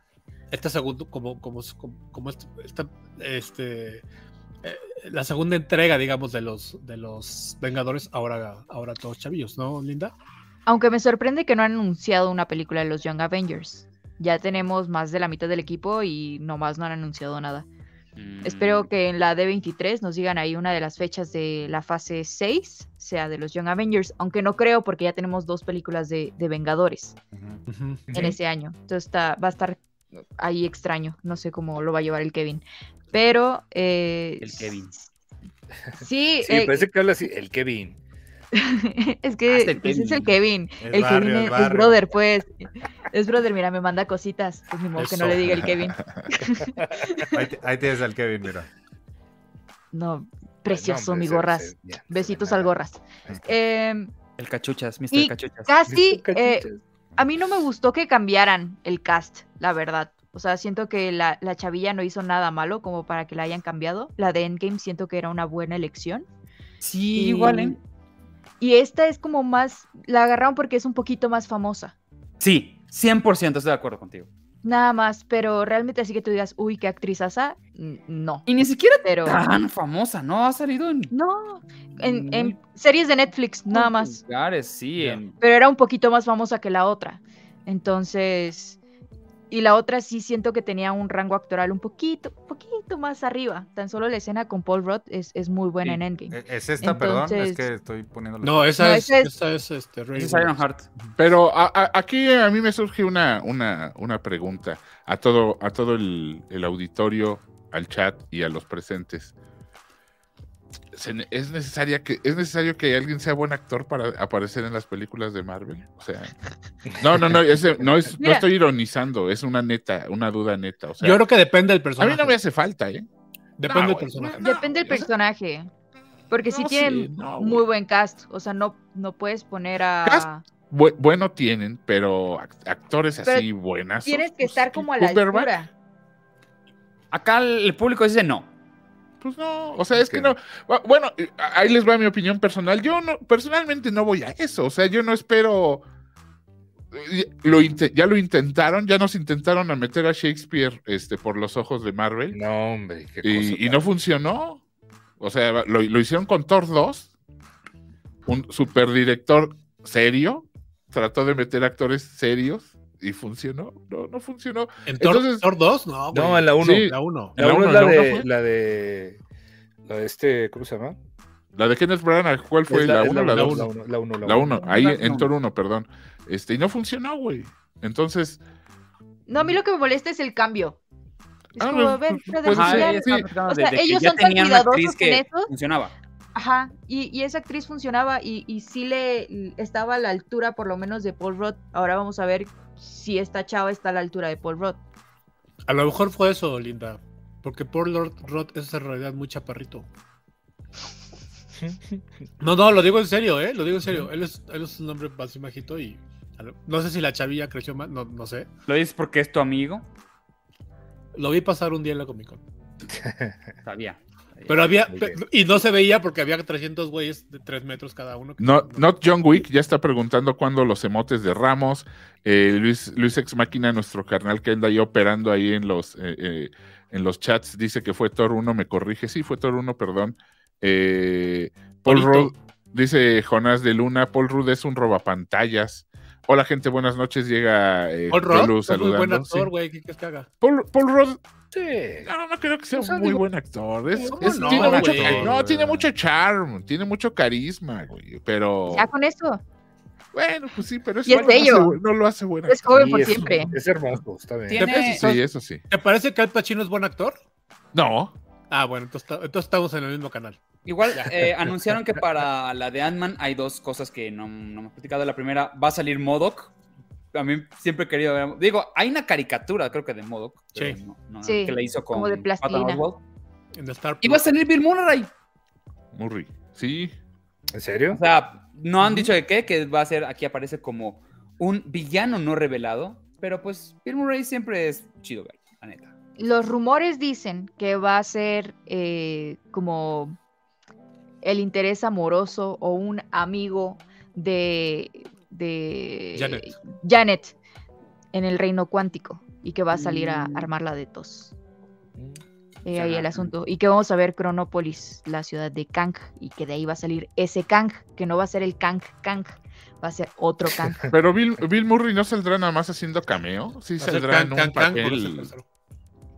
G: esta segunda, como, como, como, como est- esta, este, eh, la segunda entrega, digamos, de los, de los Vengadores, ahora, ahora todos chavillos, ¿no, Linda?
H: Aunque me sorprende que no han anunciado una película de los Young Avengers. Ya tenemos más de la mitad del equipo y nomás no han anunciado nada.
E: Mm.
H: Espero que en la D23 nos digan ahí una de las fechas de la fase 6, sea de los Young Avengers, aunque no creo porque ya tenemos dos películas de, de Vengadores en ese año. Entonces está, va a estar ahí extraño, no sé cómo lo va a llevar el Kevin. Pero... eh,
E: El Kevin.
H: Sí,
K: Sí,
H: eh,
K: parece que habla así. El Kevin.
H: es
E: Ah,
H: que
E: es el
H: pues,
E: Kevin.
H: es el Kevin.
D: Es
H: el
D: barrio,
H: Kevin
D: es
H: es, es
D: barrio.
H: brother, pues. Es brother, mira, me manda cositas. Pues ni modo que no
G: Eso.
H: le diga el Kevin.
D: Ahí, te- ahí tienes al Kevin, mira.
H: No,
K: No,
H: precioso,
K: hombre,
H: mi
K: se-
H: gorras.
K: se- ya, se ve
H: Besitos
K: nada.
H: al gorras. Em,
E: El cachuchas, Mr.
H: Y-
E: Cachuchas.
H: casi, eh,
K: Cachuchas.
H: a mí no me gustó que cambiaran el cast, la verdad. O sea, siento que la, la chavilla no hizo nada malo como para que la hayan cambiado. La de Endgame siento que era una buena elección.
E: Sí,
H: y-
E: igual, ¿eh?
H: Y esta es como más, la agarraron porque es un poquito más famosa.
E: Sí, 100% estoy de acuerdo contigo.
H: Nada más, pero realmente así que tú digas, uy, qué actriz asa, no.
E: Y ni siquiera
H: Pero
I: Ah.
E: tan famosa, ¿no? Ha salido en
H: no,
I: Mm.
H: en, en
E: Muy
H: series de Netflix, nada más.
E: lugares, sí.
G: Ya.
E: en-
H: pero era un poquito más famosa que la otra. Entonces, y la otra sí siento que tenía un rango actoral un poquito, poquito más arriba. Tan solo la escena con Paul Rudd es, es muy buena
E: Sí.
H: en Endgame.
D: Eh, ¿Es esta, perdón? Es
H: Entonces-
D: que estoy poniendo
G: No, esa
H: No,
G: es,
H: esa es-
G: esa es, este, Riri
E: Ese es
G: Williams.
E: Ironheart.
I: Pero a- a- aquí a mí me surge una, una, una pregunta a todo, a todo el, el auditorio, al chat y a los presentes. ¿Se ne- ¿Es, necesaria que, ¿Es necesario que alguien sea buen actor para aparecer en las películas de Marvel? O sea, no, no, no, ese- no, es- no
H: Mira.
I: estoy ironizando, es una neta, una duda neta. O sea,
G: Yo creo que depende del
I: a
G: personaje.
I: mí no me hace falta, ¿eh? No,
G: Depende del
I: güey,
G: personaje.
I: no,
H: Depende del
I: o sea,
H: personaje. Porque si
I: no,
H: tienen
I: sí, no,
H: muy buen cast. O sea, no, no puedes poner a.
I: Bu- bueno tienen, pero act- actores
H: Pero
I: así pues, buenas.
H: Tienes que estar como a la altura.
E: Acá el público dice no.
I: Pues no, o sea, es que
D: Ok.
I: no. Bu- Bueno, eh, ahí les va mi opinión personal. Yo no, personalmente no voy a eso. O sea, yo no espero. eh, Lo inte- ya lo intentaron, ya nos intentaron a meter a Shakespeare este, por los ojos de Marvel
K: No, hombre. Mm, Qué cosa
I: y, y no funcionó. O sea, lo, lo hicieron con Thor 2, un superdirector serio, trató de meter actores serios y funcionó. No, no funcionó.
G: ¿En Thor,
I: Entonces-
G: Thor 2? No, güey.
K: No, en la uno.
I: Sí.
G: La 1.
K: La
I: La
K: uno
I: uno,
K: es la
I: la uno
K: de.
I: fue.
K: La de. La de este. ¿Cómo se llama?
I: La de Kenneth Branagh, ¿cuál fue?
K: Es
I: ¿La
K: es
I: 1 o la
K: uno,
I: 2?
K: uno, La 1.
I: La 1, ahí
E: no.
I: en Thor 1, perdón. Este, y no funcionó, güey. Entonces,
H: No, a mí lo que me molesta es el cambio. Es
I: Ah,
H: como,
I: no,
H: a ver,
I: pues,
H: reducir
I: sí,
H: la-
E: ahí estaba platicando
H: O sea,
E: que
H: ellos
E: ya
H: son tan
E: tenían una actriz
H: cuidadosos en eso.
E: Funcionaba.
H: Ajá, y, y esa actriz funcionaba y, y sí le l- estaba a la altura por lo menos de Paul Rudd. Ahora vamos a ver si esta chava está a la altura de Paul Rudd.
G: A lo mejor fue eso, Linda. Porque Paul Lord Roth es en realidad muy chaparrito. No, no, lo digo en serio, ¿eh? Lo digo en serio. Él es, él es un hombre así majito y. No sé si la chavilla creció más, no, no sé.
E: ¿Lo dices porque es tu amigo?
G: Lo vi pasar un día en la Comic Con.
E: Sabía.
G: Pero había.
F: Muy bien.
G: Y no se veía porque había 300 güeyes de 3 metros cada uno. que-
I: No, not John Wick ya está preguntando cuándo los emotes de Ramos. Eh, Luis, Luis Ex Máquina, nuestro carnal que anda ahí operando ahí en los, eh, eh, en los chats, dice que fue Thor 1, me corrige. Sí, fue Thor 1, perdón. Eh, Paul
L: Torito.
I: Rudd, dice Jonás de Luna, Paul Rudd es un robapantallas. Hola gente, buenas noches. Llega eh,
G: Paul Rudd,
I: Tolu
G: es muy buen
I: saludando.
G: actor,
I: Sí.
G: güey. ¿Qué crees que haga?
I: Paul, Paul Rudd,
F: Sí.
I: no, no creo que sea
F: O sea,
I: un muy
F: digo,
I: buen actor. Es-
G: ¿cómo
I: es-
G: no,
I: tiene mucho,
G: güey?
I: ca- no, tiene mucho charm, tiene mucho carisma, güey. Pero.
F: Oh.
H: Ya con eso.
I: Bueno, pues sí, pero eso
H: Y es
I: no, lo hace
H: bello.
I: bu- no lo hace buena.
H: Es joven
F: Sí,
H: por
F: es-
H: siempre.
F: Es hermoso, está bien.
E: Tiene-
I: Eso sí, eso sí.
G: ¿Te parece que Al Pacino es buen actor?
I: No.
G: Ah, bueno, entonces, ta- entonces estamos en el mismo canal.
E: Igual eh, anunciaron que para la de Ant-Man hay dos cosas que no, no hemos platicado. La primera, va a salir Modoc. A mí siempre he querido ver. Digo, hay una caricatura, creo que de Modoc. pero
G: Sí.
E: no- no,
H: Sí,
E: Que la hizo con.
H: como de
E: Patton
H: plastilina.
E: Oswalt.
G: En Star
E: Y va a
G: Plus.
E: salir Bill Murray.
I: Murray. Sí.
F: ¿En
E: O
F: serio?
E: sea, no han dicho de qué, que va a ser. Aquí aparece como un villano no revelado. Pero pues, Bill Murray siempre es chido, ver, la neta.
H: Los rumores dicen que va a ser eh, como el interés amoroso o un amigo de, de
G: Janet.
H: Janet en el reino cuántico y que va a salir a
E: Mm.
H: armarla de tos. Eh,
E: Suena-
H: ahí el asunnto. Y que vamos a ver Cronópolis, la ciudad de Kang, y que de ahí va a salir ese Kang, que no va a ser el Kang Kang, va a ser otro Kang.
I: Pero Bill, Bill Murray no saldrá nada más haciendo cameo. Sí,
G: Va a ser
I: saldrá en
G: Can-
I: un
G: Can- Can, por eso
I: papel.
G: se casaron.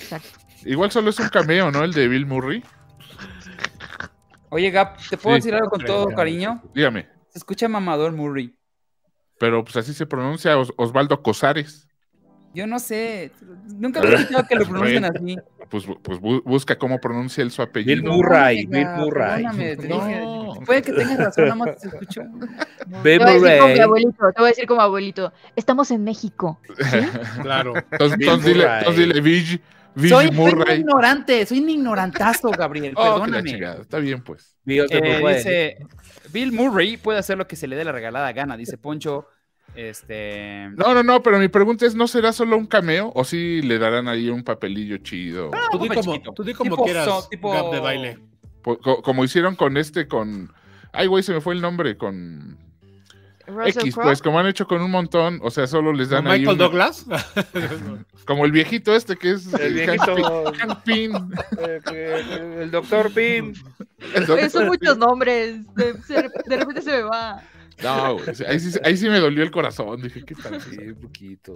H: Exacto.
I: Igual solo es un cameo, ¿no? El de Bill Murray.
E: Oye, Gap, ¿te puedo
I: Sí.
E: decir algo con todo cariño?
I: Dígame.
E: Se escucha mamador Murray.
I: Pero pues así se pronuncia Os- Osvaldo Cosares.
E: Yo no sé. Nunca he escuchado que lo pronuncien así.
I: Pues, bu- pues bu- busca cómo pronuncia él su
F: Bill
I: apellido.
F: Murray,
E: Oiga,
F: Bill Murray.
E: perdóname, te dije-
I: No.
E: Puede que tengas razón, nada más se escuchó.
H: Te
F: Bill
H: voy a decir como mi
F: Murray.
H: abuelito, te voy a decir como abuelito, estamos en México.
G: Claro.
I: Entonces,
F: Bill
I: entonces dile,
F: Murray.
I: entonces dile Bill, Bill
E: Soy, soy un
I: Murray.
E: ignorante, soy un ignorantazo, Gabriel.
I: Oh, que la
E: perdóname.
I: chingada. Está bien, pues.
F: Dios de
E: Eh,
F: Murray.
E: dice, Bill Murray puede hacer lo que se le dé la regalada gana, dice Poncho. Este.
I: No, no, no, pero mi pregunta es, ¿no será solo un cameo o si le darán ahí un papelillo chido?
G: Tú di
E: Hombre,
G: como,
E: chiquito.
G: tú di como
E: Tipo
G: quieras.
E: so- tipo-
G: Gap de baile.
I: Po- co- como hicieron con este, con... Ay, güey, se me fue el nombre, con
H: Russell
I: X,
H: Crowe.
I: pues como han hecho con un montón, o sea, solo les dan
G: ¿No
I: ahí
G: Michael
I: una-
G: Douglas.
I: Como el viejito este que es...
F: El
I: eh, Hank Pym-
F: viejito,
I: Hank Pym.
F: eh, que- el doctor Pim.
I: El doctor-
H: Son muchos nombres. De, se- de repente se me va.
I: No, güey, ahí sí, ahí sí me dolió el corazón, dije, ¿qué tal?
F: Sí, un poquito.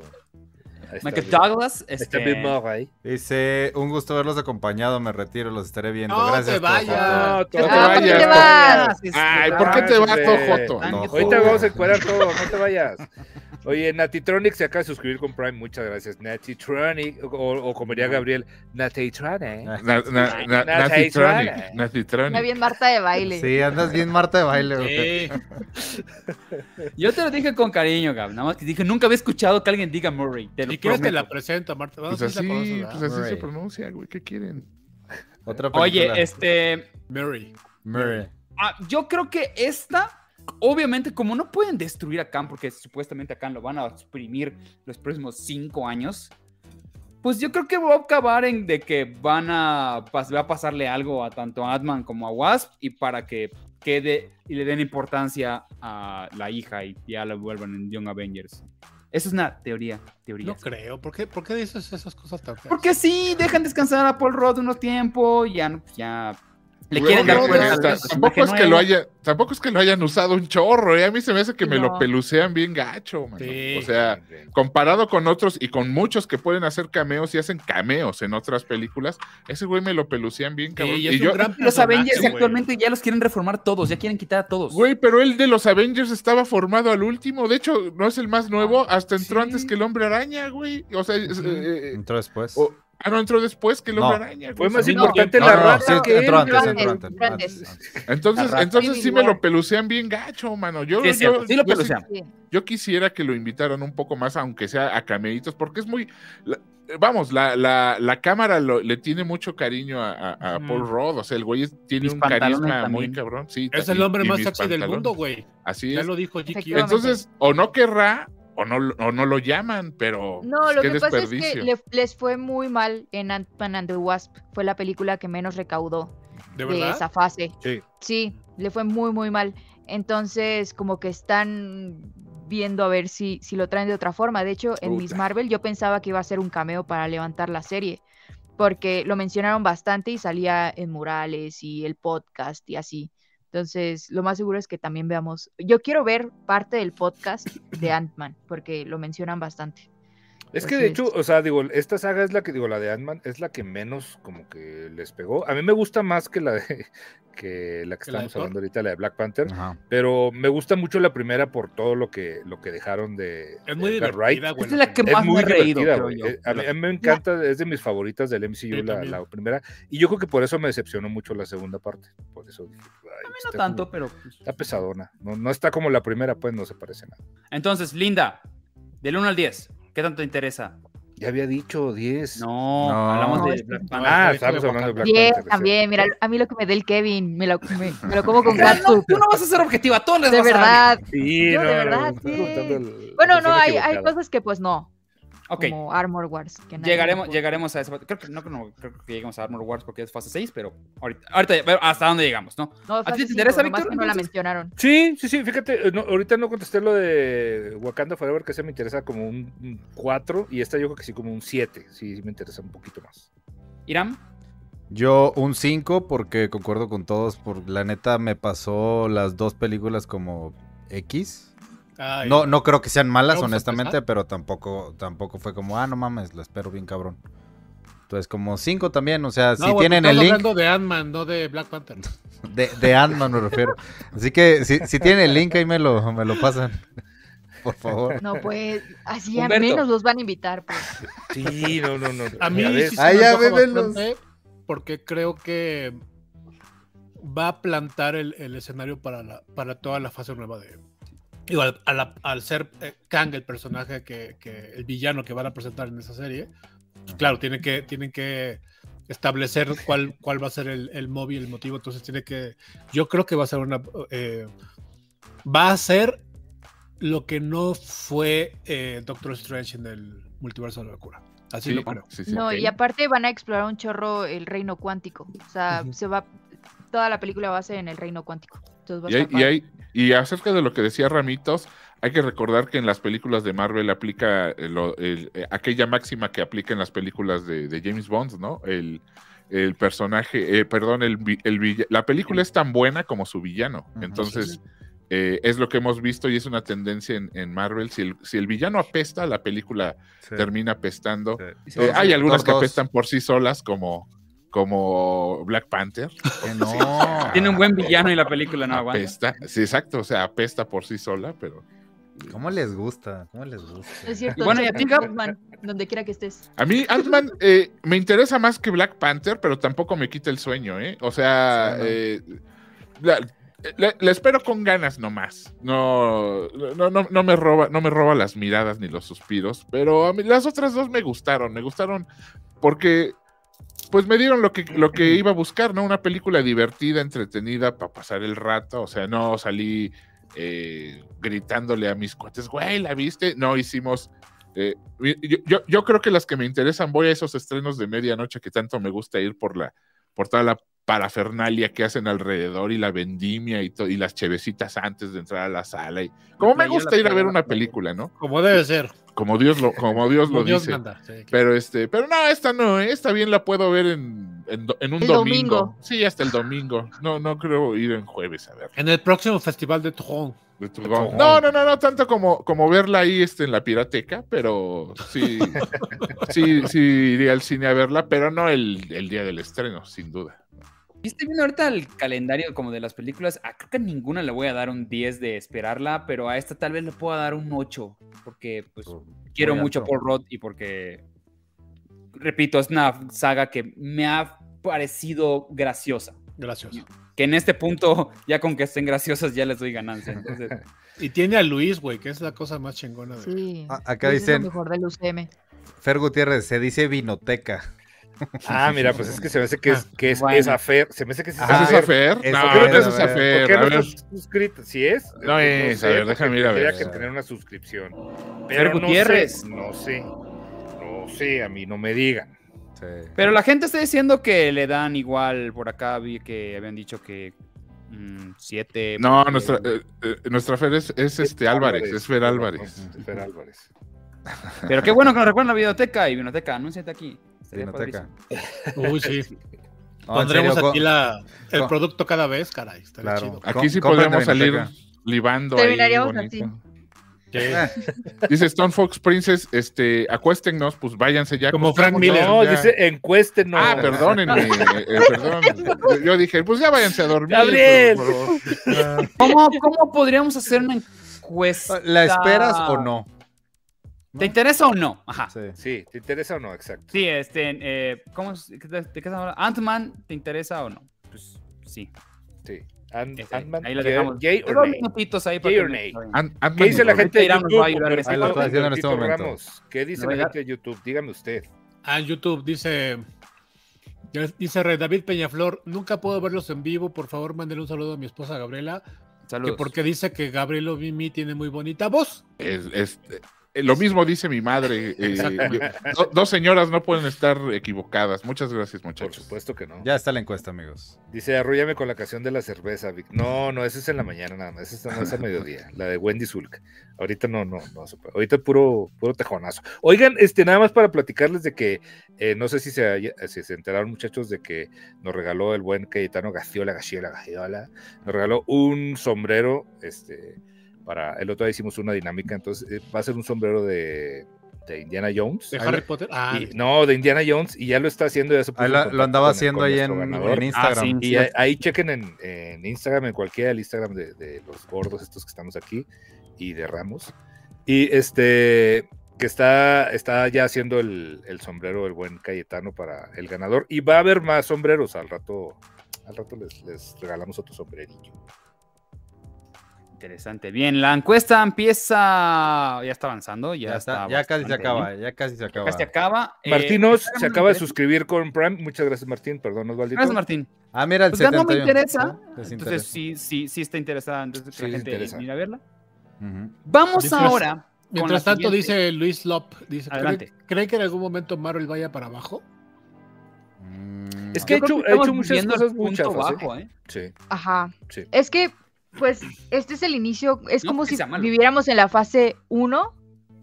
F: Ahí está
E: Michael
F: Bill-
E: Douglas.
F: ahí Está
E: este,
F: Bill Murray.
D: Dice, un gusto verlos acompañado, me retiro, los estaré viendo.
G: No
D: Gracias.
G: te
D: por
G: vayas.
D: favor".
F: No,
I: No te
H: Ah, ¿por qué te
I: vayas.
H: vas?
E: este,
I: Ay, ¿por
F: Ah,
I: qué te
F: este,
I: vas, Tojoto?
E: Tan-
D: No,
F: Ahorita
D: joder.
F: vamos a encuadrar todo, no te vayas. Oye, Natitronic se acaba de suscribir con Prime, muchas gracias. Natitronic, o, o como diría Gabriel, Natitronic.
I: Na- na- na-
F: Nazi
I: Nazitronic,
F: Tronic.
H: Está
I: Nazitronic.
H: bien Marta de baile.
D: Sí, andas bien Marta de baile, güey.
G: Sí.
E: Yo te lo dije con cariño, Gab. Nada más que dije, nunca había escuchado que alguien diga Murray. Te lo
G: Si quieres te
E: prometo.
G: la presento, Marta. Bueno,
I: Pues
G: sí la conoces,
I: así,
G: ¿verdad?
I: pues así se
D: Right.
I: pronuncia, güey, ¿qué quieren?
D: Otra película.
E: Oye, este.
G: Mary.
D: Murray.
E: Ah, yo creo que esta, obviamente, como no pueden destruir a Khan, porque supuestamente a Khan lo van a exprimir los próximos cinco años, pues yo creo que va a acabar en de que van a, pas- va a pasarle algo a tanto a Atman como a Wasp y para que quede y le den importancia a la hija y ya la vuelvan en Young Avengers. Eso es una teoría, teoría.
G: No creo. ¿Por qué, ¿Por qué dices esas cosas tan feas?
E: porque sí, dejan descansar a Paul Rudd unos tiempo, ya, no- ya le
I: Güey,
E: quieren dar
I: no,
E: fuerza. al
I: ta-
E: personaje
I: Tampoco es que lo
E: nuevo.
I: haya, tampoco es que lo hayan usado un chorro, ¿eh? a mí se me hace que me lo
H: No.
I: pelucean bien gacho, mano.
G: Sí.
I: o
F: Ah.
I: sea, comparado con otros y con muchos que pueden hacer cameos y hacen cameos en otras películas, ese güey me lo pelucean bien cabrón.
G: Sí,
I: y
G: es un
I: yo,
G: gran
E: Los
G: personaje,
E: Avengers
G: güey.
E: actualmente ya los quieren reformar todos, ya quieren quitar a todos.
I: güey, pero él de los Avengers estaba formado al último, de hecho no es el más nuevo,
G: Ah,
I: hasta entró
E: Sí.
I: antes que el Hombre Araña, güey. O sea, es- eh, eh,
D: Entró después.
I: o- ah no entró después que el Hombre
D: No.
I: Araña. güey.
F: Fue más
I: Sí,
F: importante
D: No,
F: la
D: no,
F: rata
D: sí,
F: que
D: entró
F: él,
D: antes,
F: ¿no?
D: entró antes. entró antes.
I: Entonces,
E: La rata.
I: entonces sí me
H: Civil
I: lo pelucean bien gacho, mano. Yo,
E: Sí, es
I: yo-
E: cierto, sí lo
I: yo sí-
E: pelucean.
H: Sí.
I: Yo quisiera que lo invitaran un poco más, aunque sea a cameitos, porque es muy. la- vamos, la, la, la cámara lo- le tiene mucho cariño a, a- a
E: Ujú.
I: Paul Rudd. O sea, el güey es- tiene
E: Mis
I: un
E: pantalones
I: carisma
E: también.
I: muy cabrón. Sí,
G: Es
I: ta-
G: el
I: y-
G: hombre
I: y
G: más
I: mis
G: sexy del
I: pantalones.
G: mundo, güey.
I: Así
G: Ya
I: es.
G: lo dijo GQ.
H: Efectivamente.
I: Entonces, o no querrá, o no, o no lo llaman, pero
H: No,
I: pues,
H: lo
I: qué
H: que pasa es que
I: desperdicio.
H: le- les fue muy mal en Ant-Man and the Wasp. Fue la película que menos recaudó
G: ¿De
H: de
G: verdad?
H: esa fase.
F: Sí.
H: Sí, le fue muy, muy mal. Entonces, como que están viendo a ver si, si lo traen de otra forma. De hecho, en Miss
I: Puta.
H: Marvel yo pensaba que iba a ser un cameo para levantar la serie, porque lo mencionaron bastante y salía en murales y el podcast y así. Entonces, lo más seguro es que también veamos. Yo quiero ver parte del podcast de Ant-Man, porque lo mencionan bastante.
F: Es que de
H: Entonces-
F: hecho, o sea, digo, esta saga es la que, digo, la de Ant-Man es la que menos como que les pegó. A mí me gusta más que la de, que la que
G: ¿Que la de
F: estamos
G: Thor?
F: hablando ahorita, la de Black Panther,
D: Ajá.
F: pero me gusta mucho la primera por todo lo que, lo que dejaron de. de
G: Es muy
F: Edgar
G: divertida, güey.
E: Esta es la que
F: Es
E: más me
F: muy
E: he reído,
F: divertida,
E: creo
F: güey.
E: yo.
F: Eh, A mí, a mí me encanta, es de mis favoritas del MCU,
G: Sí,
F: la,
G: también.
F: la primera. Y yo creo que por eso me decepcionó mucho la segunda parte. Por eso dije, ay,
E: No
F: está
E: tanto,
F: como-
E: pero. pues.
F: Está pesadona. No, no está como la primera, pues no se parece a nada.
E: Entonces, Linda, del 1 al 10, ¿qué tanto te interesa?
F: Ya había dicho 10.
E: No,
D: No.
E: hablamos
H: No,
E: de
H: es
E: Black Panther.
F: Ah,
G: Ay,
F: estamos
G: estoy
F: hablando de Black
H: Bien,
F: Panther, sí.
H: también, mira, a mí lo que me dé el Kevin, me lo, me- me lo como con
E: Ya, no,
H: catsup.
E: tú no vas a ser objetiva, todos les
H: De
E: vas a dar
H: verdad.
F: Sí,
H: Yo
F: no,
H: de
F: no,
H: verdad,
F: no,
H: sí.
F: contando el-
H: Bueno,
F: la
H: no,
F: persona
H: hay, hay
F: equivocada.
H: cosas que pues no,
E: bien. Ok,
H: como Armor Wars. que nadie
E: llegaremos,
H: pudo.
E: llegaremos a esa parte. Creo que, no, no, creo que lleguemos a Armor Wars porque es fase 6, pero ahorita, ahorita ver hasta dónde llegamos, ¿no?
H: No,
E: ti
H: fase
E: te
H: cinco,
E: interesa,
H: nomás
E: Víctor,
H: que No la
E: entonces?
H: mencionaron.
F: Sí, sí, sí, fíjate, eh, no, ahorita no contesté lo de Wakanda Forever, que se me interesa como un 4, y esta yo creo que sí como un 7, sí, sí me interesa un poquito más.
E: Irán,
D: Yo un 5 porque concuerdo con todos. Por la neta me pasó las dos películas como X.
G: Ay, pues,
D: No, no creo que sean malas,
G: Vamos a
D: honestamente,
G: empezar.
D: pero tampoco, tampoco fue como, ah, no mames, la espero bien cabrón. Entonces, como 5 también, o sea,
G: No,
D: si
G: güey,
D: tienen el
G: estamos
D: link
G: hablando de Ant-Man, no de Black Panther.
D: de, de Ant-Man, me refiero. Así que si, si tienen el link, ahí me lo, me lo pasan. Por favor.
H: No, pues, así a
E: Humberto.
H: menos los van a invitar. Pues.
F: Sí, no, no, no.
G: A mí
F: ya ves.
G: sí
D: Ah,
G: se me
D: ya,
G: antoja
D: bébelos.
G: bastante porque creo que va a plantar el, el escenario para, la, para toda la fase nueva de... Digo, al, a la- al ser eh, Kang el personaje que, que- el villano que van a presentar en esa serie, pues, claro, tienen que, tienen que establecer cuál, cuál va a ser el, el móvil, el motivo, entonces tiene que... Yo creo que va a ser una... eh, va a ser lo que no fue eh, Doctor Strange en el multiverso de la locura. Así
I: Sí,
G: lo creo.
I: sí, sí.
H: No, y aparte van a explorar un chorro el reino cuántico. O sea,
G: Ujú.
H: se va, toda la película va a ser en el reino cuántico. Entonces va a
I: Y, hay-
H: estar
I: y,
H: padre.
I: hay- y acerca de lo que decía Ramitos, hay que recordar que en las películas de Marvel aplica eh, lo- el- eh, aquella máxima que aplica en las películas de, de James Bond, ¿no? El, el personaje, eh, perdón, el, vi- el villa- la película es tan buena como su villano.
D: Ujú.
I: Entonces, eh, es lo que hemos visto y es una tendencia en, en Marvel. Si el, si el villano apesta, la película
F: Sí,
I: termina apestando.
F: sí.
I: Eh, hay algunas
D: Thor
I: que
D: dos.
I: apestan por sí solas, como, como Black Panther.
D: Que no.
E: tiene un buen villano y la película
F: Ah,
E: no
F: pues,
E: aguanta.
I: apesta. Sí, exacto. O sea, apesta por sí sola, pero.
D: ¿Cómo les gusta? ¿Cómo les gusta?
H: No Es cierto,
E: Y bueno,
H: bueno,
E: ¿y a ti, Gab?
H: donde quiera que estés.
I: A mí, Ant-Man eh, me interesa más que Black Panther, pero tampoco me quita el sueño, ¿eh? O sea,
D: Sí, ¿no?
I: eh, la, la- la espero con ganas nomás. No, no, no, no me roba, no me roba las miradas ni los suspiros, pero a mí las otras dos me gustaron, me gustaron porque pues me dieron lo que, lo que iba a buscar, ¿no? Una película divertida, entretenida, para pasar el rato. O sea, no salí eh, gritándole a mis cuates, güey, ¿la viste? No, hicimos. eh, yo, yo- yo creo que las que me interesan, voy a esos estrenos de medianoche que tanto me gusta ir por la, por toda la parafernalia que hacen alrededor y la vendimia y, to- y las chevecitas antes de entrar a la sala. Y, como me
E: playera,
I: gusta ir a ver
E: playera,
I: una
E: playera.
I: película, ¿no?
G: Como debe ser.
I: Como Dios lo, como Dios lo
G: Como Dios
I: dice.
G: manda, sí, claro.
I: Pero este, pero no, esta no, ¿eh? esta bien la puedo ver en, en do- en un
H: El
I: domingo.
H: domingo.
I: Sí, hasta el domingo. No, no creo ir en jueves a ver.
G: En el próximo festival de Tron.
I: de tu-
F: Tujón.
I: No, no, no, no tanto como, como verla ahí este, en la pirateca, pero sí, sí, sí iría al cine a verla, pero no el, el día del estreno, sin duda.
E: Viste viendo ahorita el calendario como de las películas. Ah, creo que a ninguna le voy a dar un 10 de esperarla, pero a esta tal vez le pueda dar un 8, porque pues quiero
D: Muy
E: mucho a
D: alto.
E: Paul Rudd y porque, repito, es una saga que me ha parecido graciosa.
G: Gracias.
E: Que en este punto, ya con que estén graciosas, ya les doy ganancia. Entonces,
G: Y tiene a Luis, güey, que es la cosa más chingona de.
H: Sí.
D: A- acá
H: Luis es lo
D: dicen-
H: mejor del UCM.
D: Fer Gutiérrez, se dice vinoteca.
I: Ah, mira, pues es que se me hace que es, que es
E: Bueno.
I: esa Fer. Se me hace que es
D: Ah,
I: esa
F: ¿Es
I: Fer.
F: Safer?
D: es
F: No,
D: Safer,
F: creo que es
D: a ver,
I: ¿Por
F: Safer.
I: qué
F: A
I: no
F: ver,
I: está suscrita? ¿Sí es?
F: No es, a ver,
I: porque
F: déjame ir a ver.
I: Tendría que tener una suscripción. Pero no
E: Gutiérrez.
I: sé, no sé. No sé, a mí no me digan.
E: Pero la gente está diciendo que le dan igual. Por acá vi que habían dicho que mm, 7.
F: No, nuestra, eh, eh, nuestra Fer es, es este Álvarez, es Fer
I: perdón,
F: Álvarez.
I: no, Fer Álvarez.
E: Pero qué bueno que nos recuerden la biblioteca. Y biblioteca, anúnciate aquí. Estaría
D: Vinoteca.
E: padrísimo.
G: Uy, sí.
D: No, en
G: Pondremos
D: serio,
G: aquí
D: co-
G: la, el
D: con-
G: producto cada vez, caray. Estaría
D: Claro.
G: chido.
F: Aquí sí
D: Com- compren
F: podríamos
D: la
F: salir
D: biblioteca.
F: libando.
H: Terminaríamos
F: ahí, bonito.
G: Que-
F: Dice Stone Fox Princess, este, acuéstennos, pues váyanse ya.
G: Como Frank
F: acostémonos.
G: Miller.
I: No,
F: ya.
I: dice encuéstenos.
F: Ah, perdónenme, eh, eh, perdón. Yo- Yo dije, pues ya váyanse a dormir.
I: Gabriel.
F: por favor.
E: ¿Cómo, cómo podríamos hacer una encuesta?
D: Ah, ¿La esperas o no?
E: ¿Te interesa o no? Ajá.
D: Sí.
I: Sí, ¿te interesa o no? Exacto.
E: Sí, este, eh, ¿cómo, es- ¿de qué estamos hablando? ¿Ant-Man te interesa o no? Pues sí.
I: Sí. Ant-
E: este,
I: Ant-Man,
E: ahí la
I: ¿qué-
E: dejamos.
I: yay or
E: Dos
I: nay?
E: minutitos ahí
I: Yay
E: para
I: or
E: que
I: nay.
E: nos-
F: Ant- Ant-Man
I: ¿Qué dice la
F: Gold.
I: gente de
E: Irán nos va a
I: YouTube?
E: ayudar.
I: Humbertito-
D: Ahí lo estoy haciendo en este
I: Humbertito
D: momento.
I: Ramos, ¿Qué dice
E: Nos va a
I: la
E: ayudar.
I: gente de YouTube? Dígame usted.
G: Ah, en YouTube dice. ya- Dice Re- David Peñaflor, nunca puedo verlos en vivo, por favor mándele un saludo a mi esposa Gabriela, que
E: Saludos.
G: porque dice que Gabriel Ovimi tiene muy bonita voz.
F: Es- es- eh, lo mismo dice mi madre. eh,
G: Exactamente.
F: yo- do- dos señoras no pueden estar equivocadas. Muchas gracias,
I: Por
F: muchachos.
I: supuesto que no.
D: Ya está la encuesta, amigos.
I: Dice, arrúllame con la canción de la cerveza, Vic. No, no, esa es en la mañana nada más. Esa no es a mediodía. La de Wendy Zulk. Ahorita no, no, no. se puede. Ahorita puro, puro tejonazo. Oigan, este, nada más para platicarles de que, eh, no sé si se, haya- si se enteraron, muchachos, de que nos regaló el buen Cayetano Gaciola, Gaciola, Gaciola. Nos regaló un sombrero, este, para, el otro día hicimos una dinámica, entonces eh, va a ser un sombrero de, de Indiana Jones.
G: De
I: Ahí-
G: Harry Potter. Ah,
I: y- no, de Indiana Jones, y ya lo está haciendo. Ya se puso
D: Ahí
I: en
D: la-
I: contacto
D: lo andaba
I: pues, con el-
D: haciendo
I: con
D: ahí
I: nuestro
D: en,
I: ganador.
D: en Instagram.
E: Ah, sí.
I: Y ahí, ahí chequen en, en Instagram, en cualquiera el Instagram de, de los gordos estos que estamos aquí y de Ramos. Y este, que está, está ya haciendo el, el sombrero el buen Cayetano para el ganador. Y va a haber más sombreros al rato. Al rato les, les regalamos otro sombrerito.
E: Interesante. Bien, la encuesta empieza. Ya está avanzando. Ya,
D: Ya, está,
E: está
D: ya casi se
E: bastante
D: acaba,
E: bien.
D: ya casi se acaba.
E: Casi se acaba. Eh,
I: Martinos
E: Instagram
I: se
E: no me
I: acaba de
E: interesa.
I: suscribir con Prime. Muchas gracias, Martín. Perdón, Osvaldito.
E: Gracias, Martín.
D: Ah, mira, el
E: Pues ya no me
D: 71,
E: interesa.
D: ¿no? Les
E: Entonces,
D: interesa.
E: sí, sí, sí está interesada. Entonces, que
I: Sí,
E: la
I: les
E: gente
I: interesa.
E: mira a verla.
D: Ujú.
E: Vamos
G: Mientras-
E: ahora. con
G: Mientras
E: la
G: tanto
E: siguiente.
G: dice Luis Lop, dice,
E: Adelante.
G: ¿cree, cree que en algún momento Marvel vaya para abajo?
D: Mm,
I: Es
E: Yo
I: que ha
E: creo
I: hecho, ha
E: estamos
I: hecho muchas
E: viviendo el
I: cosas muy
E: punto
I: chafas, ¿eh?
E: bajo, ¿eh?
I: Sí,
H: Ajá.
I: sí.
H: Es que, pues, este es el inicio. Es
E: No
H: como
E: que
H: si
E: sea malo.
H: viviéramos en la fase 1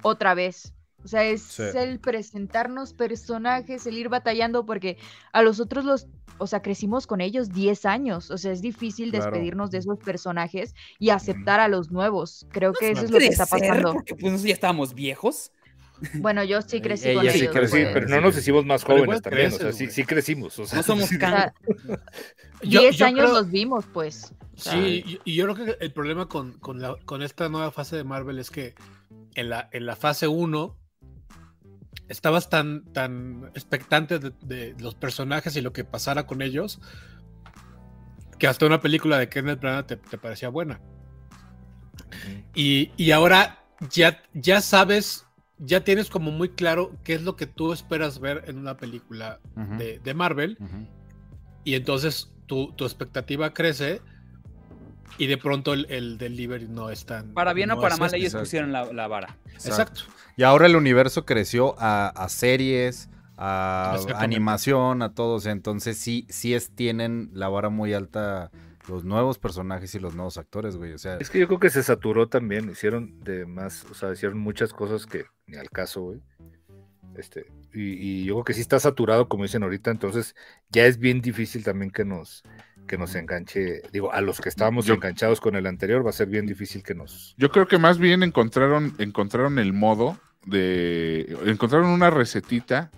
H: otra vez. O sea, es
D: Sí.
H: el presentarnos personajes, el ir batallando, porque a los otros los. O sea, crecimos con ellos 10 años. O sea, es difícil
D: Claro.
H: despedirnos de esos personajes y aceptar a los nuevos. Creo que eso
E: Crecer,
H: es lo que está pasando.
E: Porque pues nosotros ya estábamos viejos.
H: Bueno, yo sí
D: Ey,
H: crecí
D: ey,
H: con
D: ya sí
H: ellos.
I: Pero sí,
D: crecí,
H: pues.
I: pero no
D: sí,
I: nos
D: sí.
I: hicimos más
G: Pero
I: jóvenes
G: igual
I: también. o sea,
G: creces,
I: sí,
G: güey.
I: sí crecimos. O sea,
E: No somos
I: sí.
H: O
E: canos.
H: sea, 10 años los vimos, pues.
G: Sí, y- y yo creo que el problema con, con la- con esta nueva fase de Marvel es que en la, en la fase 1 estabas tan, tan expectante de, de los personajes y lo que pasara con ellos que hasta una película de Kenneth Branagh te, te parecía buena. Y, y ahora ya, ya sabes, ya tienes como muy claro qué es lo que tú esperas ver en una película
D: ujú,
G: de, de Marvel
D: ujú.
G: y entonces tu, tu expectativa crece y de pronto el, el delivery no es tan...
E: Para bien o
G: no
E: para
G: es
E: mal,
G: este.
E: ellos
D: exacto.
E: pusieron la, la vara.
G: Exacto.
D: Y ahora el universo creció a, a series, a
G: Exactamente.
D: animación, a todos. Entonces sí, sí es, tienen la vara muy alta los nuevos personajes y los nuevos actores, güey. O sea,
I: Es que yo creo que se saturó también, hicieron de más, o sea, hicieron muchas cosas que ni al caso, güey. Este, y, y yo creo que sí está saturado, como dicen ahorita, entonces ya es bien difícil también que nos, que nos enganche, digo, a los que estábamos
F: Yo-
I: enganchados con el anterior, va a ser bien difícil que nos...
F: Yo creo que más bien encontraron, encontraron el modo de. Encontraron una recetita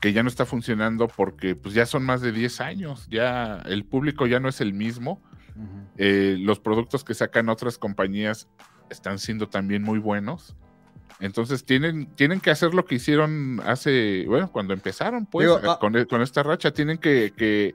F: que ya no está funcionando porque pues ya son más de 10 años. Ya el público ya no es el mismo.
D: ujú.
F: eh, los productos que sacan otras compañías están siendo también muy buenos. Entonces tienen, tienen que hacer lo que hicieron hace, bueno, cuando empezaron, pues,
D: Digo,
F: a-
D: ah.
F: con, con esta racha, tienen que, que,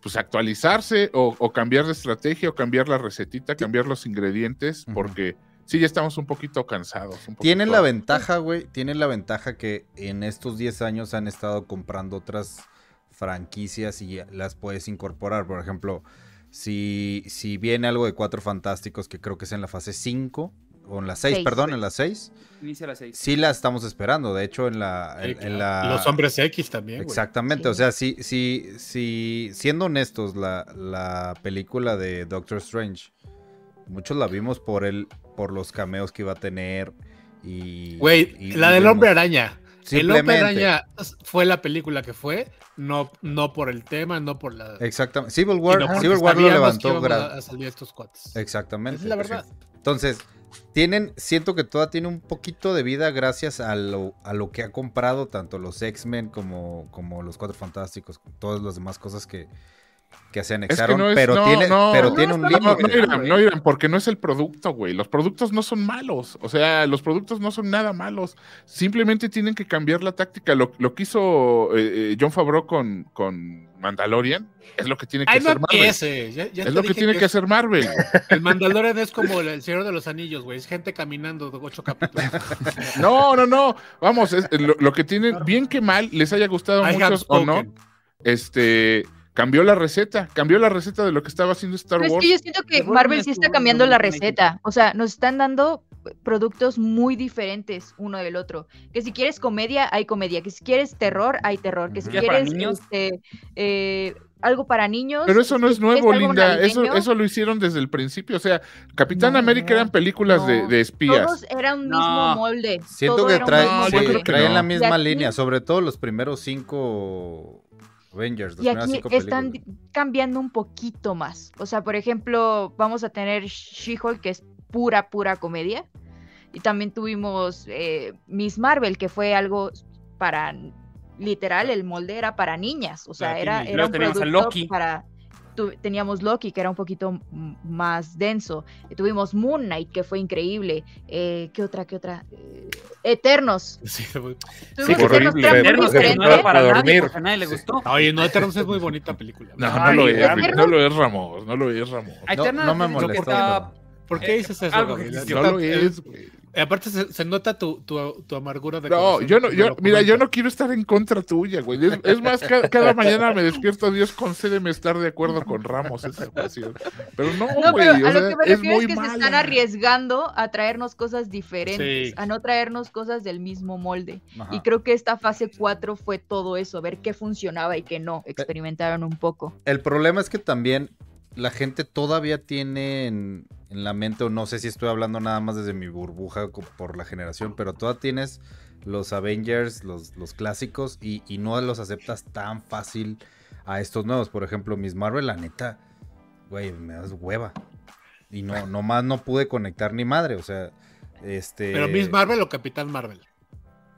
F: pues actualizarse o, o cambiar de estrategia o cambiar la recetita, cambiar los ingredientes,
D: Ujú.
F: porque sí ya estamos un poquito cansados. un
D: Tienen la
F: poquito-
D: ventaja, güey. Tienen la ventaja que en estos 10 años han estado comprando otras franquicias y las puedes incorporar. Por ejemplo, si, si viene algo de Cuatro Fantásticos, que creo que es en la fase 5, o en la 6,
H: Seis,
D: perdón,
H: güey.
D: en la 6,
E: Inicia a las 6.
D: sí la estamos esperando. De hecho, en la. en-
G: Eh,
D: en
G: claro.
D: la-
G: Los hombres X también, güey.
D: Exactamente,
H: Sí.
D: o sea, si, si, si, siendo honestos, la, la película de Doctor Strange, muchos la vimos por el, por los cameos que iba a tener y...
G: Güey,
D: y-
G: la
D: y
G: del
D: vimos-
G: hombre araña. El hombre
D: Simplemente,
G: araña fue la película que fue, no, no por el tema, no por la.
D: Exactamente, Civil War,
G: sino porque
D: Civil War lo
G: sabíamos
D: levantó.
G: que iban
D: gra-
G: a, a salir estos cuates.
D: Exactamente.
G: Esa es la verdad.
D: sí. Entonces, tienen, siento que toda tiene un poquito de vida gracias a lo, a lo que ha comprado tanto los X-Men como, como los Cuatro Fantásticos, todas las demás cosas que, que se
F: Es
D: anexaron,
F: que no es-
D: pero
F: no,
D: tiene,
F: no,
D: pero
F: no,
D: tiene un
F: no,
D: límite.
F: No, Irán, no, Irán, porque no es el producto, güey. Los productos no son malos. O sea, los productos no son nada malos. Simplemente tienen que cambiar la táctica. Lo, lo que hizo eh, eh, John Favreau con, con Mandalorian es lo que tiene que
G: Ay, no
F: hacer Marvel.
G: ese. Ya, ya te
F: Es lo que
G: dije
F: tiene que hacer Marvel.
G: El Mandalorian es como el Señor de los Anillos, güey. Es gente caminando de ocho capítulos.
F: No, no, no. Vamos, es- lo, lo que tienen, bien que mal, les haya gustado a
G: I have
F: muchos o no,
G: spoken.
F: este, cambió la receta. Cambió la receta de lo que estaba haciendo Star
H: Pero es
F: Wars.
H: que yo siento que
E: Devuélveme
H: Marvel sí
E: tu
F: este
H: está cambiando la
E: Golden Age.
H: receta. O sea, nos están dando productos muy diferentes uno del otro. Que si quieres comedia, hay comedia. Que si quieres terror, hay terror. Que si
E: ¿Ya para
H: quieres
E: niños?
H: este, eh, algo para niños.
F: Pero eso no
H: que
F: es
H: si quieres
F: nuevo,
H: Pues, algo
F: Linda. Eso,
H: navideño,
F: eso lo hicieron desde el principio. O sea, Capitán
H: No,
F: América eran películas de,
H: no.
F: de espías.
H: Todos eran un
E: No.
H: mismo molde.
D: Siento
H: todo
D: que
H: era un
D: trae,
H: mismo
F: No, yo
D: sí,
H: molde.
F: creo que
D: traen
F: no.
D: la misma
H: Y aquí-
D: línea, sobre todo los primeros cinco Avengers, las
H: Y
D: primeras
H: aquí
D: cinco
H: están
D: películas.
H: di- cambiando un poquito más. O sea, por ejemplo, vamos a tener She-Hulk, que es pura, pura comedia. Y también tuvimos eh, Miss Marvel, que fue algo para, literal, el molde era para niñas. O sea,
G: Para
H: era,
G: teenagers.
H: era
E: Luego
H: un
E: teníamos a
H: producto
E: Loki.
H: para... tu- teníamos Loki, que era un poquito m- más denso. Eh, Tuvimos Moon Knight, que fue increíble. Eh, ¿Qué otra, qué otra? Eh, Eternos.
G: Sí, güey.
H: Tuvimos
F: horrible.
H: Eternos, que era muy
E: Eternos, que
H: diferente.
E: no era para
I: Para
E: nadie,
I: dormir.
E: porque a nadie le
I: Sí.
E: gustó.
G: Oye, no, Eternos es muy bonita película. güey.
F: No, no
I: Ay,
F: lo es,
I: Eternos.
F: Rick, no lo es, Ramón. No lo es, Ramón.
E: A
D: No,
E: Eternos
D: no me
E: les digo que
D: molestó.
E: está-
D: pero-
G: ¿Por qué dices eso,
E: Eh, algo
G: Gabriel?
E: que
F: No lo
G: Está-
F: es, güey.
G: eh, Aparte, se, se nota tu, tu, tu amargura de
F: No,
G: corazón
F: yo no,
G: cuando
F: yo,
G: lo
F: mira, yo
G: comentas.
F: no quiero estar en contra tuya, güey. Es, es más, ca- cada, mañana me despierto, Dios concédeme estar de acuerdo con Ramos esa ocasión. Pero no,
H: No,
F: güey.
H: pero
F: o
H: a lo
F: sea,
H: que me
F: es
H: refiero
F: muy
H: es que se están
F: mala.
H: arriesgando a traernos cosas diferentes,
G: Sí.
H: a no traernos cosas del mismo molde.
D: Ajá.
H: Y creo que esta fase 4 fue todo eso, ver qué funcionaba y qué no. Experimentaron un poco.
D: El problema es que también la gente todavía tiene en, en la mente, o no sé si estoy hablando nada más desde mi burbuja co- por la generación, pero todavía tienes los Avengers, los, los clásicos, y, y no los aceptas tan fácil a estos nuevos. Por ejemplo, Miss Marvel, la neta, güey, me das hueva. Y no, nomás no pude conectar ni madre, o sea, este...
G: Pero Miss Marvel o Capitán Marvel.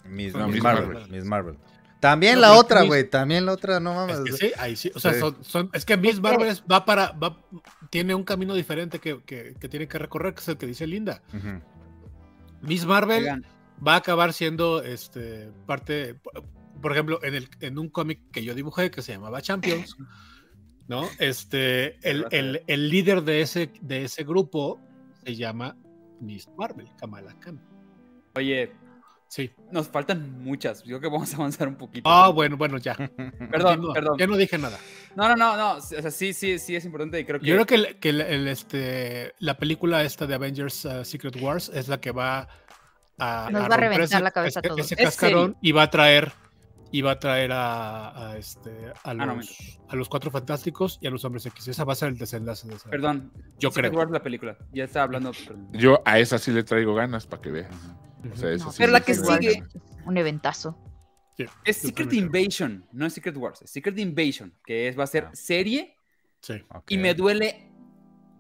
D: Miss,
G: No,
D: Miss
F: Miss
D: Marvel,
G: Marvel.
D: Miss Marvel. También
G: No,
D: la
G: pero
D: otra,
G: Miss-
D: güey, también la otra, no mames.
G: Es que sí, ahí sí. O sea,
D: Sí.
G: Son, son- es que Miss Marvel es- va para. Va, tiene un camino diferente que, que- que tiene que recorrer, que es el que dice Linda.
D: Ujú.
G: Miss Marvel
E: Oigan,
G: va a acabar siendo este, parte. por- Por ejemplo, en, el, en un cómic que yo dibujé que se llamaba Champions, ¿no? Este, el, el- el líder de ese, de ese grupo se llama Miss Marvel, Kamala Khan.
E: Oye,
G: Sí.
E: nos faltan muchas. Yo creo que vamos a avanzar un poquito.
G: Ah, bueno, bueno, ya.
E: Perdón,
G: Continúa.
E: perdón.
G: Ya no dije nada.
E: No, no, no, no. O sea, sí, sí, sí es importante y creo que.
G: Yo creo que, el- que el- el, este, la película esta de Avengers uh, Secret Wars es la que va a,
H: Nos va a
G: romper
H: reventar
G: ese-
H: la cabeza a
G: ese-
H: todos.
G: ese
E: Es
G: cascarón
E: serio.
G: y va a traer y va a traer a, a, este, a, los,
E: Ah, no,
G: a los cuatro fantásticos y a los hombres X. Esa va a ser el desenlace de esa.
E: Perdón.
G: yo
E: Secret
G: creo.
E: Wars, la película. Ya estaba hablando. perdón.
F: Yo a esa sí le traigo ganas para que veas. O sea, esa
H: No,
F: sí le
E: pero la que
F: traigo
E: sigue-
F: ganas.
H: Un eventazo.
E: Es Secret Invasion, no es Secret Wars. Es Secret Invasion, que es, va a ser
D: Ah.
E: serie
G: Sí.
E: y me duele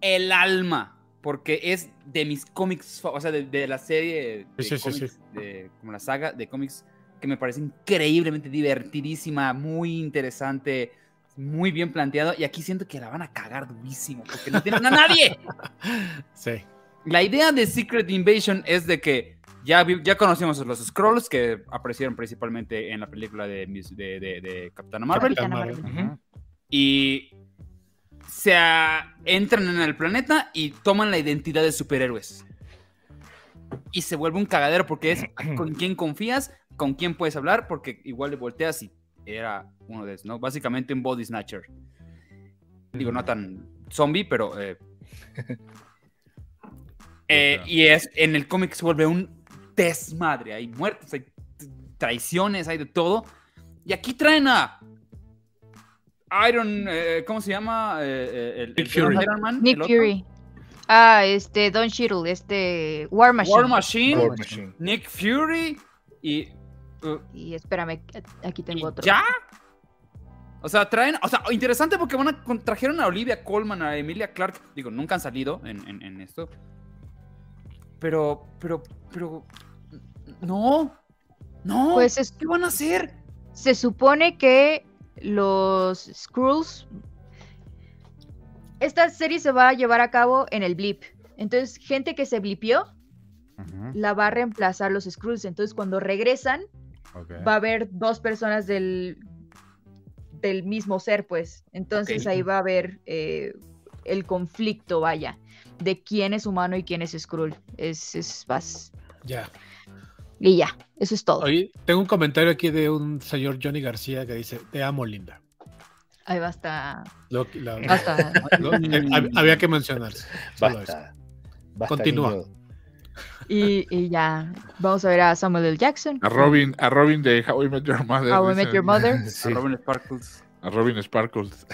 E: el alma porque es de mis cómics, fa- o sea, de, de la serie de
G: Sí, sí, sí,
E: cómics, de- como la saga de cómics que me parece increíblemente divertidísima, muy interesante, muy bien planteado y aquí siento que la van a cagar durísimo porque no tienen a nadie.
G: Sí.
E: La idea de Secret Invasion es de que ya, vi- ya conocemos los Scrolls que aparecieron principalmente en la película de, Miss- de, de- de Capitana Marvel
H: Capitana
G: Marvel.
H: Marvel.
D: Ujú.
E: y se ah, entran en el planeta y toman la identidad de superhéroes. y se vuelve un cagadero porque es con quién confías, con quién puedes hablar, porque igual le volteas y era uno de esos, ¿no? Básicamente un body snatcher. Digo, no tan zombie, pero... eh, eh, y es, en el cómic se vuelve un desmadre, hay muertos, hay t- traiciones, hay de todo. Y aquí traen a... Iron, eh, ¿cómo se llama? Eh, eh, el,
G: Nick
E: el de los
G: Fury.
E: Iron Man,
H: Nick
E: el otro.
H: Fury. Ah, este, Don Cheadle, este, War Machine.
E: War Machine,
I: War Machine.
E: Nick Fury y, uh,
H: Y espérame, aquí
E: y
H: tengo otro.
E: ya. O sea, traen, o sea, interesante porque van a con- trajeron a Olivia Colman, a Emilia Clark. Digo, nunca han salido en, en- en esto. Pero, pero, pero, no, no.
H: Pues es-
E: ¿Qué van a hacer?
H: Se supone que los Skrulls. Esta serie se va a llevar a cabo en el blip. Entonces, gente que se blipió
D: Ujú,
H: la va a reemplazar los Skrulls. Entonces, cuando regresan,
D: ok.
H: va a haber dos personas del, del mismo ser, pues. Entonces
E: Ok.
H: ahí va a haber eh, el conflicto, vaya, de quién es humano y quién es Skrull. Es, es vas.
G: Ya.
H: Y ya, eso es todo.
G: Oye, tengo un comentario aquí de un señor Johnny García que dice, te amo, Linda.
H: Ahí basta.
G: Lo- la-
H: basta.
G: lo- eh, hab- había que mencionarse. Solo eso.
I: Basta. Basta,
G: Continúa.
I: niño.
H: y, y ya. Vamos a ver a Samuel L. Jackson.
F: A Robin, a Robin de How I Met Your Mother.
H: How I Met
F: dicen.
H: Your Mother.
I: Sí.
E: A Robin Sparkles.
F: A Robin Sparkles.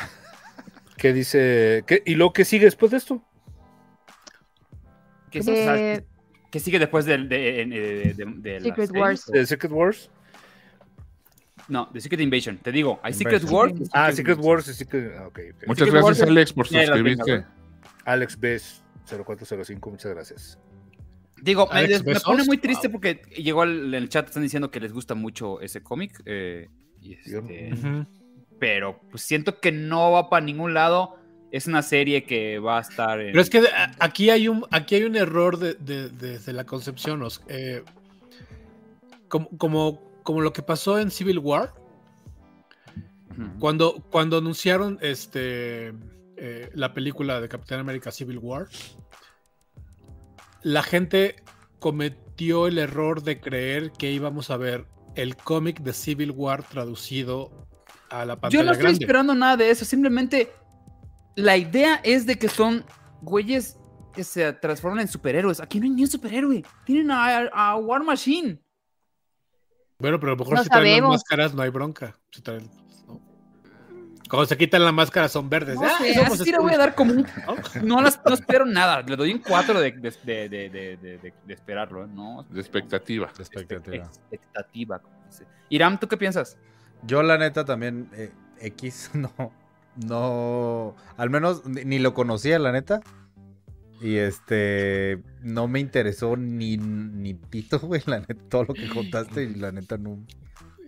I: ¿Qué dice? ¿Qué- ¿Y lo que sigue después de esto?
E: ¿Qué, es- o sea,
H: Eh,
E: ¿qué sigue después del- de, eh, de- de- de- de la
H: Secret
E: serie?
H: Wars.
I: ¿De Secret Wars?
E: No, de Secret Invasion. Te digo, hay Secret
I: Invasion.
E: Wars. y
I: Ah, Secret
E: Invasion.
I: Wars y Secret. ah, ok, ok.
F: Muchas
E: que
F: gracias,
E: Walter-
F: Alex, por
E: Ya, las
F: suscribirte.
E: Vengadoras.
I: Alex Bess 0405, muchas gracias.
E: Digo, me,
G: Alex Ah.
E: des- me
G: Bezos.
E: pone muy triste porque llegó al, en el chat, están diciendo que les gusta mucho ese cómic. eh, y
I: Yo-
E: este,
G: Ujú.
E: pero pues, siento que no va para ningún lado. Es una serie que va a estar en.
G: Pero es que de- a- aquí hay un, aquí hay un error de- de- desde la concepción. os- eh, como, como, como lo que pasó en Civil War,
E: Ujú.
G: Cuando, cuando anunciaron este, eh, la película de Capitán América Civil War, la gente cometió el error de creer que íbamos a ver el cómic de Civil War traducido a la pantalla
E: Yo no estoy
G: grande.
E: esperando nada de eso. Simplemente la idea es de que son güeyes que se transforman en superhéroes. Aquí no hay ni un superhéroe. Tienen a, a War Machine.
G: Bueno, pero a lo mejor
H: No
G: si traen las
H: sabemos.
G: máscaras no hay bronca. Si traen- no. Cuando se quitan la máscara son verdes.
E: No
G: Ah,
E: sé,
G: somos
E: así le voy a
G: Skrulls.
E: dar como un- No, las, no espero nada. Le doy un 4 de, de, de, de, de- de- de esperarlo. ¿eh? No, este,
F: De expectativa.
D: La expectativa.
E: expectativa. como dice. Iram, ¿tú qué piensas?
D: Yo la neta también, eh, X, no, no, al menos ni, ni lo conocía la neta. Y este, no me interesó ni, ni pito, güey, la neta, todo lo que contaste y la neta no.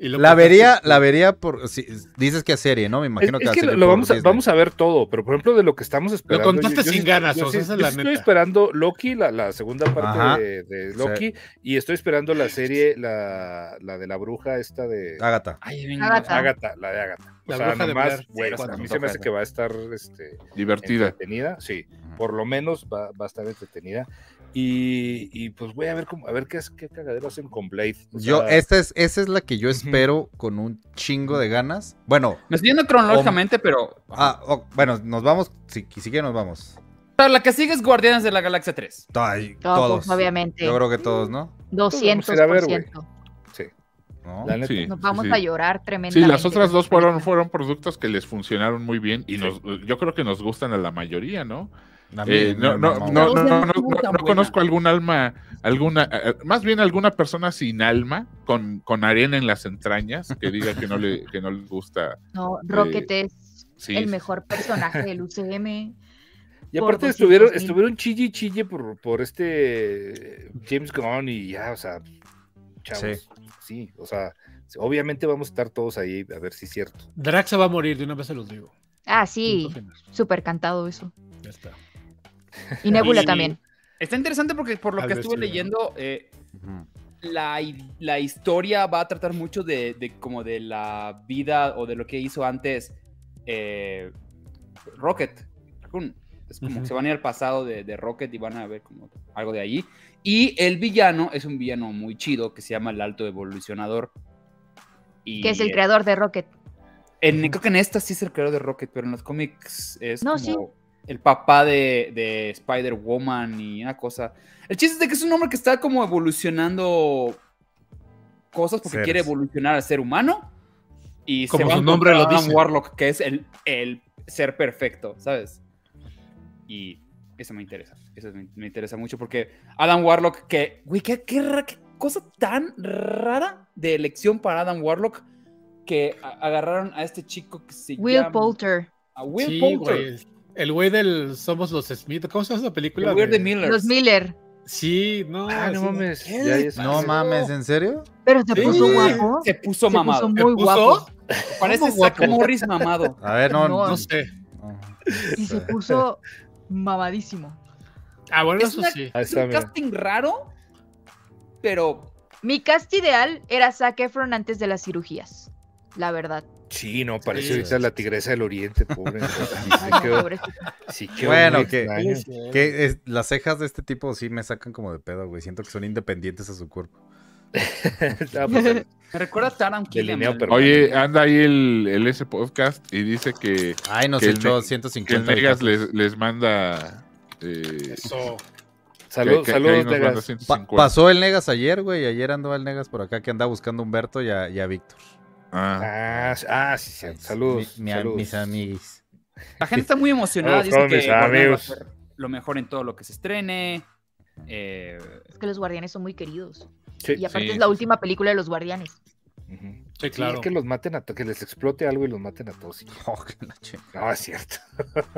G: Y lo
D: La
G: pones-
D: vería, la vería por, si, dices que a serie, ¿no? Me
I: Es,
D: imagino
I: es
D: que,
I: que lo, lo vamos, a, vamos a ver todo, pero por ejemplo, de lo que estamos esperando.
G: contaste sin
I: sí-
G: ganas,
I: yo
G: o
I: sí-
G: sea, esa es
I: yo
G: la
I: sí Estoy
G: neta.
I: esperando Loki, la, la segunda
D: Ajá.
I: parte de, de
D: Sí.
I: Loki, y estoy esperando la serie, la, la de la bruja esta de
D: Agatha.
E: Ay, venga.
H: Agatha.
I: Agatha, la de Agatha. O
G: La
I: sea,
G: bruja de
I: nomás,
G: Blair,
I: güey,
G: cuatro.
I: a mí se me hace que va a estar este,
F: Divertida.
I: entretenida, sí, por lo menos va, va a estar entretenida. Y, y, pues voy a ver cómo, a ver qué, es- qué cagadero hacen con Blade. O
D: Yo,
I: sea,
D: esta es, esa es la que yo espero con un chingo de ganas. Bueno,
E: Me estoy yendo cronológicamente, pero.
D: ah, oh, bueno, nos vamos, si, si que nos vamos.
E: Pero la que sigue es Guardianes de la Galaxia 3.
D: Ay,
H: no, pues,
D: todos.
H: obviamente.
D: Yo creo que todos, ¿no?
H: 200%.
I: Vamos a ir a ver, güey.
D: ¿No?
I: la neta.
F: Sí,
H: Nos vamos
F: sí.
H: a llorar tremendamente.
F: Sí, las otras dos fueron, fueron productos que les funcionaron muy bien y nos, yo creo que nos gustan a la mayoría, ¿no?
D: A mí
F: Eh, no,
D: me
F: no, no,
D: mamó.
F: no,
E: Todos
F: no,
E: eran
F: no,
E: puta
F: no
E: buena.
F: conozco algún alma, alguna, eh, más bien alguna persona sin alma, con, con arena en las entrañas, que diga que no le, que no les gusta.
H: No, Rocket es
F: eh, Sí,
H: el
F: sí.
H: mejor personaje del UCM.
I: Y
H: por
I: aparte estuvieron,
H: 200.000.
I: estuvieron chille y chille por, por este eh, James Gunn y ya, o sea, chavos. Sí. o sea, obviamente vamos a estar todos ahí a ver si es cierto.
G: Drax se va a morir, de una vez se los digo.
H: Ah,
G: Punto
H: sí,
G: final.
H: súper cantado eso.
G: Ya está.
H: Y Nebula
E: Y-
H: también.
E: Está interesante porque, por lo
G: Al
E: que estuve
G: vestido.
E: leyendo, eh,
D: Ujú.
E: la, hi- la historia va a tratar mucho de, de como de la vida o de lo que hizo antes eh, Rocket. Raccoon. Es como
G: Ujú.
E: que se van a ir al pasado de, de Rocket y van a ver como algo de allí. Y el villano es un villano muy chido que se llama el Alto Evolucionador. Y,
H: que es el creador de Rocket.
E: en- creo que en esta sí es el creador de Rocket, pero en los cómics es
H: No,
E: como
H: sí.
E: el papá de, de Spider-Woman y una cosa. El chiste es de que es un hombre que está como evolucionando cosas porque
D: Seres.
E: quiere evolucionar al ser humano. Y
G: Como
E: se va
G: su
E: a
G: nombre lo
E: encontrar a Adam
G: dice.
E: Warlock, que es el, el ser perfecto, ¿sabes? Y eso me interesa. Eso me, me interesa mucho porque Adam Warlock, que, güey, qué, qué ra- qué cosa tan rara de elección para Adam Warlock que a- agarraron a este chico que se
H: Will
E: llama...
H: Poulter.
E: A Will
G: Sí,
E: Poulter.
G: güey, el- El güey del Somos los Smith. ¿Cómo se llama esa película?
E: El Weird
G: De-
E: de Miller.
H: Los Miller.
G: Sí, no.
I: Ah, no
G: sí,
I: mames.
E: ¿Qué
I: ya
E: le
I: es-
D: No mames, ¿en serio?
H: Pero se
G: Sí.
H: puso guapo.
E: Se puso
H: Se
E: mamado.
H: puso
G: ¿Se
H: muy
G: puso?
H: guapo.
E: Parece
G: ¿Cómo guapo?
E: Zack Morris mamado.
D: A ver, no.
H: No,
D: no-
G: No sé.
H: Sí, se puso mamadísimo.
G: Ah, bueno,
E: Es
G: eso
E: una-
G: sí.
I: Ahí
E: Es un
I: está, mira.
E: casting raro, pero
H: Mi cast ideal era Zac Efron antes de las cirugías. La verdad.
I: Sí, no, parece
G: Sí.
I: ahorita la tigresa del oriente, pobre. Sí,
H: Ay,
I: sí
H: no,
I: quedó-
H: pobrecito.
I: sí quedó
D: Bueno,
I: muy
D: que-
I: extraño.
D: Que es- las cejas de este tipo sí me sacan como de pedo, güey. Siento que son independientes a su cuerpo.
I: Ah, pues, el-
E: me recuerda a Taran Killian.
I: Delineado,
E: man.
I: pero-
F: Oye, anda ahí el, el ese podcast y dice que,
D: Ay, nos
F: Que el
D: echó
F: ne- que el
D: 150.
F: Negas les, les manda. eh,
G: Eso.
I: salud-
F: que- que- que ahí
I: saludos,
F: nos manda
I: Negas.
F: 150.
D: Pa- pasó el Negas ayer, güey. Ayer andaba el Negas por acá que andaba buscando a Humberto y a, y a Víctor.
F: Ah,
I: Ah, sí, ah, sí, sí, saludos.
D: Mi- mi-
I: saludos.
D: Mis amiguis.
E: La gente está muy emocionada.
I: Saludos,
E: Dice
I: mis
E: que Warner va a
I: amigos.
E: hacer lo mejor en todo lo que se estrene. eh,
H: Es que los guardianes son muy queridos.
I: Sí,
H: Y aparte
F: Sí,
H: es la
F: sí,
H: última película de los guardianes.
I: ujú.
G: Sí,
I: Sí,
G: claro.
I: que los maten a to- que les explote algo y los maten a todos. sí.
D: Oh, que la chingada.
I: No, es cierto.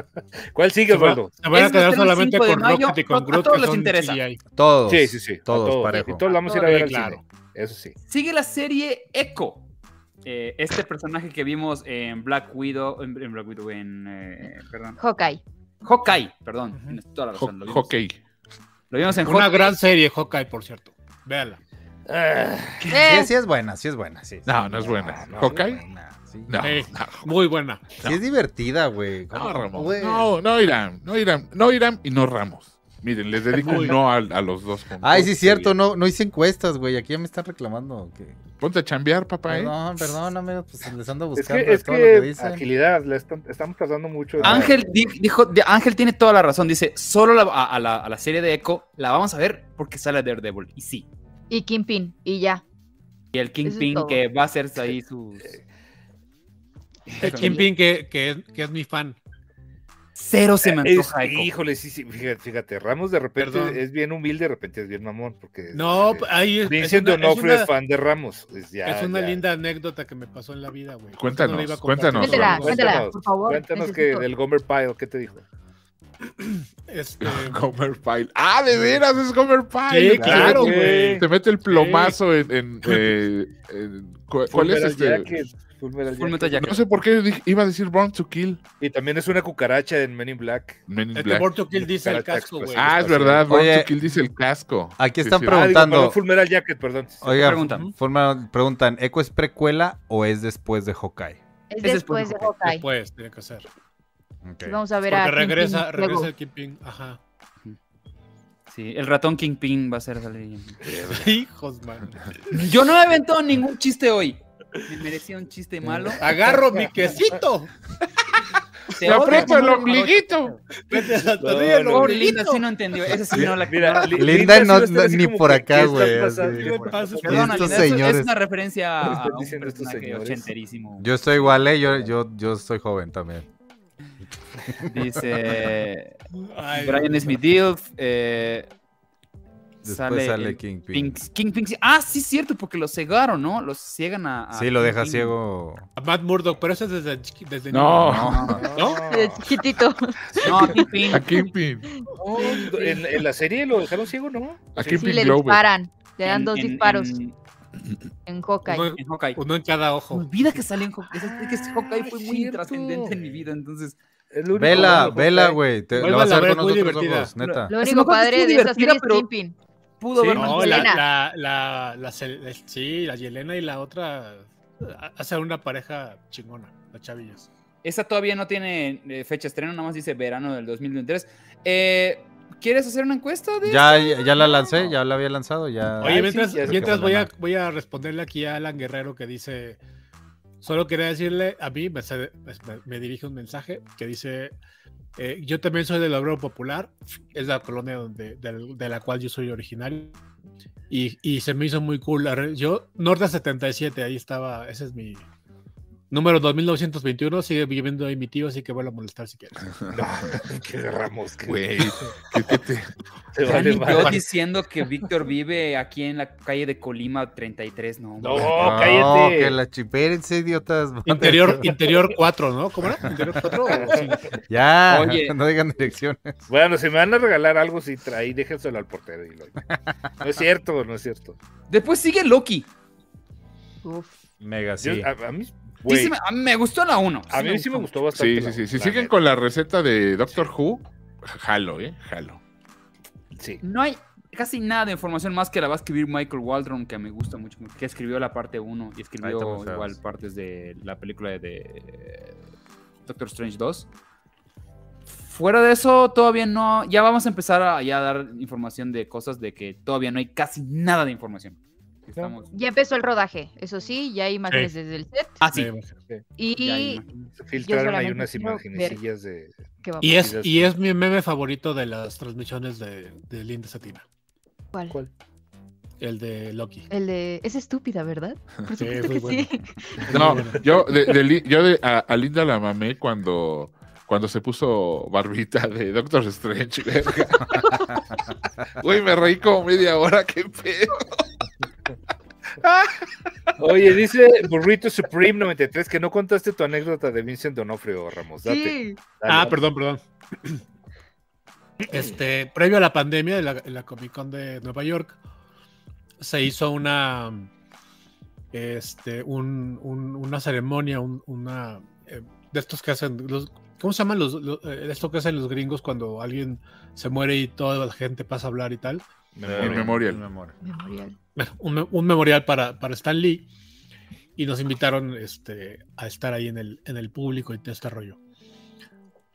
I: ¿Cuál sigue,
G: Se va-
I: Osvaldo?
G: se van a
E: Ese
G: quedar
E: estreno
G: solamente
E: 5 de
G: con
E: mayo,
G: Rocket y con
E: a
G: Groot,
E: todos
G: que
E: les
G: son
E: interesa.
G: CGI.
D: Todos.
I: Sí, sí, sí. a
D: Todos, parejo.
I: Y todos la vamos a ir a
G: Ah, Sí,
I: ver al
G: claro.
I: cine. Eso sí.
E: Sigue la serie Echo. Eh, este personaje que vimos en Black Widow, en, en Black Widow, en, eh, perdón,
H: Hawkeye.
E: Hawkeye, perdón,
G: Ujú.
E: tienes toda la
F: jo-
E: razón, lo vimos,
F: hockey.
E: lo vimos en
G: Una
E: Hawkeye.
G: gran serie, Hawkeye, por cierto. Véala.
I: Ah,
H: Eh,
D: Sí, sí es buena, sí es buena, sí.
F: No, no es buena.
I: no,
F: ¿Hockey?
D: Buena, sí.
F: No,
G: Sí.
F: no.
G: Muy buena.
D: Sí es divertida, güey.
F: No, Ramón.
D: güey.
F: No, no Irán, no Irán, no Irán y no Ramos. Miren, les dedico un no a, a los dos. juntos.
D: Ay, sí es cierto, no, no hice encuestas, güey. Aquí ya me están reclamando. Que...
F: Ponte a chambear, papá. ¿eh?
D: Perdón, perdóname, pues les ando
I: Es
D: buscando
I: que, es
D: todo lo que
I: que
D: dicen.
I: agilidad, le están- estamos tardando mucho.
E: Ángel di- dijo, de- Ángel tiene toda la razón, dice, solo la- a, a la, a la serie de Echo la vamos a ver porque sale Daredevil, y sí,
H: y Kingpin. Y ya.
E: y el Kingpin
H: todo.
E: que va a hacer ahí sus...
G: El Eh, Kingpin, que, que, es- que es mi fan.
E: Cero se me
I: Es-
E: antoja Echo.
I: híjole, sí, sí, fíjate, fíjate, Ramos de repente
G: Perdón.
I: es bien humilde, de repente es bien mamón, porque
G: No,
I: este,
G: ahí es. es
I: Vincent
G: una- es
I: D'Onofrio
G: una-
I: es fan de Ramos. Es, ya,
G: Es una
I: ya.
G: linda anécdota que me pasó en la vida, güey.
F: Cuéntanos,
G: Yo no la iba a compartir.
F: cuéntanos,
H: Cuéntela,
F: Vamos,
H: cuéntela,
I: cuéntanos,
H: por favor.
I: Cuéntanos que
H: necesito.
I: del Gomer Pyle, ¿qué te dijo?
G: Este,
F: Gomer Pyle. Ah, de veras es Gomer Pyle.
G: sí, claro, güey.
F: Te mete el plomazo en. en, eh, en- cu- ¿Cuál es
I: Full Metal
F: este?
I: Jacket, Full Metal
E: Full Metal
I: Jacket.
E: Jacket.
F: No sé por qué di- iba a decir Born to Kill.
I: Y también es una cucaracha en Men in Black. Ah,
F: Men in
G: este
F: Black.
G: Born to Kill dice el casco, güey.
F: Ah, es verdad. Born
D: Oye,
F: to Kill dice el casco.
D: aquí están
I: Ah, digo,
D: Preguntando.
I: perdón, Full Metal Jacket, perdón.
F: Ah,
D: Oiga,
E: preguntan.
D: forma- preguntan, ¿Eco es precuela o es después de Hawkeye?
H: Es
E: Ese es
H: después de
E: Punisher.
H: Hawkeye.
G: Después, Pues, tiene que ser.
D: Ok.
H: Sí, Vamos a ver
G: Porque
H: a. Kingpin
G: regresa,
H: luego.
G: regresa el Kingpin. Ajá.
E: Sí, el ratón Kingpin va a ser salir.
G: Hijos, man.
E: Yo no he aventado ningún chiste hoy. Me merecía un chiste malo.
G: Agarro mi quesito.
E: Te
F: Le
E: odio,
F: aprieto el
E: chingada.
F: ombliguito.
G: Vete a la
I: No,
G: torre,
I: no,
E: Pobre
G: Lolita.
E: Linda, sí no entendió. Esa sí no la
I: Mira,
E: no-
I: Li-
D: Linda
I: sí
D: no-
I: va a estar
D: no-
I: así
D: ni
I: como
D: por
I: que,
D: acá,
I: ¿qué está
D: güey,
I: pasando?
D: así.
I: ¿Qué pasa?
E: Perdona,
D: estos
E: Linda, eso
D: señores.
E: Es una referencia a
I: están
E: un
I: diciendo estos
E: personaje
I: señores?
E: ochenterísimo.
D: Yo estoy igual, ¿eh? Yo, yo, yo soy joven también.
E: Dice
G: Ay,
E: Brian Smith Dilf, eh,
D: Después
E: Sale
D: sale,
E: el
D: Kingpin.
E: Pink- Kingpin. Ah, sí, cierto, porque lo cegaron, ¿no? Los ciegan a. a
D: Sí, lo
E: ah,
D: deja
E: Kingpin.
D: ciego.
G: A Matt Murdock, pero eso es desde, chiqui- desde
F: No.
G: niño.
H: De chiquitito.
E: No, a Kingpin.
F: A Kingpin.
I: No, en, en la serie lo dejaron ciego, ¿no?
F: A
I: Sí,
H: Sí,
F: Kingpin
H: le
F: Glover.
H: disparan. Le dan
E: En-
H: dos
E: en-
H: disparos
E: En,
H: en Hawkeye.
G: Uno,
E: en
D: Pues,
E: Hawkeye.
G: uno en cada ojo.
E: Olvida que salió en Hawkeye. Es que ese
D: Ah,
E: Hawkeye fue muy
I: cierto.
E: intrascendente en mi vida, entonces.
I: El único
D: Vela,
I: bueno,
D: vela,
I: Hawkeye.
D: güey. Te- La
G: Vuélvala
D: vas
G: a
D: a ver
G: ver,
D: con
G: muy
D: otros
G: divertida.
D: ojos, neta.
H: Lo
E: Así
H: único
E: me acuerdo que
H: padre
E: estuvo
H: de esa serie
E: divertida,
H: es
E: pero-
H: Kingpin.
E: pudo
G: Sí,
E: haber
G: no,
E: matado
G: la,
H: Yelena.
G: la, la, la, Sel- la- sí, la Yelena y la otra ah, hacen una pareja chingona, las chavillas.
E: Esa todavía no tiene eh, fecha de estreno, nada más dice verano del 2023. Eh, ¿Quieres hacer una encuesta de
D: Ya, ya, ya la lancé, ya la había lanzado, ya.
G: Oye,
I: Ay,
G: mientras,
I: sí, ya sé
G: mientras
I: que
G: voy, a,
I: van
G: voy a responderle aquí a Alan Guerrero que dice, solo quería decirle, a mí me, se- me- me dirige un mensaje que dice, eh, yo también soy del obrero popular, es la colonia donde, del- de la cual yo soy originario, y, y se me hizo muy cool. la re- Yo, Norte 77, ahí estaba, ese es mi... Número 2921, sigue viviendo ahí mi tío, así que vuelvo a molestar si quieres.
I: Qué Ramos, que
F: Güey, ¿qué- qué te-
I: te
E: Ya
I: vale
E: ni
I: madre.
E: yo diciendo que Víctor vive aquí en la calle de Colima 33, no.
I: No,
E: hombre.
D: No,
I: Oh, cállate.
D: que la chipérense, idiotas.
G: Interior, interior 4, ¿no? ¿Cómo era? ¿Interior 4 o 5?
D: Ya,
E: Oye.
D: no digan direcciones.
I: Bueno, si me van a regalar algo, si traí, déjenselo al portero. y lo- No es cierto, no es cierto.
E: Después sigue Loki.
H: Uf.
D: Mega,
I: Yo-
D: sí.
I: a, a mí,
E: Sí,
I: güey,
E: sí me, a mí me gustó la 1.
I: a mí sí me gustó bastante.
F: Sí,
I: la-
F: sí, sí. Si
I: la
F: siguen
I: neta.
F: con la receta de Doctor Who, jalo, ¿eh? Jalo.
I: Sí.
E: No hay casi nada de información más que la va a escribir Michael Waldron, que me gusta mucho, que escribió la parte 1 y
D: Ahí
E: escribió
D: estamos,
E: igual
D: sabes.
E: partes de la película de, de Doctor Strange 2. Fuera de eso, todavía no. Ya vamos a empezar a, ya a dar información de cosas de que todavía no hay casi nada de información. Estamos
H: Ya empezó el rodaje, eso sí, ya hay imágenes desde el set.
E: así.
G: Eh,
H: Y,
E: Ah, Ya hay imágenes.
I: Se filtraron ahí
H: solamente
I: unas
H: quiero ver.
I: imagenecillas de.
H: ¿qué vamos?
G: Y es, y es mi meme favorito de las transmisiones de, de Linda Sativa,
H: ¿Cuál?
I: ¿Cuál?
G: el de Loki.
H: El de. Es estúpida, ¿verdad? Por
G: Sí,
H: supuesto
G: muy
H: que
G: bueno.
H: sí.
F: No, yo, de, de Li- yo de- a, a Linda la mamé cuando, cuando se puso barbita de Doctor Strange. verga. Güey, me reí como media hora, qué pedo.
I: Oye, dice Burrito Supreme 93 que no contaste tu anécdota de Vincent Donofrio, Ramos. Date.
H: Sí.
I: dale.
G: Ah, perdón, perdón. Este, previo a la pandemia de la, en la Comic Con de Nueva York, se hizo una, este, un- un- una ceremonia, un- una eh, de estos que hacen los, ¿cómo se llaman los, los- eh, esto que hacen los gringos cuando alguien se muere y toda la gente pasa a hablar y tal?
F: El memorial.
H: Memorial.
G: bueno, un, me- un memorial para, para Stan Lee y nos invitaron este, a estar ahí en el, en el público y todo este rollo.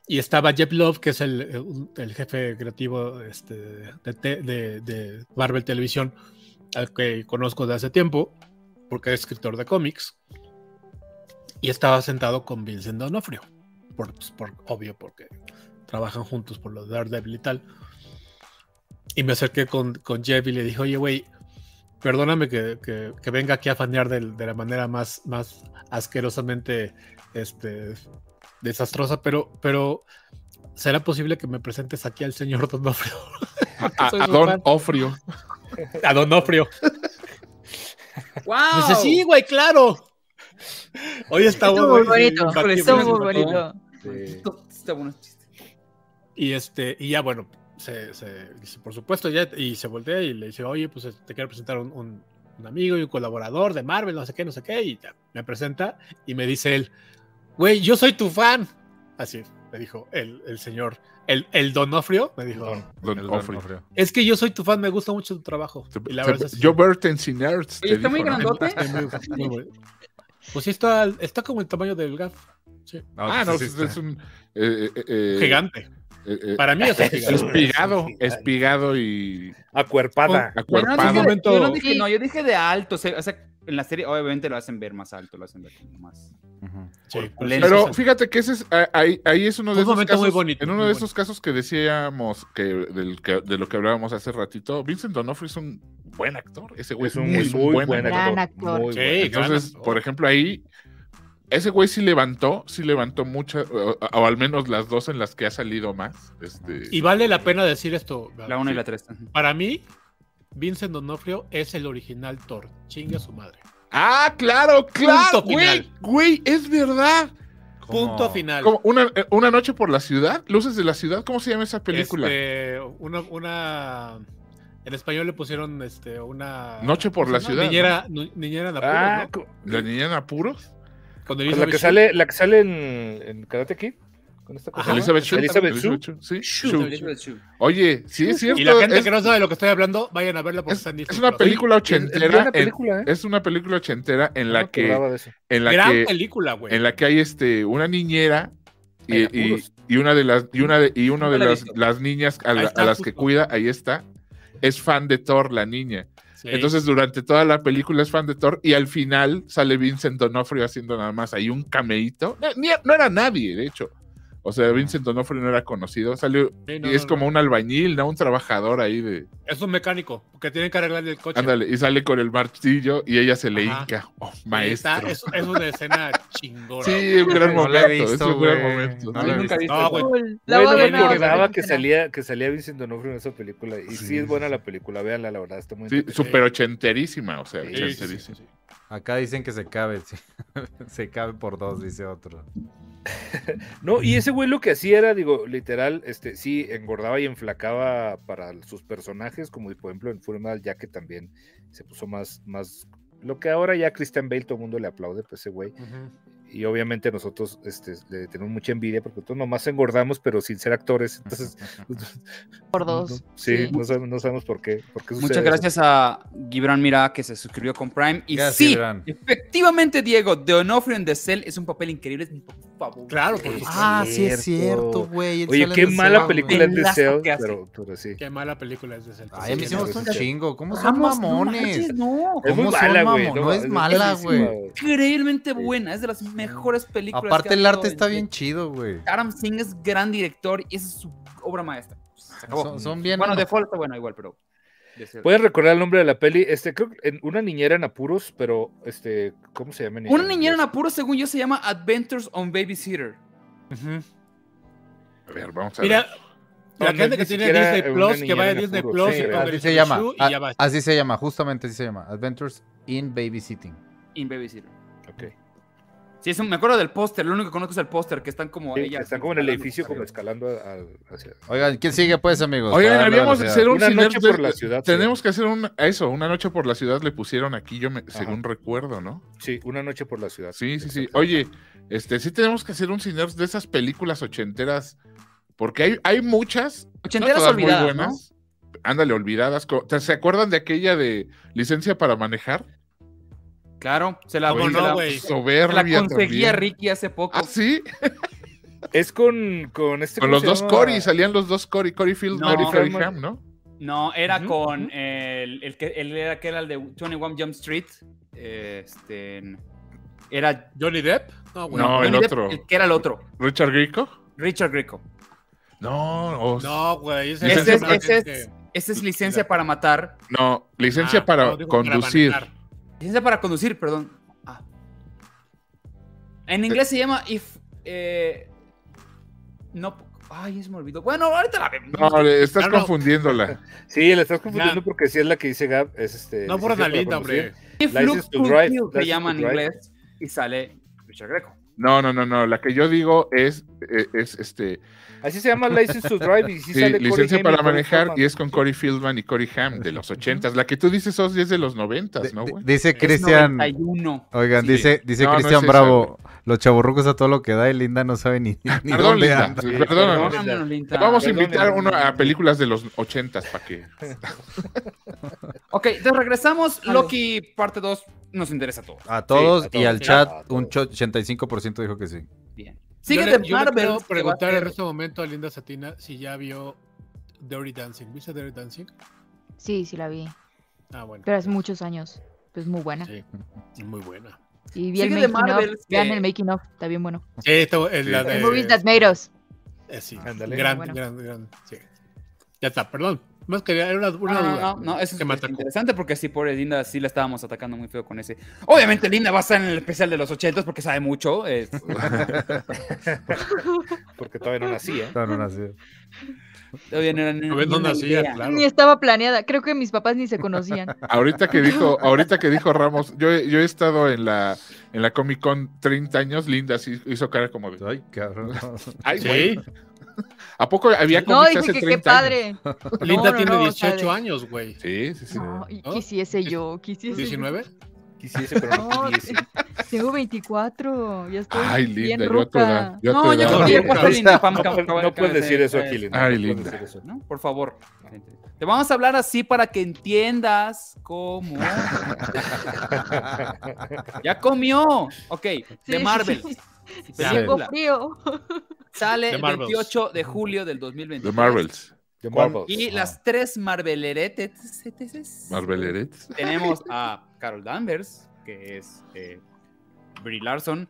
G: Y estaba Jeff Love, que es el, eh, un- el jefe creativo este, de, te- de- de Marvel Televisión, al que conozco de hace tiempo, porque es escritor de cómics. Y estaba sentado con Vincent D'Onofrio, por, pues, por- obvio, porque trabajan juntos por lo de Daredevil y tal. Y me acerqué con, con Jeff y le dije, oye, güey, perdóname que, que- que venga aquí a fanear del- de, la manera más, más asquerosamente este, desastrosa, pero, pero ¿será posible que me presentes aquí al señor Donofrio?
F: A, a- a Don Ofrio.
G: A Donofrio.
E: ¡Wow!
G: Me Dice, sí, Pues güey, claro. Hoy está
H: Estuvo
G: bueno,
H: muy bonito,
G: impactable.
H: estuvo
E: me
H: muy
E: mató.
H: bonito.
I: Sí.
E: Esto- Está bueno el chiste.
G: Y este, y ya bueno, se, se- dice, por supuesto, ya, y se voltea y le dice, oye, pues este, te quiero presentar un, un- un amigo y un colaborador de Marvel, no sé qué, no sé qué, y ya, me presenta y me dice él, güey, yo soy tu fan. Así me dijo el, el señor, el, el Donofrio, me dijo,
F: Don Ofrio.
G: es que yo soy tu fan, me gusta mucho tu trabajo.
F: Se-
G: Y la
F: se-
G: verdad es así.
F: Joe Burton sin Nerds.
E: Oye,
F: te
E: está muy
F: dijo, ¿no? Eh,
E: grandote.
G: Sí, muy- muy bueno. Pues sí, está, está como el tamaño del GAF. sí.
F: Ah, no, es, es un. eh, eh, eh,
G: Gigante.
F: eh, eh,
G: Para mí es un gigante.
F: espigado, espigado y
I: Acuerpada.
E: Yo no,
F: acuerpado.
E: dije, de- yo no
G: momento-
E: dije- no, yo dije de alto. O sea, o sea, en la serie obviamente lo hacen ver más alto, lo hacen ver como más.
G: Sí,
F: Pero fíjate que ese es, ah, ahí, ahí es uno de
G: Un
F: esos
G: momento muy
F: casos,
G: bonito,
F: en uno
G: muy
F: de esos casos que decíamos que, del que- de lo que hablábamos hace ratito, Vincent D'Onofrio es un buen actor, ese güey
I: Es un
F: muy,
I: muy,
F: buen,
I: buen
F: actor.
I: actor.
H: Gran actor.
I: Muy
G: Sí,
I: buen actor.
F: Entonces, por ejemplo, ahí ese güey sí levantó, sí levantó muchas o, o al menos las dos en las que ha salido más, este
G: Y vale la pena decir esto.
E: La 1 y la 3.
G: Para mí, Vincent Donofrio es el original Thor. Chinga su madre.
F: Ah, claro, claro,
G: Punto
F: güey,
G: final.
F: güey, es verdad.
G: Punto final.
F: Como una, eh, una noche por la ciudad, Luces de la ciudad, ¿cómo se llama esa película?
G: Este, una, una. En español le pusieron este, una.
F: Noche por la
G: ¿no?
F: ciudad.
G: Niñera, nu- niñera en apuros,
I: Ah,
G: ¿no?
I: co-
F: ¿no? La niña en apuros.
I: con
G: Con
I: la que
G: Elizabeth
I: sale, la que sale en, en Karate Kid. Con esta cosa.
G: Ajá.
F: Elizabeth Shue.
I: Elizabeth Shue.
F: Shue, Sí. Shue.
E: Elizabeth Shue.
F: Oye, sí es
G: Shue.
F: cierto.
G: Y la gente
F: es,
G: que no sabe de lo que estoy hablando, vayan a verla porque
F: es-
G: están
F: es una película ochentera.
I: buena
F: en-
I: película, ¿eh?
F: es una película ochentera en la
I: No me acordaba
F: que
I: de eso.
F: en la
G: Gran
F: que
G: película, güey.
F: en la que hay este una niñera y,
I: En
F: y-
I: apuros.
F: y y una de las y una de y una
E: No
F: de
E: la he
F: las,
E: visto.
F: las niñas a, la-
G: Ahí está,
F: a las que
G: justo.
F: cuida ahí está es fan de Thor la niña
G: Sí.
F: entonces durante toda la película es fan de Thor y al final sale Vincent Donofrio haciendo nada más ahí un cameíto no, ni- no era nadie de hecho o sea Vincent Donofrio no era conocido salió
G: Sí, no,
F: y es
G: no, no.
F: como un albañil no un trabajador ahí de
G: Es un mecánico que tiene que arreglar el coche.
F: ándale y sale con el martillo y ella se le
G: Ajá.
F: hinca oh,
G: Ahí está,
F: maestro
G: es, es una escena chingona.
F: sí un gran
D: No
F: momento
D: la he
F: es
D: visto,
F: un gran
D: güey.
F: momento
D: No
F: sí.
D: la he
E: Nunca he
D: visto.
E: visto
G: No,
E: esa.
G: güey.
H: Cool. La
I: Güey, no
H: voy a
I: me
H: ver ahora.
I: acordaba que
H: Será.
I: salía, que salía Vincent Donofrio en esa película. Y sí,
F: Sí,
I: es buena
F: sí.
I: la película, véanla, la verdad, está muy
F: Sí,
I: entretenida.
F: súper ochenterísima, o sea,
I: Sí,
G: Sí, sí, sí,
F: ochenterísima.
G: sí.
D: Acá dicen que se cabe. sí. se cabe por dos, dice otro.
I: No, y ese güey lo que hacía era, digo, literal, este, sí, engordaba y enflacaba para sus personajes, como por ejemplo en Funeral, ya que también se puso más, más. Lo que ahora ya Christian Bale todo el mundo le aplaude, pues ese güey. Y obviamente nosotros este, le tenemos mucha envidia porque nosotros nomás engordamos, pero sin ser actores. Entonces,
H: Por dos.
I: sí,
H: Sí.
I: no sabemos, no sabemos por qué. por qué sucede
E: Muchas
I: eso.
E: gracias a Gibran Mira que se suscribió con Prime. Y
D: Gracias,
E: sí,
D: Gibran.
E: efectivamente, Diego, de Onofrio en The Cell es un papel increíble, es mi papel favorito.
G: Claro, por
I: Sí.
G: supuesto.
I: Ah, sí es cierto,
D: güey.
I: Oye, qué mala película es de
E: Pelazo
I: Cell,
E: que hace.
I: pero, pero sí.
G: Qué mala película es de Celta.
D: Ay, a mí
I: Sí,
D: sí me
I: la
D: gusta un
I: verdad.
D: chingo. ¿Cómo son
E: Vamos, Ah, no
D: mamones?
E: manches, no.
I: Es muy
D: ¿Cómo son
I: mala, güey.
D: mamón? No es mala, güey.
I: malísima,
E: Increíblemente buena, es de las mejores películas. que
D: Aparte,
E: ha
D: el arte
E: habido
D: está
E: en-
D: bien chido, güey.
E: Adam Singh es gran director y esa es su obra maestra. Se acabó.
D: Son, son bien.
E: bueno, Default está bueno igual, pero. The Cell.
I: ¿Puedes recordar el nombre de la peli? Este, creo que en- una niñera en apuros, pero este, ¿cómo se llama? en
E: Una
I: inglés?
E: niñera en apuros, según yo, se llama Adventures on Babysitter.
F: A ver, vamos a
G: Mira,
F: ver.
G: la
I: No, no
G: gente
I: es
G: que
I: ni
G: tiene
I: siquiera
G: Disney
I: una
G: Plus, que
I: niñera
G: vaya a
I: en
G: Disney
I: apuros.
G: Plus
D: Sí,
G: y ponga
D: así
G: el
D: se llama.
G: Shushu y ya
D: A-
G: basta.
D: Así se llama, justamente así se llama. Adventures in Babysitting.
E: In Babysitter.
I: Ok.
E: Sí, es un- me acuerdo del póster, lo único que conozco es el póster, que están como.
I: Sí,
E: ella-
I: Están como en el
E: escalando
I: edificio,
E: para
I: como
E: arriba.
I: escalando a- al- hacia.
D: Oigan, ¿quién sigue, pues, amigos?
F: Oigan,
D: Para darle
F: habíamos de
D: velocidad.
F: hacer un
I: Una
F: cine-
I: noche por la ciudad. sí.
F: Tenemos que hacer un, eso, una noche por la ciudad le pusieron aquí, yo me, según recuerdo, ¿no?
I: Sí, una noche por la ciudad.
F: Sí, sí, sí.
I: Exacto.
F: Oye, este, sí tenemos que hacer un cine de esas películas ochenteras, porque hay, hay muchas, no
E: Ochenteras
F: todas muy
E: olvidadas, ¿no?
F: Ándale, olvidadas. co- ¿te- ¿Se acuerdan de aquella de licencia para manejar?
E: Claro, se la,
G: ¿Cómo
E: se
G: no,
E: la-
G: güey?
E: se la
F: Soberbia
E: conseguí a
F: también.
E: Ricky hace poco.
F: ¿Ah, sí?
I: Es con, con este.
F: Con
I: ¿cómo
F: los
I: se
F: dos
I: llama?
F: Cory, salían los dos Cory, Cory Field,
E: No.
F: Cory Feldham, ¿no?
E: No, era
I: Ujú,
E: con
I: ujú.
E: el, el que él era que era el de 21 Jump Street. Este era
G: Johnny Depp. No, güey.
F: No, el
E: Johnny Depp,
F: otro.
E: el que era el otro,
F: Richard Grieco. Oh,
E: Richard Greco.
F: No, o- no,
G: No, güey. Ese,
E: Ese es,
G: una
E: ese es-
G: gente-
E: ese es licencia para matar,
F: licencia
G: Ah,
F: para
G: no, dijo
F: conducir.
G: manejar.
E: licencia para conducir, perdón. Ah. En inglés se llama if eh, no ay, ya se me olvidó. Bueno, ahorita la vemos.
F: no, le- estás
G: No, no.
F: confundiéndola.
I: Sí, la estás confundiendo
G: Nah.
I: porque sí es la que dice Gab. Es este,
G: No por
I: licencia
G: una
I: para
G: linda,
I: conducir.
G: hombre.
E: If
I: License
E: Looks
I: to
E: Could
I: Drive,
E: Kill se
I: License
E: llama en
I: to Drive.
E: inglés y sale Richard Greco.
F: No, no, no, no. La que yo digo es, eh, es este,
I: Así se llama License to Drive. Y
F: sí,
I: sí, sale Corey
F: licencia
I: Haim y
F: para
I: Corey
F: manejar
I: Feldman.
F: y es con Cory Fieldman y Cory Ham de los ochentas. La que tú dices Oz, es de los noventas,
D: D-
F: ¿no,
D: d-
F: güey?
D: Dice
E: Es
D: Cristian.
E: Mm. 91.
D: Oigan,
F: Sí.
D: dice, dice
F: No, no es
D: Cristian
F: esa,
D: Bravo, los chaburrucos a todo lo que da y Linda no sabe ni, ni
F: Perdón,
D: dónde
F: Linda.
D: anda.
I: Sí,
F: Perdónanos.
I: perdón, Linda.
E: Vámonos, Linda.
F: Te Vamos a
I: Perdón,
F: invitar a
I: Linda.
F: uno a películas de los ochentas para que.
E: Ok, entonces regresamos. Loki parte 2 nos interesa a todos.
D: A todos
I: Sí, a
D: y
I: todos.
D: al
I: Sí, a
D: chat,
I: todos.
D: un cho- 85% dijo que sí.
E: Bien.
G: Yo
E: Sigue
G: le,
E: de
G: yo le
E: Marvel.
G: quiero
E: que va a
G: preguntar
E: ser-
G: en este momento a Linda Satina si ya vio Dirty Dancing. ¿Viste Dirty Dancing?
H: Sí, sí la vi.
G: Ah, bueno.
H: Pero hace muchos años. Pues muy buena.
G: Sí. Muy buena.
H: Y vi el
E: Sigue de
H: making
E: Marvel, este.
H: of. Vean
E: que-
H: el making of. Está bien bueno.
G: Sí, esta- es la
F: Sí.
G: de...
H: The movies that made us.
G: eh, sí.
I: Ándale.
G: Gran,
H: Bueno.
G: gran, gran. sí. Ya está, perdón. Más quería, era una, una
E: No, no,
G: duda.
E: no, no, eso
G: Que me
E: es
G: atacó.
E: interesante porque sí, pobre Linda, sí la estábamos atacando muy feo con ese. Obviamente Linda va a estar en el especial de los 80 porque sabe mucho. es-
I: Porque todavía no nacía.
D: No, ¿eh? no, no, sí.
E: todavía no era ni-
G: A ver,
E: ni
G: no
E: una
G: nacía,
E: idea.
G: claro.
H: Ni estaba planeada. Creo que mis papás ni se conocían.
F: Ahorita que dijo, ahorita que dijo Ramos, yo, he- yo he estado en la, en la Comic Con 30 años, Linda sí hizo cara como de.
D: Ay, cabrón.
F: Ay, güey.
G: Sí.
F: ¿A poco había
H: No,
F: cómics
H: dije
F: hace
H: que
F: 30
H: qué
F: años?
H: padre.
G: Linda
H: no,
G: tiene
H: no, o sea,
G: 18
H: de-
G: años, güey.
F: Sí, sí, sí.
H: No, y
G: ¿No?
H: quisiese yo, quisiese. yo.
G: ¿19?
I: Quisiese, pero no
H: No,
I: quisiese.
H: tengo 24. Ya estoy.
F: Ay,
H: bien
F: linda, yo a tu
H: ruca.
F: edad. yo a tu
E: No, ya
F: edad.
E: no, ya pasó
G: No,
E: Linda Pam,
I: No,
E: cab- cab-
I: no puedes
E: cab-
I: decir eso
E: eh,
I: aquí, Linda.
F: Ay,
I: no puedes
F: Linda.
I: decir eso.
E: ¿no? Por favor. Te vamos a hablar así para que entiendas cómo. ya comió. Ok,
H: Sí,
E: de
H: sí,
E: Marvel.
H: sí.
D: Ya.
H: Tengo
E: Película.
H: frío.
E: Sale
G: The
E: el
G: Marvels.
E: 28 de julio del 2020.
F: The Marvels.
I: The
D: ¿Cuál?
I: Marvels.
E: Y las tres Marveleretes. eteses.
F: Marvelerettes.
E: Tenemos a Carol Danvers, que es eh, Brie Larson.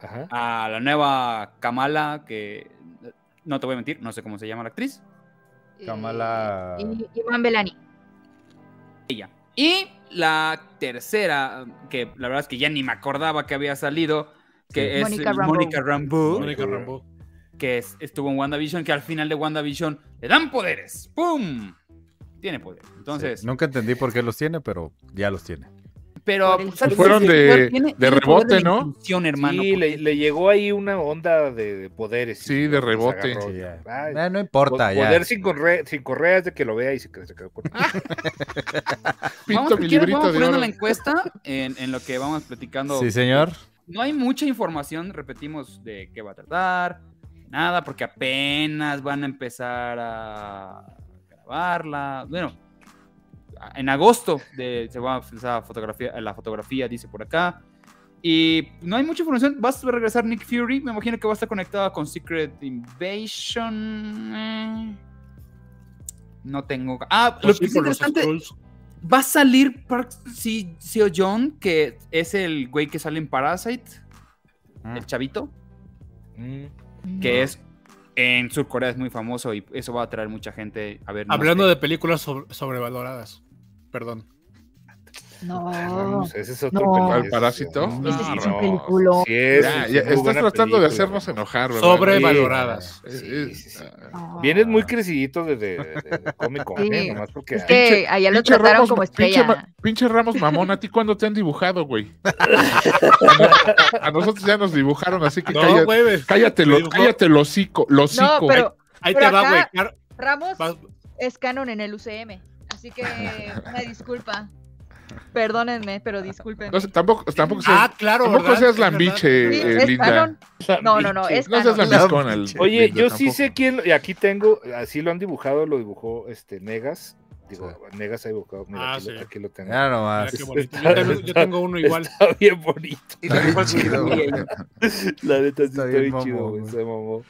I: Ajá.
E: A la nueva Kamala, que no te voy a mentir, no sé cómo se llama la actriz.
D: Kamala-
H: Y, Eh, y Iván Belani.
E: Y la tercera, que la verdad es que ya ni me acordaba que había salido, que es
H: Mónica
E: eh,
H: Rambeau.
E: Mónica Rambeau,
G: Mónica Rambeau.
E: que es- estuvo en WandaVision, que al final de WandaVision le dan poderes. ¡Pum! Tiene poder. Entonces,
D: Sí, nunca entendí por qué los tiene, pero ya los tiene.
E: pero
H: Por el-
E: ¿sabes
F: Pues Fueron
E: qué?
F: de-
E: Tiene-
F: de
E: tiene
F: rebote,
E: poder de
F: ¿no?
E: inclusión, hermano.
I: Sí,
E: porque-
I: le, le llegó ahí una onda de, de poderes.
F: Sí, de rebote.
I: Los agarró.
D: Sí, ya.
I: Ay,
D: Eh, no
I: po-
D: importa, ya.
I: Pues Poder sin, corre- sin correas de que lo vea y se, que- se quedó con
F: Pinto
E: vamos,
F: mi
E: ¿quieres?
F: librito
E: vamos
F: de
E: poniendo
F: oro.
E: la encuesta en, en lo que vamos platicando.
D: Sí, señor.
E: No hay mucha información, repetimos, de qué va a tratar, nada, porque apenas van a empezar a grabarla. Bueno, en agosto de- se va a empezar fotografía, la fotografía, dice por acá. Y no hay mucha información. Va a regresar Nick Fury. Me imagino que va a estar conectada con Secret Invasion. eh. No tengo. Ah, lo que es
G: Por Pues los
E: interesante
G: Skrulls.
E: Va a salir Park Si- Seo Joon, que es el güey que sale en Parasite,
D: Mm.
E: el chavito,
I: Mm.
E: que es en Sur Corea es muy famoso y eso va a atraer mucha gente a ver. no
G: Hablando
E: sé.
G: de películas sobre- sobrevaloradas. Perdón.
H: No.
I: No, pues, ese es otro
H: No.
I: película.
F: ¿Al parásito?
I: Sí,
H: Ese Este sí es un
I: no.
H: peliculón.
I: Sí, es,
F: Ya,
I: es
F: ya,
I: muy
F: estás
I: buena
F: tratando de
I: película.
F: hacernos enojar, ¿verdad?
G: Sobrevaloradas.
F: Es-
I: Sí,
F: es-
I: sí, sí.
F: ah,
H: No.
I: Vienes muy crecidito de, de, de- de Comic Con,
H: Sí.
I: ¿eh? Nomás porque...
H: Es que allá lo
F: pinche
H: trataron
F: Ramos-
H: como
F: pinche ma-
H: estrella.
F: pinche Ramos Mamón, ¿a ti cuándo te han dibujado, güey? a nosotros ya nos dibujaron, así que
G: No,
F: cállate,
G: güey. güey.
F: cállate, lo,
G: Dibujó-
F: cállate el hocico, el
H: No,
F: hocico.
H: pero
G: Ahí
H: pero
G: te va,
H: acá-
G: güey. Car-
H: Ramos
G: vas-
H: es canon en el UCM. Así que una disculpa. Perdónenme, pero disculpen.
F: No sé, tampoco, tampoco seas,
G: Ah, claro,
F: tampoco
G: ¿verdad?
F: seas
G: Es verdad.
F: lambiche,
H: Sí,
F: eh,
H: es
F: linda.
H: canon. No, no, no, es
F: No seas
H: canon.
F: lambiscona. el-
I: Oye,
F: linda,
I: yo sí
F: tampoco.
I: sé quién, lo- y aquí tengo, así lo han dibujado, lo dibujó este Negas. Digo, Negas ha dibujado, mira,
G: Ah,
I: aquí, lo-
G: sí.
I: aquí lo tengo.
D: Ya
G: Mira
F: ah,
D: nomás.
G: Ah, qué bonito. Yo tengo- Yo tengo uno igual.
I: Está bien bonito.
D: Está chido, güey.
I: La neta sí
D: Está
I: está
D: bien
I: bien
D: mamón,
I: chido, güey.
D: güey.
I: Se mamó.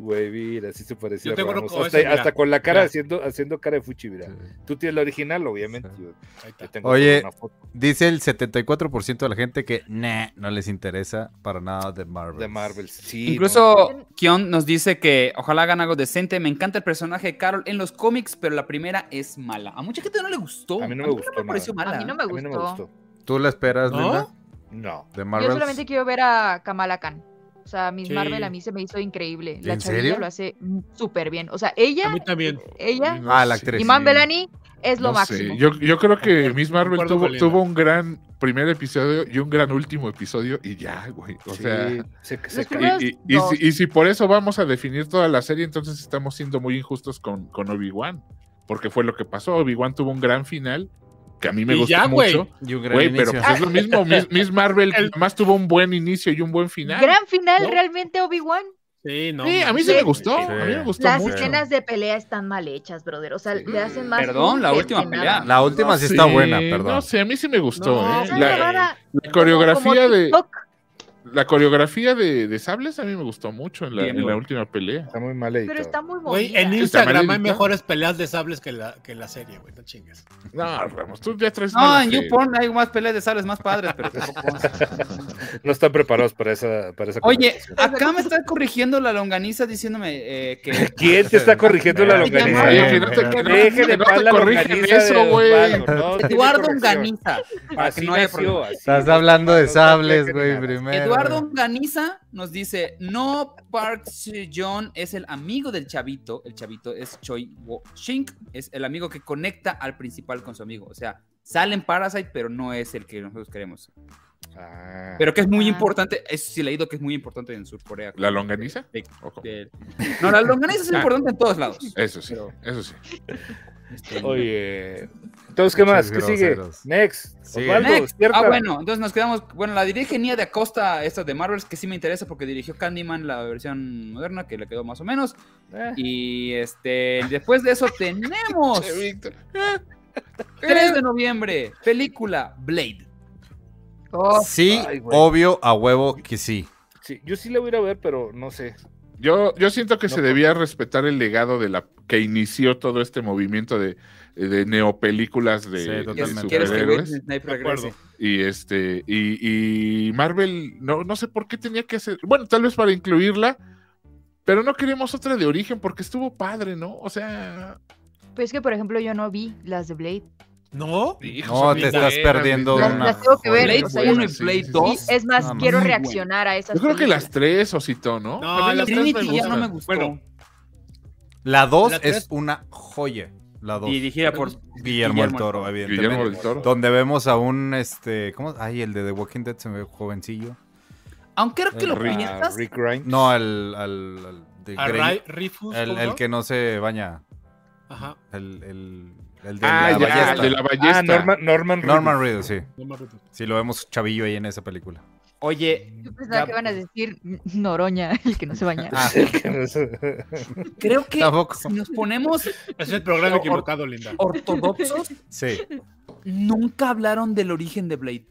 I: Güey, mira, así se parecía
G: Yo
I: a
G: tengo uno
I: Ramos.
G: como
I: Hasta,
G: ese, mira.
I: hasta con la cara
G: Mira.
I: haciendo, haciendo cara de fuchi, mira. Tú tienes la original, obviamente. Yo,
G: Ahí está.
I: yo tengo
D: Oye.
I: una foto
D: Dice el 74% de la gente que nah, no les interesa para nada de Marvel.
I: de Marvel. Sí,
E: Incluso Kion nos dice que ojalá hagan algo decente. Me encanta el personaje de Carol en los cómics, pero la primera es mala. A mucha gente no le gustó.
I: A mí no me gustó nada.
E: pareció mala.
H: A mí
I: no.
H: no me
I: A mí no me
H: gustó.
I: gustó.
D: ¿Tú la esperas,
G: ¿No?
D: Linda?
I: No.
D: De
H: Yo
D: Marvel.
H: solamente quiero ver a Kamala Khan. O sea, Miss
G: Sí.
H: Marvel a mí se me hizo increíble. La
D: ¿En
H: chavilla
D: serio?
H: lo hace súper bien. O sea,
G: A
H: ella,
G: mí también.
H: ella
D: Ah, la actriz.
H: y
D: Imán
H: Man Belani es lo
F: No sé,
H: máximo.
F: Yo, yo creo que Miss Marvel
G: Concuerdo
F: tuvo,
G: con Linda.
F: tuvo un gran primer episodio y un gran último episodio y ya, güey. O
I: Sí,
F: sea, y-
I: se, se
H: Los
I: ca-
H: primeros-
F: y, y
H: dos.
F: si, y si por eso vamos a definir toda la serie, entonces estamos siendo muy injustos con, con Obi-Wan, porque fue lo que pasó. Obi-Wan tuvo un gran final que a mí me
G: Y
F: gustó
G: ya, güey.
F: mucho.
D: Y un gran
F: Güey, pero
D: inicio.
F: pues es lo mismo. Miss, Miss Marvel
G: El-
F: más tuvo un buen inicio y un buen final.
H: Gran final,
F: ¿No?
H: realmente, Obi-Wan.
G: Sí, no.
F: Sí, a mí
G: mames.
F: sí me
H: Sí.
F: gustó.
D: Sí.
F: A mí me gustó
H: Las
F: mucho.
H: escenas de pelea están mal hechas, brother. O sea,
F: Sí.
H: le hacen más.
E: Perdón, la
H: bullying
E: última
H: que nada.
E: pelea.
D: La última sí,
F: No
D: está
F: sé,
D: buena, perdón.
F: No sé, a mí sí me gustó.
G: No,
F: ¿eh?
H: Está
F: La-
H: grabada
F: la
H: como-
F: coreografía
H: como
F: de,
H: TikTok.
F: La coreografía de, de sables a mí me gustó mucho en la,
E: Bien,
F: en la
E: güey.
F: última pelea.
I: está muy mal editado.
H: Pero está muy
G: Güey,
H: movida.
G: en
F: Está mal
G: Instagram hay
F: editado.
G: mejores peleas de sables que la, que la serie, güey. No chingues.
F: No, Ramos, tú ya traes.
E: No,
F: mala
E: en
F: fe.
E: YouPorn hay más peleas de sables más padres, pero tampoco.
I: No están preparados para esa, para esa
E: Oye,
I: conversación.
E: acá me está corrigiendo la longaniza diciéndome eh, que
I: ¿Quién te está corrigiendo la
E: Ay, ya,
I: longaniza?
E: madre.
F: Oye, que no te, que no-
I: Deje
F: que
I: de
F: no
I: paz
F: te
I: la
F: corrigen
I: longaniza
F: eso,
I: de
F: güey.
I: Osvaldo, no, tiene
E: Eduardo
I: corrección.
E: Onganiza. Para que
I: Así
E: no haya
I: nació,
E: problema.
I: así.
D: Estás hablando de
I: No, no, no,
D: sables,
I: no,
D: güey,
I: no,
D: primero.
E: Eduardo Onganiza nos dice: No, Park Seo-joon es el amigo del chavito. El chavito es Choi Wo Shink, es el amigo que conecta al principal con su amigo. O sea, salen Parasite, pero no es el que nosotros queremos.
I: Ah.
E: Pero que es muy
H: Ah.
E: importante, eso sí he leído que es muy importante en Sur Corea.
F: ¿La longaniza?
E: De-
F: Ojo.
E: de- No, la longaniza es
F: Ah.
E: importante en todos lados.
F: Eso sí,
E: Pero-
F: eso sí.
E: Este,
I: Oye. Entonces, ¿qué más? ¿Qué
D: Muchos
I: sigue?
D: groseros.
I: Next.
D: Sigue.
I: Osvaldo,
E: Next.
I: cierta.
E: Ah, bueno, entonces nos quedamos. Bueno, la dirige Nia de Acosta, esta de Marvels, que sí me interesa porque dirigió Candyman, la versión moderna, que le quedó más o menos.
I: Eh,
E: Y este, después de eso tenemos
F: Che, Víctor.
E: 3 de noviembre, película Blade.
H: Oh,
D: Sí,
I: Ay, güey.
D: obvio, a huevo que sí.
I: sí, yo sí la voy a ir a ver, pero no sé.
F: Yo, yo siento que
I: No,
F: se debía respetar el legado de la que inició todo este movimiento de, de neopelículas de,
D: Sí,
F: de
E: ¿Quieres,
D: totalmente.
E: quieres que
F: superhéroes.
E: Wesley Snipes
G: De acuerdo.
E: regrese?
F: Y este, y, y Marvel, no, no sé por qué tenía que hacer, bueno, tal vez para incluirla, pero no queríamos otra de origen porque estuvo padre, ¿no? O sea,
H: Pero Pues es que, por ejemplo, yo no vi las de Blade.
G: ¿No?
F: hijo,
D: No,
F: son
D: te
F: bien
D: estás
F: buenas,
D: perdiendo
F: bien
D: una.
F: buenas.
H: Las tengo que ver,
E: Blade
H: o sea,
E: 1 y
F: sí, sí,
E: Blade
F: sí.
E: 2.
H: Es más,
D: Nada más.
H: quiero
E: Muy buena.
H: reaccionar a esas
F: Yo creo que las
H: películas.
F: tres, Osito, ¿no?
G: No,
F: A mí
G: las
F: tres me
E: Trinity ya no
F: gustan.
E: me gustó.
I: Bueno,
D: La 2
G: La
D: es
G: tres.
D: una joya. La 2. Guillermo,
E: Dirigida por
D: el Toro, evidentemente.
F: Guillermo del Toro.
D: Donde vemos a un este. ¿Cómo? Ay, el de The Walking Dead se me ve jovencillo.
E: Aunque creo que
F: Ah,
E: lo
D: Rick.
E: piensas.
I: Ah, Rick Grimes.
D: No, al. al, al de
G: A
D: Grey-
G: Ray- Rifus.
D: el,
G: ¿cómo
D: el
G: no?
D: que no se baña.
G: Ajá.
D: El, el, el de
F: Ah, ya,
D: la ballesta.
F: el de la ballesta.
I: Ah, Norman, Norman Reedus.
D: Norman Reedus, sí.
G: no me acuerdo.
D: Sí, lo vemos chavillo ahí en esa película.
E: Oye,
H: Yo pensaba
E: Ya,
H: que van a decir Noroña, el que no se baña.
D: Ah,
E: creo que
D: Tampoco.
E: si nos ponemos
G: Es el programa
E: Or-
G: equivocado, Linda.
E: ortodoxos,
D: sí.
E: nunca hablaron del origen de Blade.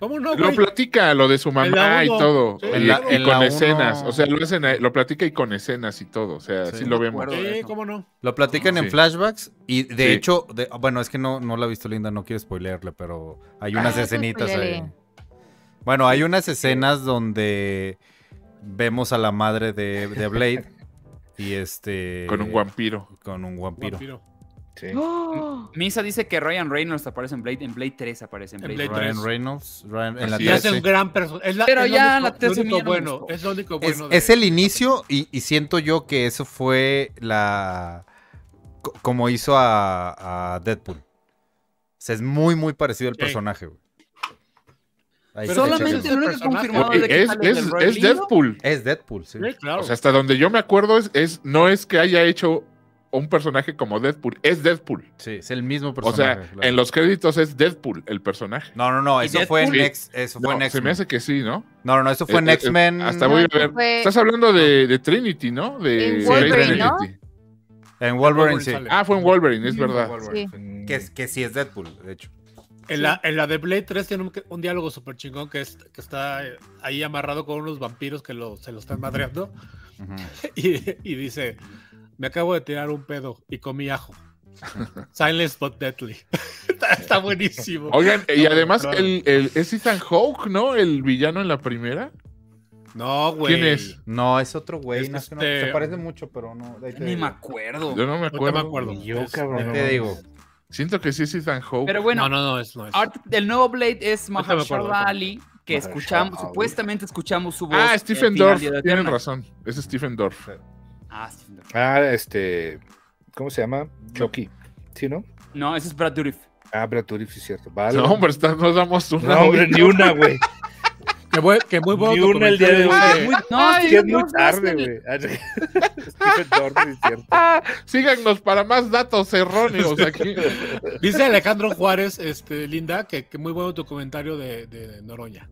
G: ¿Cómo no,
F: Lo
G: güey?
F: platica lo de su
G: En la
F: mamá y
G: uno.
F: todo.
G: Sí,
F: y,
G: en la-
F: y
D: en la
F: con
D: uno.
F: escenas. O sea, lo, hacen ahí- lo platica y con escenas y todo. O sea,
D: Sí.
F: sí, lo vemos.
E: acuerdo.
G: Sí, ¿cómo no?
D: Lo platican
F: Sí.
D: en flashbacks y de
F: Sí.
D: hecho, de- bueno, es que no, no la ha visto Linda, no quiero spoilearle, pero hay unas
H: Ah, tú
D: escenitas ahí.
H: spoileale.
D: Bueno, hay unas escenas donde vemos a la madre de, de Blade y este...
F: Con un vampiro.
D: Con un vampiro.
G: Vampiro.
I: Sí.
H: ¡Oh!
E: Misa dice que Ryan Reynolds aparece en Blade, en Blade 3 aparece en
G: En
E: Blade.
G: Blade.
D: Ryan
G: Tres.
D: Reynolds, Ryan- en la
F: Así
G: Y
D: tres,
G: es
F: es,
D: sí.
G: un gran personaje. Es la-
E: Pero
G: es lo
E: ya
G: único-
E: la
G: lo
E: tercera
G: único
E: ya no me
G: bueno.
E: gustó.
G: Es lo único
D: Es,
G: bueno.
D: es
G: de-
D: el inicio y, y siento yo que eso fue la... co- como hizo a, a Deadpool. O sea, es muy, muy parecido el
G: Sí.
D: personaje, güey. Ahí
G: Pero
D: se echa
E: Solamente
G: sí,
D: el-
E: el único
G: personaje.
E: confirmado
G: Oye,
E: de que
F: es,
E: sale
F: es,
E: del Roy
F: es
E: Lindo.
F: Deadpool.
D: Es Deadpool, sí.
G: Sí, claro.
F: O sea, hasta donde yo me acuerdo, es, es, no es que haya hecho un personaje como Deadpool. Es Deadpool.
D: Sí, es el mismo
F: O
D: personaje.
F: sea,
D: claro.
F: en los créditos es Deadpool el personaje.
D: No, no, no, eso
E: ¿Y
D: fue en
F: Deadpool?
D: X, eso fue
F: No,
D: en
F: se me
D: X-Men.
F: hace que sí, ¿no?
D: No, no, no, eso fue en
F: Eh, eh,
D: X-Men.
F: Hasta voy a ver.
H: fue-
F: Estás hablando de, de Trinity, ¿no? De
H: Eh, En
D: Wolverine,
F: Trinity.
H: ¿no?
D: En Wolverine, sí.
G: sale.
F: Ah, fue en Wolverine, es verdad.
H: Sí.
D: Que, es- que sí es Deadpool, de hecho.
G: En la, en la de Blade 3 tiene un, un diálogo súper chingón que, es, que está eh, ahí amarrado con unos vampiros que lo, se lo están madreando.
D: Ujú.
G: Y, y dice: Me acabo de tirar un pedo y comí ajo. Silence but deadly. está, está buenísimo.
F: Oigan, y
G: No,
F: además
G: claro.
F: el, el- es Ethan Hawke, ¿no? El villano en la primera.
G: No, güey.
F: ¿Quién es?
D: No, es otro güey.
G: Es
D: no, es que no-
G: este-
D: se parece mucho, pero no. ahí te
E: Ni me
D: digo.
E: acuerdo.
F: Yo no me
G: No te
F: acuerdo.
G: me acuerdo.
I: Yo,
G: Es-
I: cabrón.
D: Ahí te digo.
F: Siento que sí es Ethan Hawke.
E: Pero bueno,
G: No, no, no, es, no es.
E: art- el nuevo Blade es
G: me acuerdo, no
E: Mahershala
G: me
E: Ali, que
I: Mahershala
E: escuchamos,
I: Ali.
E: supuestamente escuchamos su voz.
F: ah,
E: en
F: Stephen
E: Final
F: Dorff.
E: Día de la
F: Tienen
E: Eterna.
F: razón. Es Stephen Dorff.
E: Ah, Stephen Dorff.
I: Ah, este. ¿Cómo se llama? Chucky. ¿Sí, no?
E: No, ese es Brad Dourif.
I: Ah, Brad Dourif, sí, cierto. Vale.
F: No, hombre, está- nos damos una.
I: No, hombre, ni una, güey.
G: Que, buen- que muy bueno.
I: Ni una el día de
G: documental,
I: hoy.
G: güey.
E: Ah,
I: Es que es muy
E: No, Stephen Dorff no es
I: tarde,
E: el-
I: güey. Ah, Stephen Dorff, sí, cierto.
F: Ah, síganos para más datos erróneos aquí.
G: Dice Alejandro Juárez, este, Linda, que, que muy bueno tu comentario de, de Noroña.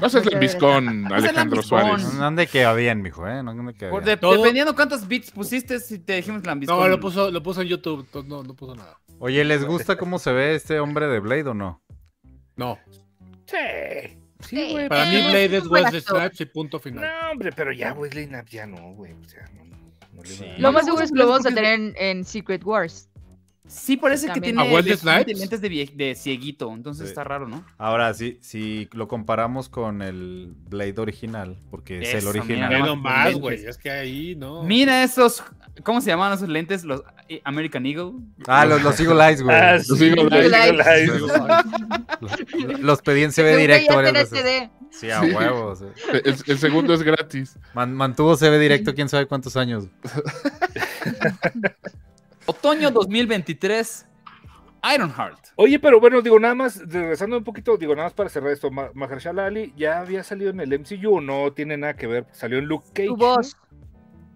F: No seas
H: muchas gracias.
F: lambiscón, Alejandón
E: lambiscón.
F: Suárez.
D: No ande queda bien, mijo, ¿eh? No ande queda
E: Por
D: bien.
E: de-
G: Todo-
E: Dependiendo cuántos beats pusiste, si te dijimos la ambición.
G: No, lo puso, lo puso en YouTube, to- no, no puso nada.
D: Oye, ¿les gusta cómo se ve este hombre de Blade o no?
G: No.
I: Sí.
H: Sí,
I: Sí, güey.
G: Para
H: sí,
G: mí,
H: es
G: Blade
H: un
G: es
H: buen
G: Wesley
H: actor.
G: Snipes y punto final.
I: No, hombre, pero ya Wesley Snipes ya no, güey. O sea, no, no le
D: Sí.
I: va a-
H: Lo más
E: No,
H: seguro es que
E: no,
H: lo vamos a
E: porque-
H: tener en, en Secret Wars.
E: Sí, parece que
H: También.
E: tiene
G: ¿A Wesley
E: de-
G: Snipes?
E: de lentes de, vie- de cieguito, entonces
D: Sí.
E: está raro, ¿no?
D: Ahora, sí, si lo comparamos con el Blade original, porque es el
E: Eso,
D: original.
E: mira,
G: Ve
E: no,
G: nomás,
E: no,
G: güey.
E: no.
G: Es que ahí, no.
E: Mira esos, ¿cómo se llamaban esos lentes? Los eh, American Eagle.
D: Ah, los, los Eagle Eyes, güey.
I: Ah,
D: Los-
I: sí,
F: Eagle
I: los Eagle Eyes.
D: los, los pedí en CB
H: Según
D: directo
H: ya este
D: varias
H: está en
D: veces.
H: SD.
D: Sí, a
F: Sí.
D: huevos. eh.
F: El, el segundo es gratis.
D: Man- mantuvo CB directo quién sabe cuántos años.
E: Otoño 2023, Ironheart.
I: Oye, pero bueno, digo, nada más, regresando un poquito, digo, nada más para cerrar esto, Ma- Mahershala Ali ya había salido en el MCU, o no tiene nada que ver, salió en Luke Cage.
H: Tu voz.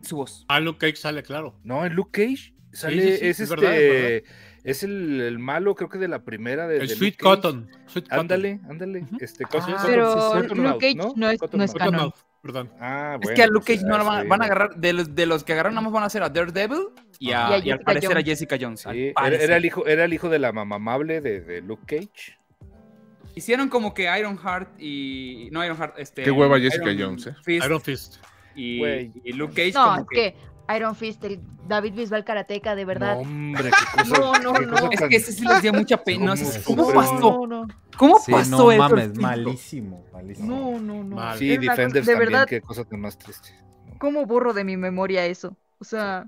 E: Su voz.
G: Ah, Luke Cage sale, claro.
I: No, en Luke Cage sale,
G: sí, sí,
I: es
G: es
I: este,
G: verdad, es
I: es el, el malo, creo que de la primera de
G: El
I: de
G: Sweet
I: Luke Cage.
G: Cotton. Sweet Cotton.
I: Ándale, ándale, este, ¿cómo se llama?
E: Ah,
H: Pero
I: Cottonmouth,
H: Luke Cage no es- no es
I: Cottonmouth.
H: canon.
G: Cottonmouth, perdón.
I: Ah,
E: es
I: bueno,
E: que a Luke
I: pues,
E: Cage no lo
I: ah,
E: van,
I: sí,
E: van
I: bueno.
E: a agarrar, de los, de los que agarraron nada más van a ser a Daredevil y, a-
H: Y a
E: y al
H: Jessica
E: parecer a
H: Jones.
E: Jessica Jones. al
I: Sí, era-
E: parecer.
I: era, el hijo, era el hijo de la mamá amable de, de Luke Cage.
E: Hicieron como que Ironheart y... No, Ironheart, este...
F: Qué hueva Jessica
E: Iron
F: Jones, eh.
E: Fist
G: Iron Fist.
E: Y,
I: Güey.
E: y Luke Cage
H: No,
E: como
H: es que Iron Fist, el David Bisbal Karateka, de verdad.
I: No, hombre, qué cosa.
H: No, no,
I: qué
H: no.
I: cosa
E: Es
I: tan-
E: que ese sí les dio mucha pena. no
I: ¿Cómo-
E: sé,
I: cómo
E: ¿Cómo,
I: fue?
E: pasó? ¿Cómo
D: Sí,
E: pasó
D: no
E: el
D: mames,
E: conflicto?
D: malísimo, malísimo.
H: No, no, no.
G: Mal.
I: Sí,
H: Era una cosa-
I: Defenders
H: de
I: también,
H: verdad,
I: qué cosa tan más triste.
H: ¿cómo borro de mi memoria eso? O sea,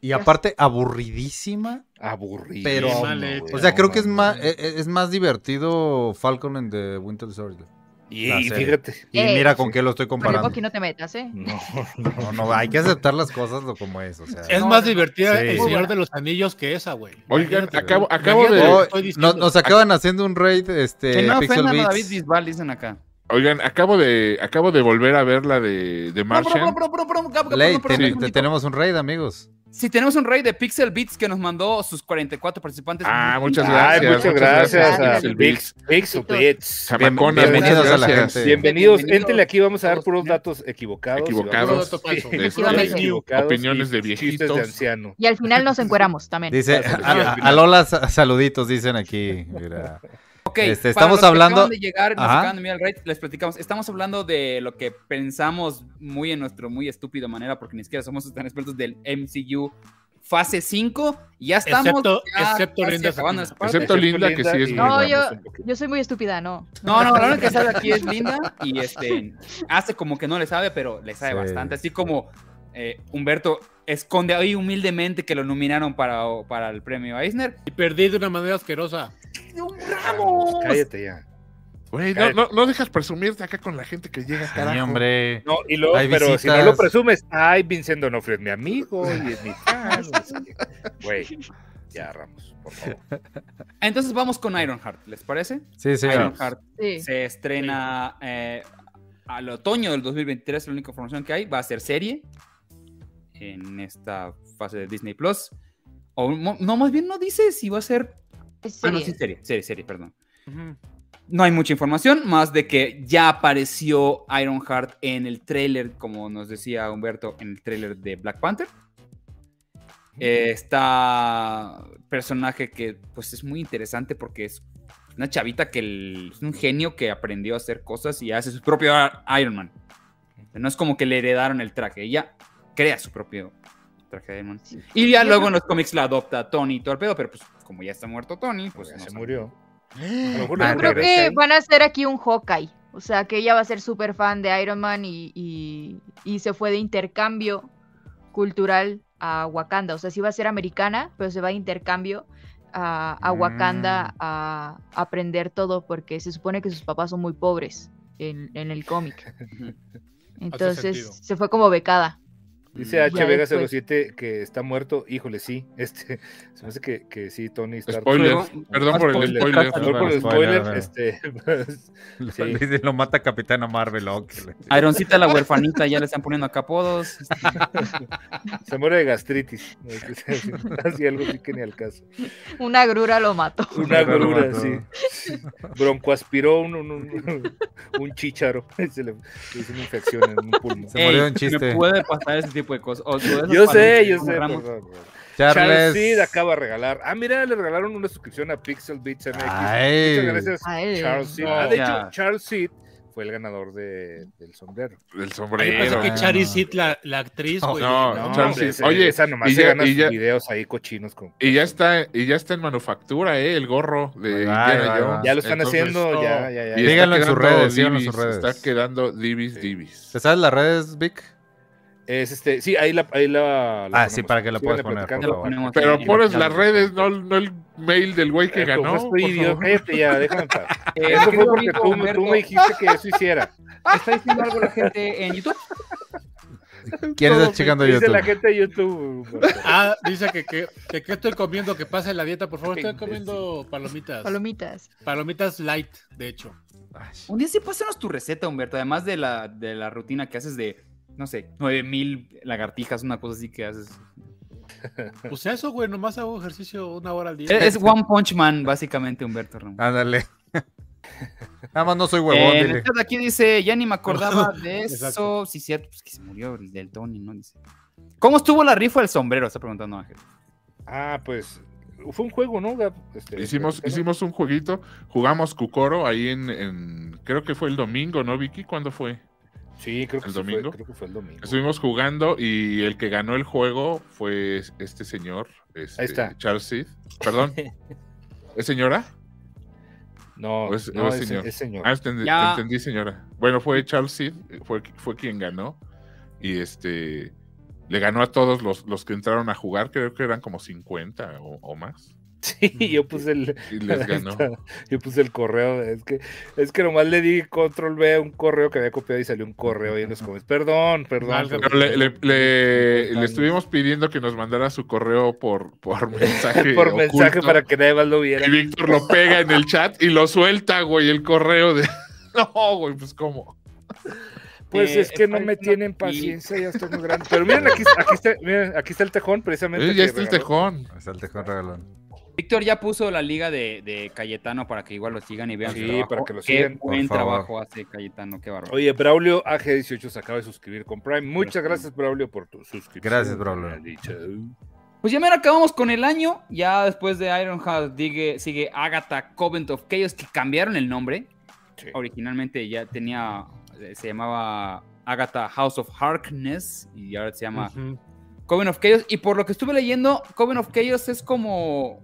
D: Y aparte, aburridísima.
I: Aburrido.
D: Pero-
I: no,
G: Mal
I: güey,
G: hecho.
D: O sea,
I: no
D: creo que es
I: mames.
D: más, e- e- es más divertido Falcon en The Winter Soldier.
I: Y,
D: la
I: y
D: serie.
I: fíjate.
D: Y
H: Eh,
D: mira con
I: sí.
D: qué lo estoy
H: Conejo,
D: comparando.
H: aquí no te metas, ¿eh?
I: No,
D: No, no, hay que aceptar las cosas lo como es. O sea,
G: Es
H: No,
G: más
H: no.
G: divertida
D: Sí.
G: El
D: Muy
G: Señor
H: buena.
G: de los Anillos que esa, güey.
F: Oigan,
G: Imagínate,
F: acabo-
G: güey.
F: acabo
G: Imagínate
F: de-
G: lo que
D: Oh,
G: estoy diciendo.
D: no- nos acaban haciendo un raid este,
E: Que no
D: Pixel
E: ofendan a
D: Beats.
E: David Bisbal, dicen acá.
F: Oigan, acabo de, acabo de volver a ver la de, de Martian.
D: Ley, te-
F: sí.
D: te- tenemos un raid, amigos.
E: Si tenemos un rey de Pixel Beats que nos mandó sus 44 participantes.
F: Ah, muchas
I: Ay,
F: gracias.
I: muchas gracias,
H: gracias,
I: a
F: El
I: Vix,
F: Vix.
I: Vix o Vix.
F: Chamaconas,
I: Bien-
F: muchas
D: bienvenidos a la
F: gracias.
D: gente.
I: Bienvenidos,
E: Bienvenidos.
I: éntele aquí, vamos a dar puros
E: Todos.
I: datos equivocados. y vamos a-
G: Todo
F: Equivocados.
G: esto falso.
I: Sí.
F: Este,
H: Efectivamente.
I: equivocados
F: opiniones
I: y
F: de
I: chistes de
F: viejitos.
I: anciano.
H: Y al final nos encueramos también.
D: Dice,
I: Ah, sí,
D: a,
I: sí.
D: a Lola sa- saluditos, dicen aquí. Mira.
E: Ok,
D: Este,
E: para
D: estamos
E: los que
D: hablando-
E: acaban de llegar, nos
D: Ajá.
E: acaban de enviar el raid, les platicamos. Estamos hablando de lo que pensamos muy en nuestro muy estúpido manera, porque ni siquiera somos tan expertos del MCU fase 5. Ya estamos.
G: Excepto-
E: ya
G: excepto
E: casi
G: Linda
E: acabando
G: Sarina.
E: esa parte.
F: Excepto Linda, que sí es
I: y-
F: muy
H: No,
F: buena.
H: yo-
I: vamos un poquito.
H: Yo soy muy estúpida, no.
E: No, no, la única que sabe aquí es Linda y este hace como que no le sabe, pero le sabe
D: Sí.
E: bastante. Así como eh, Humberto esconde ahí humildemente que lo nominaron para, para el premio Eisner.
G: Y perdí de una manera asquerosa.
I: Cállate ya.
F: Güey, no, no, no dejas presumirte acá con la gente que llega,
D: Sí,
F: carajo.
D: hombre.
I: No, y luego,
D: Hay
I: pero si no
D: visitas.
I: lo presumes, ay, Vincent Donofrio es mi amigo y es mi fan. no sé qué. Güey, ya, Ramos, por favor.
E: Entonces vamos con Ironheart, ¿les parece?
D: Sí, sí.
E: Ironheart
H: Sí.
E: se estrena eh, al otoño del 2023, la única información que hay. Va a ser serie en esta fase de Disney Plus. O mo- no, más bien no dice si va a ser.
H: Es
E: Ah, no, sí,
H: serie.
E: serie, serie, serie, perdón. No hay mucha información, más de que ya apareció Ironheart en el tráiler, como nos decía Humberto, en el tráiler de Black Panther. Eh, está personaje que pues es muy interesante porque es una chavita que el- es un genio que aprendió a hacer cosas y hace su propio Ar- Iron Man. No es como que le heredaron el traje, ella crea su propio traje de Iron Man.
H: Sí.
E: Y ya
H: Yo
E: luego
H: creo-
E: en los cómics la adopta Tony y todo el pedo, pero pues como ya está muerto Tony, pues
I: Pues
E: no
I: se
E: sabe.
I: murió.
D: Ah,
H: Yo creo que van a hacer aquí un Hawkeye. O sea, que ella va a ser súper fan de Iron Man y, y- y se fue de intercambio cultural a Wakanda. O sea, sí va a ser americana, pero se va de intercambio a, a Wakanda
D: Mm.
H: a aprender todo porque se supone que sus papás son muy pobres en, en el cómic.
E: Ujú.
G: sentido.
H: Entonces se fue como becada.
I: Dice H.
H: Mm. Ya
I: Vega
H: después.
I: 07 que está muerto. Híjole, sí. Este, se me hace que, que sí, Tony Stark.
F: Spoiler.
E: Luego-
F: Perdón por el
I: Spoiler.
F: spoiler.
I: Perdón por el spoiler.
D: Spoiler,
I: Este, Sí.
D: Dice, lo mata Capitana Marvel. oh, que le-
E: Ironcita la huerfanita, ya le están poniendo acá apodos.
I: se muere de gastritis. Así algo así que ni al caso.
H: Una grura lo mató.
I: Una
D: Claro,
I: grura,
D: mató.
I: sí. Broncoaspiró un, un, un, un chícharo. Se le le hizo una infección en un pulmón.
D: Se murió
E: Ey,
D: un chiste.
E: Me puede pasar ese tipo de cosas. O tú eres
I: Yo
E: fan
I: sé,
E: de
I: yo
E: Ramos
I: sé.
E: Ramos.
I: perdón, perdón.
D: Charles.
I: Charles Seed acaba de regalar. Ah, mira, le regalaron una suscripción a Pixel Beats MX.
D: Ay.
I: Muchas gracias,
H: Ay.
I: Charles Seed.
E: No,
I: Ah, de
E: ya.
I: hecho, Charles Seed fue el ganador de, del sombrero.
F: El
G: Ay,
I: pues
G: pensé
F: sombrero. Ah.
G: que
D: no,
G: Charizit, la, la actriz,
D: No,
G: güey.
F: no,
I: No,
F: Charles
I: hombre,
F: Seed.
I: ese-
F: Oye,
I: esa nomás
F: y
I: se
F: ya-
I: gana
F: y
I: sus
F: ya-
I: videos ahí cochinos. Con...
F: Y ya está, y ya está en manufactura, eh, el gorro de
D: Ahí
F: Indiana
D: va, ahí va.
E: Ah,
F: Jones.
I: Ya lo están
F: Entonces,
I: haciendo, ya, ya, ya.
F: y está
D: Síganlo en sus
F: quedando
D: redes, síganlo en
F: divis,
D: sus redes.
F: Está quedando divis, divis.
D: ¿Te sabes las redes, Vic?
I: Es este, sí, ahí la, ahí la, la
D: Ah, sí, para que la
I: Síganle
D: puedas poner,
I: platicando.
E: Ya lo ponemos
F: Pero
E: en- en
F: pones
E: el
F: las
E: chat.
F: redes, no, el- no el mail del güey que
I: Esto fue
F: ganó. por
I: estoy idiota,
F: favor.
I: cállate ya, déjame en paz.
E: Eh,
I: Eso fue
E: querido
I: porque
E: amigo
I: tú, me-
E: Humberto,
I: tú me dijiste que eso hiciera.
E: ¿Está diciendo algo la gente en YouTube?
D: ¿Quién
F: Todo
D: está checando
I: Dice
D: YouTube?
I: la gente de YouTube. Humberto.
G: Ah, dice que, que, que qué estoy comiendo, que pase la dieta, por favor.
I: Qué
G: Estoy
I: imbécil.
G: comiendo palomitas.
H: Palomitas.
G: Palomitas light, de hecho.
D: Ay,
E: Un día sí, pásanos tu receta, Humberto. Además de la, de la rutina que haces de, no sé, 9000 lagartijas, una cosa así que haces.
G: Pues eso, güey, nomás hago ejercicio una hora al día.
E: Es es One Punch Man, básicamente, Humberto
F: Ah,
E: Ramos.
D: Ándale. Nada más no soy huevón,
E: Eh, en
D: dile.
I: este-
E: el chat aquí dice, ya ni me acordaba de eso.
G: Exacto.
E: Sí, cierto, pues que se murió el del Tony, ¿no? Dice. ¿Cómo estuvo la rifa del sombrero? Está preguntando Ángel.
I: Ah, pues fue un juego, ¿no? Gab? Este,
F: Hicimos,
I: platícanos.
F: hicimos un jueguito, jugamos Cucoro ahí en, en- creo que fue el domingo, ¿no, Vicky? ¿Cuándo fue?
I: Sí, creo que,
F: ¿El
I: sí fue-
F: domingo?
I: creo que fue el domingo.
F: Estuvimos jugando y el que ganó el juego fue este señor, este,
I: Ahí está.
F: Charles Seed. Perdón. ¿Es señora?
I: No,
F: ¿O es-
I: no,
F: o es
I: es,
F: señor?
I: es señor.
F: Ah, entendí,
E: Ya.
F: entendí, señora. Bueno,
I: Mm.
F: fue Charles Seed, fue, fue quien ganó. Y este le ganó a todos los, los que entraron a jugar, creo que eran como 50 o, o más.
I: Sí, yo puse el,
F: Y les ganó.
I: yo puse el correo. Es que, es que nomás le di control B a un correo que había copiado y salió un correo ahí en los comentarios. Perdón, perdón.
G: Válgame.
F: Pero le, le- le- le
I: Válgame.
F: estuvimos pidiendo que nos mandara su correo por, por mensaje.
I: por mensaje
F: oculto.
I: para que nadie más lo viera.
F: Y Víctor lo pega en el chat y lo suelta, güey, el correo de. No, güey, pues cómo.
I: Pues
E: Eh,
I: es que no
E: está
I: me
E: diciendo
I: tienen
E: aquí-
I: paciencia, ya estoy muy grande. Pero miren, aquí, aquí está, miren, aquí está el tejón, precisamente.
F: Eh, ya
I: que
F: está el
I: regaló.
F: tejón.
D: Es el tejón regalón.
E: Víctor ya puso la liga de, de Cayetano para que igual lo sigan y vean
I: Sí,
E: su trabajo.
I: para que lo
E: Qué
I: sigan, por
E: buen
D: favor.
E: trabajo hace Cayetano, qué bárbaro.
I: Oye, Braulio AG18 se acaba de suscribir con Prime. Muchas gracias, Braulio, por tu suscripción.
D: Gracias, Braulio.
I: Ya dicho.
E: Pues ya mero acabamos con el año. Ya después de Ironheart digue- sigue Agatha Covent of Chaos, que cambiaron el nombre.
I: Sí.
E: Originalmente ya tenía, se llamaba Agatha House of Harkness y ahora se llama
G: Ujú.
E: Coven of Chaos. Y por lo que estuve leyendo, Coven of Chaos es como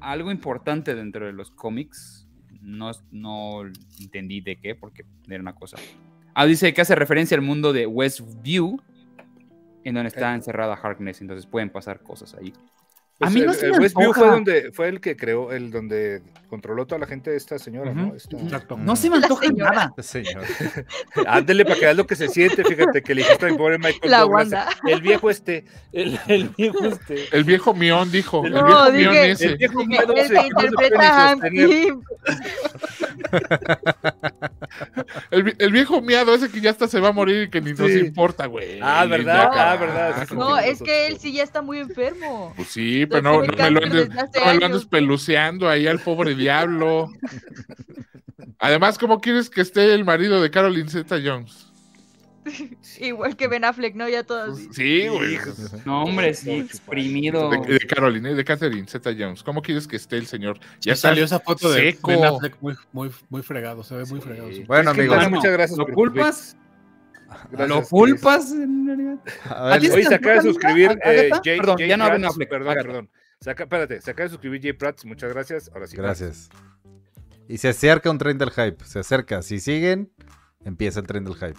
E: algo importante dentro de los cómics. No, es- no entendí de qué, porque era una cosa. Ah, dice que hace referencia al mundo de Westview, en donde está encerrada Harkness. Entonces pueden pasar cosas ahí.
I: Pues
E: a mí no
I: el-
E: se
I: el
E: me
I: Westview
E: antoja.
I: fue donde fue el que creó, el donde controló toda la gente de esta señora, ¿no?
E: Ujú,
I: Esta-
E: ujú.
G: Exacto.
D: Mm,
E: No se me
H: La
E: antoja
H: señora.
E: nada.
D: este Señor.
I: Ándele para que veas lo que se siente, fíjate que le dijiste al pobre Michael
H: La
I: Douglas,
H: Wanda.
I: El viejo este, el, el viejo este.
F: El viejo mión dijo.
I: El
F: El
I: no,
F: viejo
H: dije-
F: mión
I: El
F: ese.
I: viejo
H: El
I: miedo
H: que
I: ese que no se puede
H: interpreta
I: ni
H: a Hank
I: sostener.
H: Pym.
F: El, vi- el viejo miado ese que ya hasta se va a morir y que ni nos
I: Sí.
F: importa, güey.
I: Ah, ¿verdad?
F: Acá.
I: Ah, ¿verdad? Sí.
H: No, es que él sí ya está muy enfermo.
F: Pues sí, pero no, no me lo andes, no me lo andes peluceando ahí al pobre diablo. Además, ¿cómo quieres que esté el marido de Carolyn Zeta Jones?
H: Igual que Ben Affleck, ¿no? Ya todos.
F: Pues sí, güey.
I: Hijo de-
E: No, hombre, sí, exprimido.
F: De, de Carolyn, eh, de Catherine Zeta Jones. ¿Cómo quieres que esté el señor?
G: Ya salió esa foto de
F: seco.
G: Ben Affleck muy, muy, muy fregado, se ve muy fregado. su-
D: Bueno,
I: Es que
D: amigos.
I: tal- muchas gracias
E: ¿Lo
I: por-
E: culpas?
I: Gracias,
E: ¿Lo
I: Chris.
E: culpas? en realidad?
D: A ver,
E: ¿A ti
I: Oye, se
E: ¿Te
I: acaba de
E: antoja,
I: suscribir
E: Agatha?
I: eh, Jay,
E: Perdón,
I: Jay
E: ya no
I: Prats,
E: Ben Affleck,
I: Perdón,
E: Agatha.
I: perdón. Se aca- espérate, se acaba de suscribir Jay Prats. Muchas gracias. Ahora sí.
D: Gracias. Y se acerca un tren del hype. Se acerca. Si siguen, empieza el tren del hype.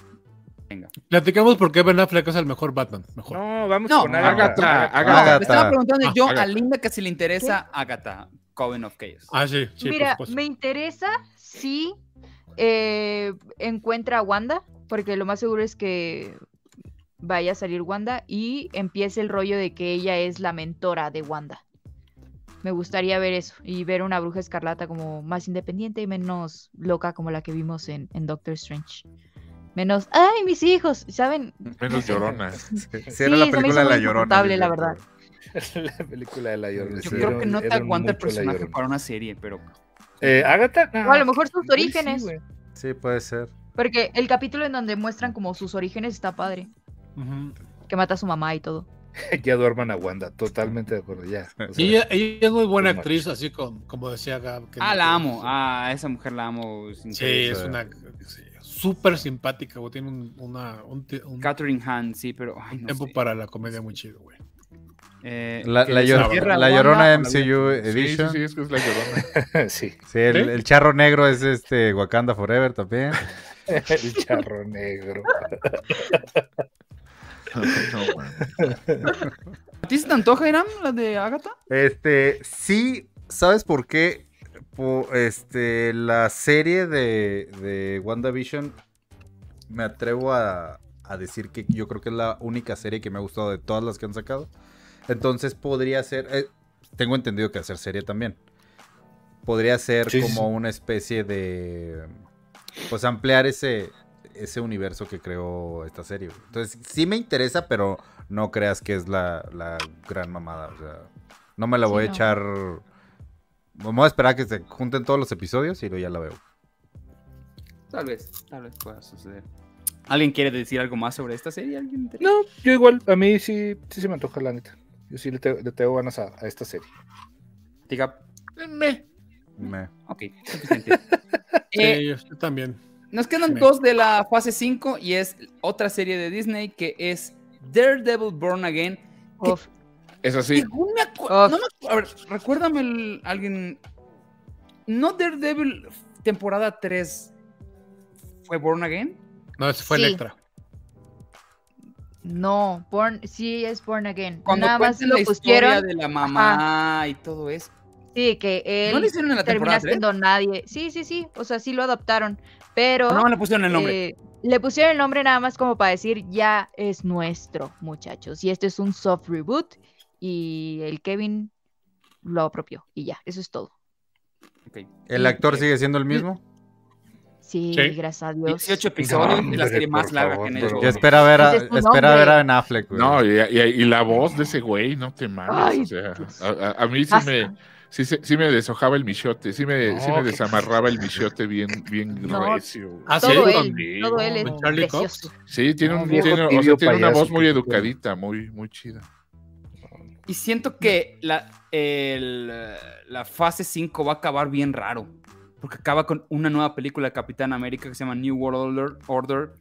G: Platicamos por qué Ben Affleck es el mejor Batman. Mejor.
I: No, vamos
E: No,
I: con Agatha.
F: Agatha,
E: No,
D: Ah, Agatha.
E: me estaba preguntando yo
F: Agatha.
E: a Linda que si le interesa Agatha, Coven of Chaos.
G: Ah, sí, sí, por
H: Mira,
G: supuesto.
H: me interesa si eh, encuentra a Wanda, porque lo más seguro es que vaya a salir Wanda y empiece el rollo de que ella es la mentora de Wanda. Me gustaría ver eso y ver una bruja escarlata como más independiente y menos loca como la que vimos en, en Doctor Strange. Menos, ¡ay, mis hijos! ¿Saben?
F: Menos llorona.
D: Si
H: Sí, se me hizo muy insoportable, la verdad.
I: La película de la Llorona.
E: Yo
I: Sí,
E: creo que
I: era-
E: no te
I: era
E: aguanta el
I: mucho La
E: personaje
I: Llorona.
E: para una serie, pero
I: Eh, Agatha.
H: O a lo mejor sus orígenes,
D: Sí, puede ser.
H: porque el capítulo en donde muestran como sus orígenes está padre,
G: Ujú.
H: que mata a su mamá y todo.
I: ya duerman a Wanda. Totalmente de acuerdo. Ya. O sea,
G: Y ella, ella es muy buena
I: Too much.
G: actriz, así con, como decía Gab. que
E: ah,
G: no-
E: la amo. Ah, esa mujer la amo. sin
G: Sí,
E: querer.
G: es una sí, súper simpática, güey. Tiene un, una, un, ti- un
E: Catherine Hahn, sí, pero ay, no
G: tiempo
E: sé.
G: para la comedia muy chido, güey.
E: Eh,
D: La,
E: que
D: la
E: les
D: llor-
E: entierra a
D: la
E: Wanda o
D: llorona
E: la
D: MCU
F: Sí, sí,
D: Edition. Sí,
F: sí, es que es la llorona.
I: sí.
D: el,
G: ¿Sí?
D: el charro negro es este Wakanda Forever también.
I: El charro negro.
F: No, man.
E: ¿A ti se te antoja, Iram, la de Agatha?
D: Este, sí, ¿sabes por qué? Po- este, la serie de, de WandaVision, me atrevo a, a decir que yo creo que es la única serie que me ha gustado de todas las que han sacado. Entonces podría ser, eh, tengo entendido que hacer serie también. Podría ser
I: Sí, sí,
D: como una especie de, pues ampliar ese, ese universo que creó esta serie. güey. Entonces sí me interesa, pero no creas que es la, la gran mamada. O sea, no me la
H: Sí,
D: voy a
H: no.
D: echar. Vamos a esperar a que se junten todos los episodios y luego ya la veo.
E: Tal vez, tal vez pueda suceder. ¿Alguien quiere decir algo más sobre esta serie? ¿Alguien te-
I: No, yo igual. A mí sí, sí se me antoja, la neta. Yo sí le, te- le tengo ganas a, a esta serie.
E: Diga,
F: Me.
D: Me-
E: ok, suficiente. Eh,
G: sí, yo también.
E: Nos quedan dos de la fase 5 y es otra serie de Disney que es Daredevil Born Again.
H: Uf,
F: Es así.
E: Según me acu-
H: Oh.
E: no me acu- a ver, recuérdame el- alguien. ¿No Daredevil temporada 3 fue Born Again?
G: No, eso fue
H: Sí.
G: Electra.
H: no, born, sí es born again.
E: Cuando
H: Nada más
E: cuentan
H: lo
E: la historia
H: pusieron.
E: de la mamá y todo eso.
H: Sí, que él
E: ¿No le hicieron en la temporada
H: termina
E: 3?
H: siendo nadie. Sí, sí, sí. O sea, sí lo adaptaron. Pero
E: No, le pusieron el nombre.
H: eh, le pusieron el nombre nada más como para decir ya es nuestro, muchachos. Y esto es un soft reboot. Y el Kevin lo apropió. Y ya, eso es todo.
E: Ok.
D: ¿El
H: eh,
D: actor sigue siendo el mismo?
H: Sí,
G: Sí.
H: gracias a Dios.
E: 18 episodios de la
I: hombre,
E: serie más
I: por
E: larga
I: favor,
E: que han
I: pero-
E: hecho. Pues.
D: Yo espera ver a,
H: Ese es un
D: espera ver
H: hombre.
D: a Ben Affleck, güey.
F: pues, No, y, y- y la voz de ese güey, no te mames.
H: Ay, Ah,
F: o sea, a, a- a mí sí
H: Basta.
F: me, sí, se- sí me deshojaba el michote, sí me, sí
I: No,
F: me
I: qué-
F: desamarraba el michote bien, bien
H: No.
F: recio. güey.
G: Ah, sí.
H: Todo
G: Con-
H: él,
F: Sí.
H: todo él es
G: con Charlie Cox.
H: precioso.
F: Sí, tiene,
I: No,
F: un,
I: viejo
F: tiene, o sea,
I: tibio
F: tiene una voz
I: payaso,
F: muy
I: qué
F: educadita, muy, muy chida.
E: Y siento que la, el, eh, la fase 5 va a acabar bien raro. Porque acaba con una nueva película de Capitán América que se llama New World Order. Order,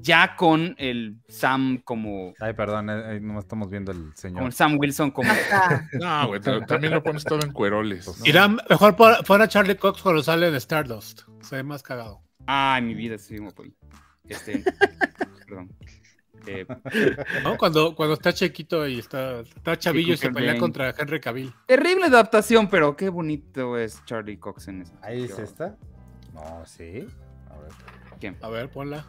E: ya con el Sam como.
D: Ay, perdón, eh, eh, nomás estamos viendo al
E: Con
D: señor.
E: el Sam Wilson como.
H: Ajá.
F: No, güey, ta- también lo pones todo en cueroles.
G: Irá mejor por- fuera Charlie Cox cuando sale en Stardust. Se ve más cagado.
E: Ay, mi vida, sí, me voy. Este. perdón. Eh,
G: ¿no? Cuando, cuando está chiquito y está, está chavillo y se
E: Cooper
G: pelea
E: Bane.
G: contra Henry Cavill.
E: terrible adaptación, pero qué bonito es Charlie Cox en esa.
D: Ahí es este.
E: Yo-
D: esta. No, sí. A ver.
G: A ver, ponla.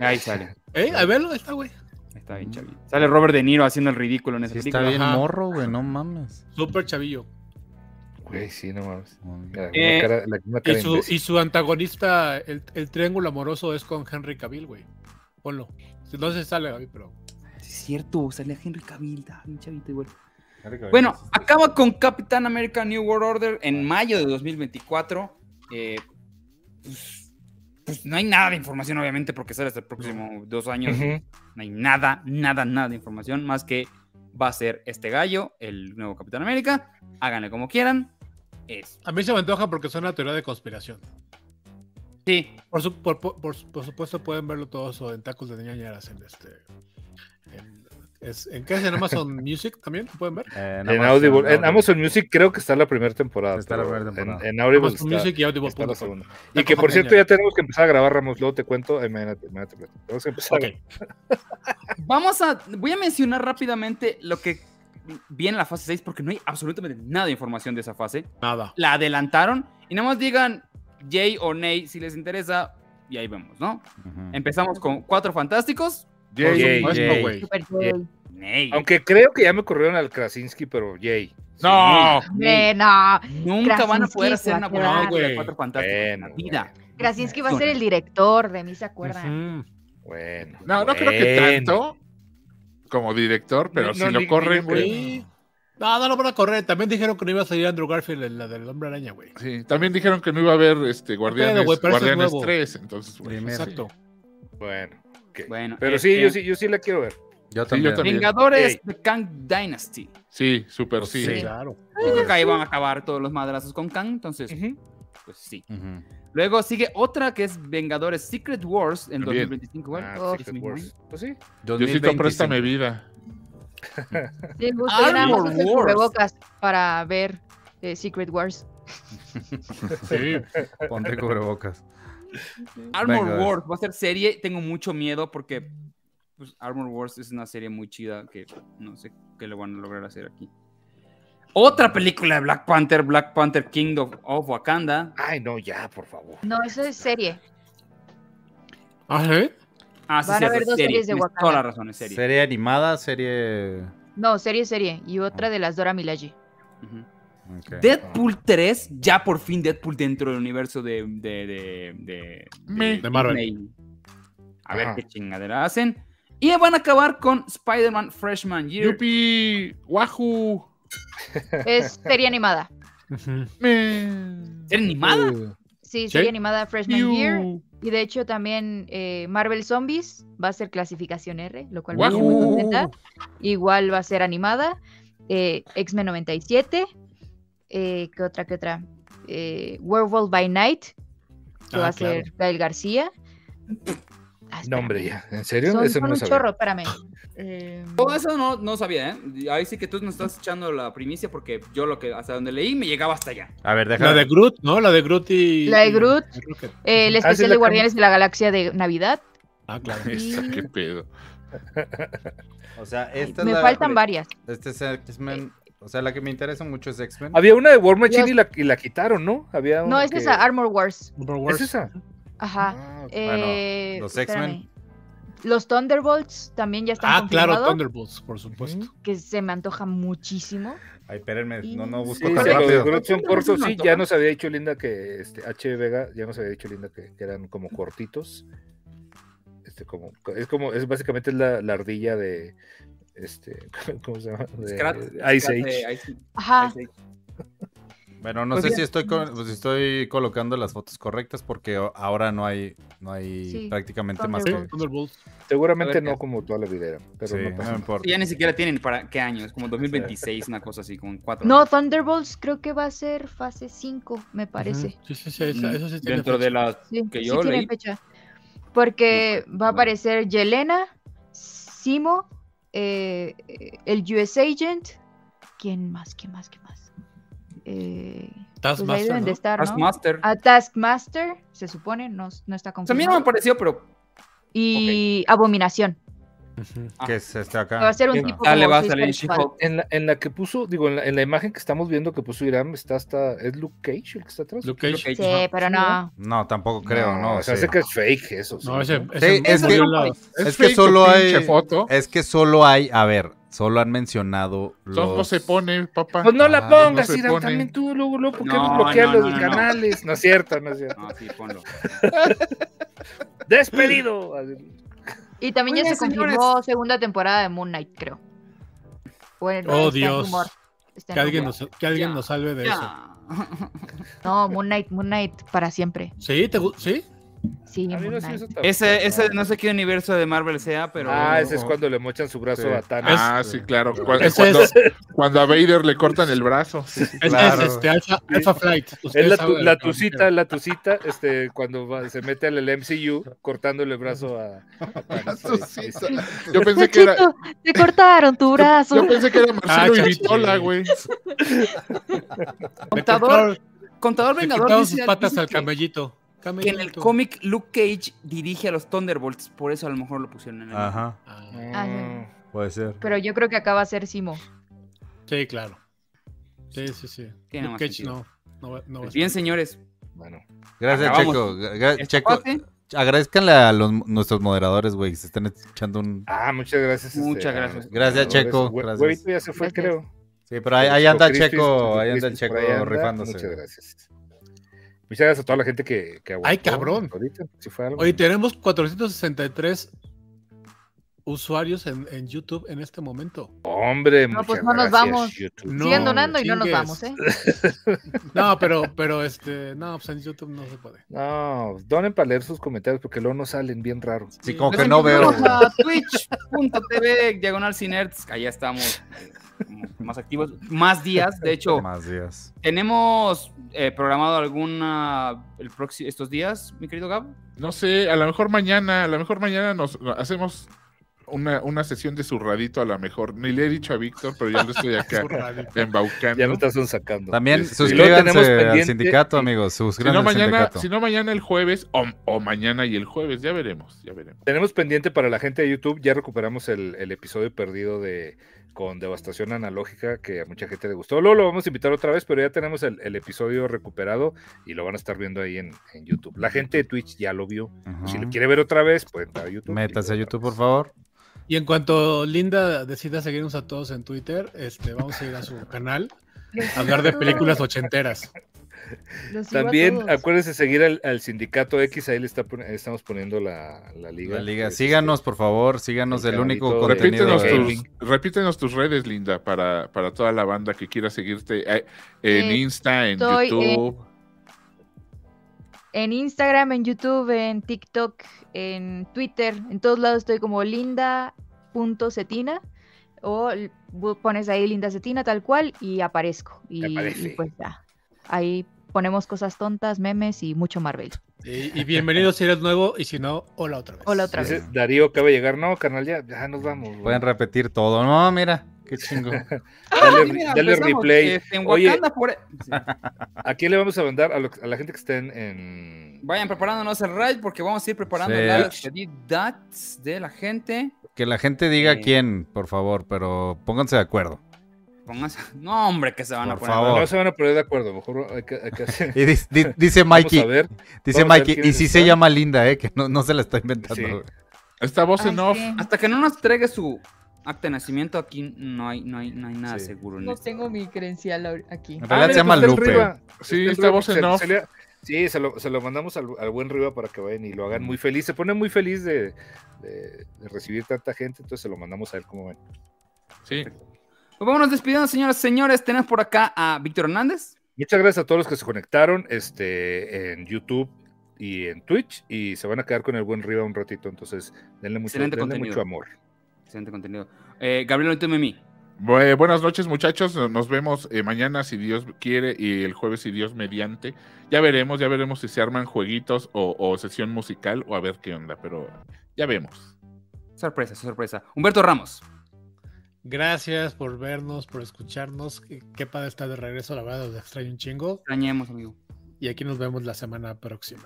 E: Ahí sale.
G: Eh, a verlo, ahí está, güey.
E: Está bien, Charlie. Sale Robert De Niro haciendo el ridículo en esa
D: Sí está
E: película.
D: bien
G: Ajá.
D: morro, güey, no mames.
G: Súper chavillo.
I: Güey, sí, no mames. Mira,
E: Eh,
I: una cara- la- una
G: Y
I: cara
G: su,
I: imbécil.
G: y su antagonista, el, el triángulo amoroso, es con Henry Cavill, güey. Ponlo. No se sale, Gaby, pero.
E: Sí, es cierto, sale Henry Cavill, está bien chavito igual. Bueno, acaba con Capitán América New World Order en mayo de 2024. Eh, pues, pues no hay nada de información, obviamente, porque sale hasta el próximo dos años.
I: Ujú.
E: No hay nada, nada, nada de información, más que va a ser este gallo, el nuevo Capitán América. Háganle como quieran. Es.
G: A mí se me antoja porque son una teoría de conspiración.
E: Sí,
G: Por, su- por, por- por su- por supuesto, pueden verlo todos o en Tacos de Ñañaras en este. En, es- ¿en qué es? ¿En Amazon Music también? ¿Lo pueden ver?
D: Eh,
I: En Audible, en Amazon Music creo que está la primera temporada.
D: Está la
I: pero
D: primera temporada.
I: En, en Audible
G: Amazon
I: está-
G: Music y Audible
I: está la
G: punto com.
I: segunda. Y
G: Tacos
I: que por
G: de
I: cierto ya
G: Ñañaras.
I: tenemos que empezar a grabar, Ramos. Luego te cuento. eh, Ay, imagínate, imagínate, imagínate. Tenemos que empezar.
G: Ok.
E: Vamos a. Voy a mencionar rápidamente lo que viene en la fase 6, porque no hay absolutamente nada de información de esa fase.
G: Nada.
E: La adelantaron y nada más digan yay o nay si les interesa. Y ahí vemos, ¿no? Empezamos con cuatro fantásticos.
G: Por
I: Yay,
G: supuesto,
D: yay.
G: güey.
H: Súper
I: Bien.
H: cool.
E: Nay.
I: Aunque creo que ya me corrieron al Krasinski, pero yay.
F: No,
H: Eh, no.
E: Nunca van a poder
H: Krasinski
E: hacer
H: se
E: una
H: va
E: buena
H: a
G: quedar.
E: película de
G: Güey.
E: cuatro fantásticos en la
I: Bueno,
E: vida.
H: Krasinski va a ser el director, de mí se acuerdan.
G: Ujú.
I: Bueno.
F: no, no creo que
I: bueno.
F: tanto como director, pero
I: No,
F: si
I: no,
F: lo
I: ni-
F: corren, eh,
I: ni
F: güey.
G: Sí. No, no lo van a correr. También dijeron que no iba a salir Andrew Garfield en la del Hombre Araña, güey.
F: Sí, también dijeron que no iba a haber este Guardianes,
G: güey, pero eso es
F: Guardianes
G: nuevo.
F: 3, entonces, güey.
D: Dime.
G: Exacto.
I: Bueno. ok.
E: Bueno,
I: Pero sí,
E: este,
I: yo sí, yo sí la quiero ver.
D: Yo
F: Sí, yo
D: también.
F: también.
E: Vengadores
I: Yay.
E: de Kang Dynasty.
F: Sí, súper sí.
G: Sí, claro.
E: Yo creo que ahí van a acabar todos los madrazos con Kang, entonces, pues sí.
D: Ujú.
E: Luego sigue otra que es Vengadores Secret Wars en
F: También.
E: 2025. igual.
I: Ah,
H: Oh,
I: Secret
E: sí,
I: Wars. Pues sí.
F: Yo sí
D: 2025.
F: préstame vida.
H: Sí, justo
E: Armor
H: yo nada más uso el
E: Wars.
H: cubrebocas para ver eh, Secret Wars.
G: Sí.
D: Ponte cubrebocas.
E: Armor
D: Venga,
E: Wars va a ser serie. Tengo mucho miedo porque pues, Armor Wars es una serie muy chida que no sé qué le van a lograr hacer aquí. Otra película de Black Panther, Black Panther Kingdom of Wakanda.
I: Ay, no, ya, por favor.
H: No, eso es serie.
G: ¿Ah, sí?
E: Ah, sí,
H: Van a
E: cierto,
H: haber dos
E: serie.
H: series de
E: Tienes
H: Wakanda.
E: Toda la razón, es serie.
D: Serie animada, serie.
H: No, serie, serie. Y otra de las Dora Milaje.
E: Ujú.
D: Ok.
E: Deadpool 3, ya por fin Deadpool dentro del universo de, de, de, de,
F: Me-
G: De Marvel.
E: Disney. A ver
I: Ajá.
E: qué chingadera hacen. Y van a acabar con Spider-Man Freshman Year.
F: Yupi, Wahoo,
H: Es serie animada.
F: me.
E: ¿Serie animada?
H: Sí,
G: ¿Sí?
H: serie animada Freshman
F: Piu.
H: Year. Y de hecho también eh, Marvel Zombies va a ser clasificación R, lo cual me tiene muy
F: Wahoo.
H: contenta. Igual va a ser animada. Eh, X-Men 97. Eh, ¿Qué otra? ¿Qué otra? Eh, Werewolf by Night. que
G: Ah,
H: va a
G: claro.
H: ser Gael García. Ah,
I: No, hombre,
H: espérame.
I: ya. ¿En serio?
H: Son,
I: Eso
H: son
I: no
H: un
I: sabía.
H: chorro, espérame. Eh,
E: Todo eso no, no sabía, ¿eh? Ahí sí que tú nos estás echando la primicia porque yo lo que hasta donde leí me llegaba hasta allá.
D: A ver,
G: La
D: déjame.
G: de Groot, ¿no? La de Groot y.
H: La de
G: y-
H: Groot.
G: y Rocket.
H: eh, el
I: Ah, sí,
H: especial
I: la
H: de
I: cam-
H: Guardianes de la Galaxia de Navidad.
G: Ah, claro.
F: Esta, qué pedo.
D: O sea, esta
H: Me
D: es la-
H: faltan varias. Eh,
D: Este es X-Men. O sea, la que me interesa mucho es X-Men.
I: Había una de War Machine
H: Dios.
I: y la, y la quitaron, ¿no? Había
H: No,
I: una
H: es
I: que-
H: esa, Armor Wars.
G: Overwars.
I: ¿Es esa?
H: Ajá.
I: Ah,
H: Eh,
D: los
H: espérame.
D: X-Men.
H: Los Thunderbolts también ya están
G: Ah, claro,
H: confirmados,
G: Thunderbolts, por supuesto.
H: que se me antoja muchísimo.
D: Ay, espérenme,
H: Y-
D: no, no busco
I: Sí,
D: tan
I: sí, los de
D: rápido.
I: Groot son
E: No,
I: cortos,
E: no,
I: sí,
E: no.
I: ya nos había dicho Linda que este, H. Vega, ya nos había dicho Linda que, que eran como cortitos. Este, como, es como, es básicamente la, la ardilla de este, ¿cómo se llama? De
E: Scrat-
I: Eh, Ice
E: Scrat-
I: Age.
E: eh, Ice-
H: Ajá.
E: Ice Age.
D: Bueno, no
E: Pues
D: sé
E: bien.
D: si estoy con- si estoy colocando las fotos correctas porque o- ahora no hay no hay
H: Sí,
D: prácticamente
H: son
D: más
H: de
D: que
H: Groot.
G: Thunderbolts.
I: Seguramente
E: A ver,
I: no
E: ¿qué?
I: como toda la vida era, pero
D: Sí,
I: no pasa
D: no me
I: nada.
D: importa.
E: Ya ni siquiera tienen para qué año, es como 2026, una cosa así, como cuatro.
H: No, Thunderbolts creo que va a ser fase 5, me parece.
G: Sí, sí, sí. esa- Eso sí tiene
E: Dentro
G: fecha.
E: de las
H: Sí,
E: Que
H: sí
E: yo
H: tiene
E: leí.
H: fecha. Porque va a
E: bueno.
H: aparecer Yelena, Simo, eh, eh, el US Agent. ¿Quién más? ¿Quién más? ¿Quién más? Eh, pues ahí
G: Taskmaster,
H: deben de
G: ¿no?
H: estar, ¿no?
E: Taskmaster.
H: A Taskmaster, se supone, no, no está
E: O sea, a mí no me
H: confirmado.
E: pareció, pero
H: Y Abominación.
D: que es este acá.
H: Va a ser un
D: Ajá.
H: tipo
E: ya le
H: como
E: Ah, va a
H: Suicide
E: salir
H: Squad.
E: She-Hulk.
I: En la, en la que puso, digo, en la, en la imagen que estamos viendo que puso Irán, está hasta. ¿Es Luke Cage el que está atrás?
G: Luke Cage.
E: Luke Cage.
H: Sí,
E: Ajá.
H: pero no.
D: No, tampoco creo, no.
I: O sea,
D: sí.
I: sé que es fake eso. sí.
G: No, ese,
D: Sí, es
G: murió
D: que-
G: en la-
D: Es que
F: fake tu
D: solo
F: pinche
D: hay-
F: foto.
D: Es que solo hay, a ver, solo han mencionado los
F: Son- No se pone, papá.
I: Pues no la
D: Ah,
I: pongas,
F: no se
I: Irán,
F: pone.
I: también tú, luego, luego, ¿por qué
E: No,
I: bloqueas
E: no, no,
I: los
E: no, no.
I: canales? No. es cierto, no es cierto.
E: No, sí, ponlo.
I: ¡Despedido!
H: Y también ya
E: Oigan,
H: se confirmó
E: señores.
H: segunda temporada de Moon Knight, creo. Bueno, está
G: Oh,
H: en
G: Dios.
H: rumor, está en
G: Que alguien,
H: rumor.
G: nos, que alguien
E: Ya.
G: nos salve de eso.
E: Ya.
H: No, Moon Knight, Moon Knight para siempre.
G: ¿Sí? ¿Te gu- ¿Sí?
H: Sí,
I: A mí
H: Moon
I: no sé
H: Knight.
I: eso tampoco.
E: Ese, ese, no sé qué universo de Marvel sea, pero.
I: Ah, ese es cuando le mochan su brazo
F: Sí.
I: a Thanos.
F: Ah, sí, claro. Cu- Cuando,
G: Ese
F: cuando,
G: es-
F: a Vader le cortan el brazo. Sí, sí,
G: Es,
F: claro.
G: es este, Alpha, Alpha Flight.
I: Es
G: Ustedes
I: la, tu,
G: saben de
I: la
G: lo que me
I: tucita, la tucita, este, cuando va- se mete al el MCU cortándole el brazo a. a
F: Ah,
I: Thanos.
F: tú
I: Sí,
F: sí,
I: sí.
F: sa- Yo pensé que era.
H: Nachito, te cortaron tu brazo.
F: Yo pensé que era Marcelo
G: Ah,
F: y
G: chachi.
F: Vitola, güey.
G: refiero. Le
E: Contador,
G: cortaron-
E: contador
G: le
E: Vengador
G: cortaron
E: dice-
G: sus patas
E: dice
G: al
E: que-
G: camellito.
E: que en el
G: Camellito.
E: cómic Luke Cage dirige a los Thunderbolts, por eso a lo mejor lo pusieron en el.
D: Ajá,
G: Ah,
H: Ah,
I: mm,
D: puede ser.
H: Pero yo creo que acá va a ser Simo.
G: sí, claro. Sí, sí, sí.
E: Tiene
G: Luke
E: más
G: Cage,
E: sentido.
G: no. No, va- no va a
E: Pues bien, señores.
I: Bueno,
D: Gracias,
E: Acabamos.
D: Checo. Gra-
E: esta
D: Checo,
E: parte,
D: agradezcanle a los, nuestros moderadores, güey, que se están echando un...
I: ah, muchas gracias. este,
E: Muchas
I: a
E: gracias.
I: los
D: Gracias, Checo,
I: ganadores. Hue-
D: gracias.
I: Huevito ya se fue,
H: Gracias.
I: creo.
D: Sí, pero ahí,
I: Pero
D: ahí
I: Chico
D: anda
I: Crispis,
D: Checo,
I: Chico
D: ahí anda el
I: Crispis,
D: Checo
I: por ahí anda.
D: rifándose.
I: Muchas gracias. Muchas gracias a toda la gente que, que aguantó
G: Ay, cabrón.
I: Ahorita, si fue algo.
G: Oye, tenemos 463 usuarios en, en YouTube en este momento.
I: Hombre,
H: No,
I: muchas
H: pues no nos
I: gracias,
H: vamos.
I: YouTube.
G: No,
H: Sigan donando y no nos vamos, ¿eh?
G: chingues. No, pero, pero este, no, pues en YouTube no se puede.
I: No, donen para leer sus comentarios porque luego no salen bien raros.
D: Sí, como
E: les
D: que no veo.
E: invitamos A Twitch.tv, diagonal Cinerts. Allá estamos eh, como más activos. Más días. De hecho,
D: Más días.
E: tenemos eh, programado alguna el próximo, estos días, mi querido Gab.
F: No sé, a lo mejor mañana, a lo mejor mañana nos no, hacemos una, una sesión de zurradito, a lo mejor. Ni le he dicho a Víctor, pero ya lo estoy acá
G: Zurradito.
F: embaucando.
I: Ya me estás sacando.
D: También
F: Sí, sí.
I: Y luego
D: suscríbanse
I: tenemos
D: al
I: pendiente-
D: sindicato,
I: y-
D: amigos.
F: Si
D: Suscríbanse
F: no,
D: al
F: mañana,
D: sindicato.
F: si no mañana el jueves, o, o mañana y el jueves, ya veremos, ya veremos.
I: Tenemos pendiente para la gente de YouTube, ya recuperamos el, el episodio perdido de con devastación analógica que a mucha gente le gustó. Luego lo vamos a invitar otra vez, pero ya tenemos el, el episodio recuperado y lo van a estar viendo ahí en, en YouTube. La gente de Twitch ya lo vio.
D: Ajá.
I: Si lo quiere ver otra vez, puede entrar a YouTube.
D: Métase a YouTube, por
I: favor.
D: favor.
G: Y en cuanto Linda decida seguirnos a todos en Twitter, este, vamos a ir a su canal a hablar de películas ochenteras.
H: Los sigo a
I: También
H: todos.
I: acuérdense seguir al, al sindicato X, ahí le está pon- estamos poniendo la, la liga.
D: La liga.
I: Este,
D: Síganos, por favor. Síganos.
I: el
D: El único
I: canalito de-
D: contenido.
F: Repítenos
I: gaming.
F: tus, repítenos tus redes, Linda, para, para toda la banda que quiera seguirte eh, en
H: Eh,
F: Insta, en
H: estoy
F: YouTube.
H: En Instagram, en YouTube, en TikTok, en Twitter, en todos lados estoy como linda.cetina o l- bu- pones ahí linda cetina tal cual y aparezco. Y,
I: Te aparece.
H: y pues ya. Ahí ponemos cosas tontas, memes y mucho Marvel.
G: Y, y bienvenido si eres nuevo y si no, hola otra vez.
H: Hola otra
I: Dice,
H: vez.
I: Darío acaba de llegar. No, carnal, ya, ya nos vamos. güey.
D: Pueden repetir todo. No, mira, qué chingo.
I: Dale,
E: Ah, mira,
I: dale
E: empezamos,
I: replay.
E: este, en
I: Oye.
E: Wakanda Forever- Sí.
I: ¿A quién le vamos a mandar? A, lo- a la gente que estén en.
E: Vayan preparándonos el raid porque vamos a ir preparando
D: Sí.
E: las dats de la gente.
D: Que la gente diga
E: Sí.
D: quién, por favor, pero pónganse de acuerdo.
E: Pónganse- No, hombre, que se van a
D: Por
E: poner.
D: favor.
I: No se van a poner de acuerdo. Mejor hay que, hay que hacer.
D: Y dis- di- dice
I: Vamos a
D: Mikey,
I: ver. vamos a
D: dice
I: ver
D: Mikey, y
I: quiénes
D: si se
I: están.
D: llama Linda, eh, que no, no se la está inventando.
I: Sí.
D: güey.
F: Esta voz
H: Ay,
F: en off.
H: sí.
E: Hasta que no nos entregue su acta de nacimiento, aquí no hay, no hay, no hay nada
D: Sí.
E: seguro. en
H: No
E: esto.
H: tengo mi credencial ahor- aquí.
D: En
I: Ah,
D: realidad
I: mira,
D: se llama
I: pues está el
D: Lupe.
I: Riva.
F: Sí,
I: Está el
F: está
I: Riva,
F: voz
I: se-
F: en off.
I: se le- Sí, se lo, se lo mandamos al, al buen Riva para que vayan y lo hagan muy feliz. Se pone muy feliz de, de- de recibir tanta gente, entonces se lo mandamos a él como ven.
F: Sí.
E: Pues vámonos despidiendo, señoras y señores. Tenemos por acá a Víctor Hernández.
I: Muchas gracias a todos los que se conectaron este, en YouTube y en Twitch y se van a quedar con el buen Riva un ratito, entonces denle mucho,
E: Excelente
I: denle
E: contenido.
I: mucho amor.
E: Excelente contenido. Eh, Gabriel Olito Memi.
F: Bu- buenas noches, muchachos. Nos vemos eh, mañana, si Dios quiere, y el jueves, si Dios mediante. Ya veremos, ya veremos si se arman jueguitos o, o sesión musical o a ver qué onda, pero ya vemos.
E: Sorpresa, sorpresa. Humberto Ramos.
G: Gracias por vernos, por escucharnos. Qué, qué padre estar de regreso, la verdad, los extraño un chingo.
E: Extrañemos, amigo.
G: Y aquí nos vemos la semana próxima.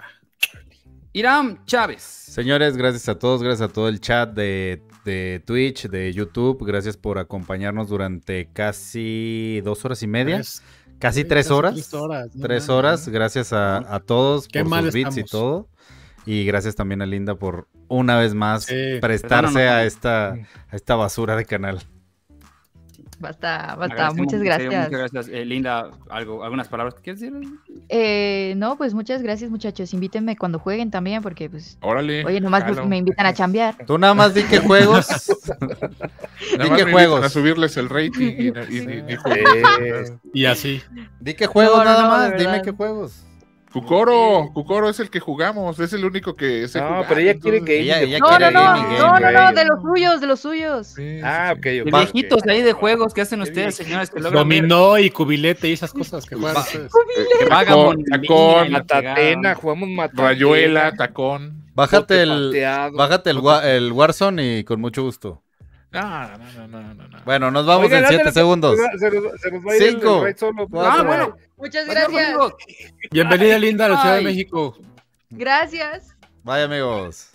E: Irán Chávez.
D: Señores, gracias a todos, gracias a todo el chat de, de Twitch, de YouTube. Gracias por acompañarnos durante casi dos horas y media.
G: Tres-
D: casi
G: casi
D: tres horas.
G: Tres horas. no
D: Tres
G: mames,
D: horas.
G: ¿no?
D: Gracias a, a todos
G: Qué
D: por
G: mal
D: sus bits y
G: estamos.
D: todo. Y gracias también a Linda por una vez más
G: Sí.
D: prestarse
E: Perdónanos.
D: a esta,
H: Mm.
D: a esta basura de canal.
H: Basta, basta.
E: Agradecemos,
H: Muchas
E: en serio,
H: gracias.
E: Muchas gracias. Eh, Linda, algo, algunas palabras que quieres decir.
H: Eh, no, pues muchas gracias, muchachos. Invítenme cuando jueguen también, porque pues.
F: Órale.
H: Oye, nomás
F: jalo.
H: me invitan a chambear.
D: Tú nada más di que juegos.
F: Nada más
D: ¿Y qué
F: me invitan
D: juegos?
F: A subirles el rating y, y- y- y- y-
I: Eh,
G: Y así.
D: di que juegos
H: No, no,
D: nada
H: no, de
D: más. Dime
H: verdad.
D: qué juegos.
F: Cucoro, Cucoro es el que jugamos, es el único que se
I: no, pero ella quiere que...
D: Ella-
I: Amy
D: ella
I: le
H: No,
I: ponga
H: no,
D: quiere
H: no,
I: Amy
D: Gaming
H: no, no,
I: Game,
H: no,
I: güey.
H: de los suyos, de los suyos.
I: Ah, ok,
E: De
I: ok.
E: viejitos ahí de juegos que hacen
I: Qué
E: ustedes,
I: bien.
E: señores, que logran ver
G: Dominó y cubilete y esas cosas que juegan ustedes.
E: Vagabond,
F: Tacón,
E: Lina,
I: Matatena, jugamos Matatena.
F: Rayuela, Tacón.
D: Bájate el,
I: Pateado.
D: bájate el, wa- el Warzone y con mucho gusto.
F: No, no, no, no, no, no.
D: Bueno, nos vamos
I: Oigan,
D: en siete
I: ándale,
D: segundos.
I: Se nos, se nos va a ir el-
D: Cinco,
I: el raid solo, pues.
E: Ah, bueno.
H: Muchas
E: Señor
H: gracias.
E: Rodrigo,
G: Bienvenida, linda, a la Ciudad de
E: Ay.
G: México.
H: Gracias.
D: Bye amigos.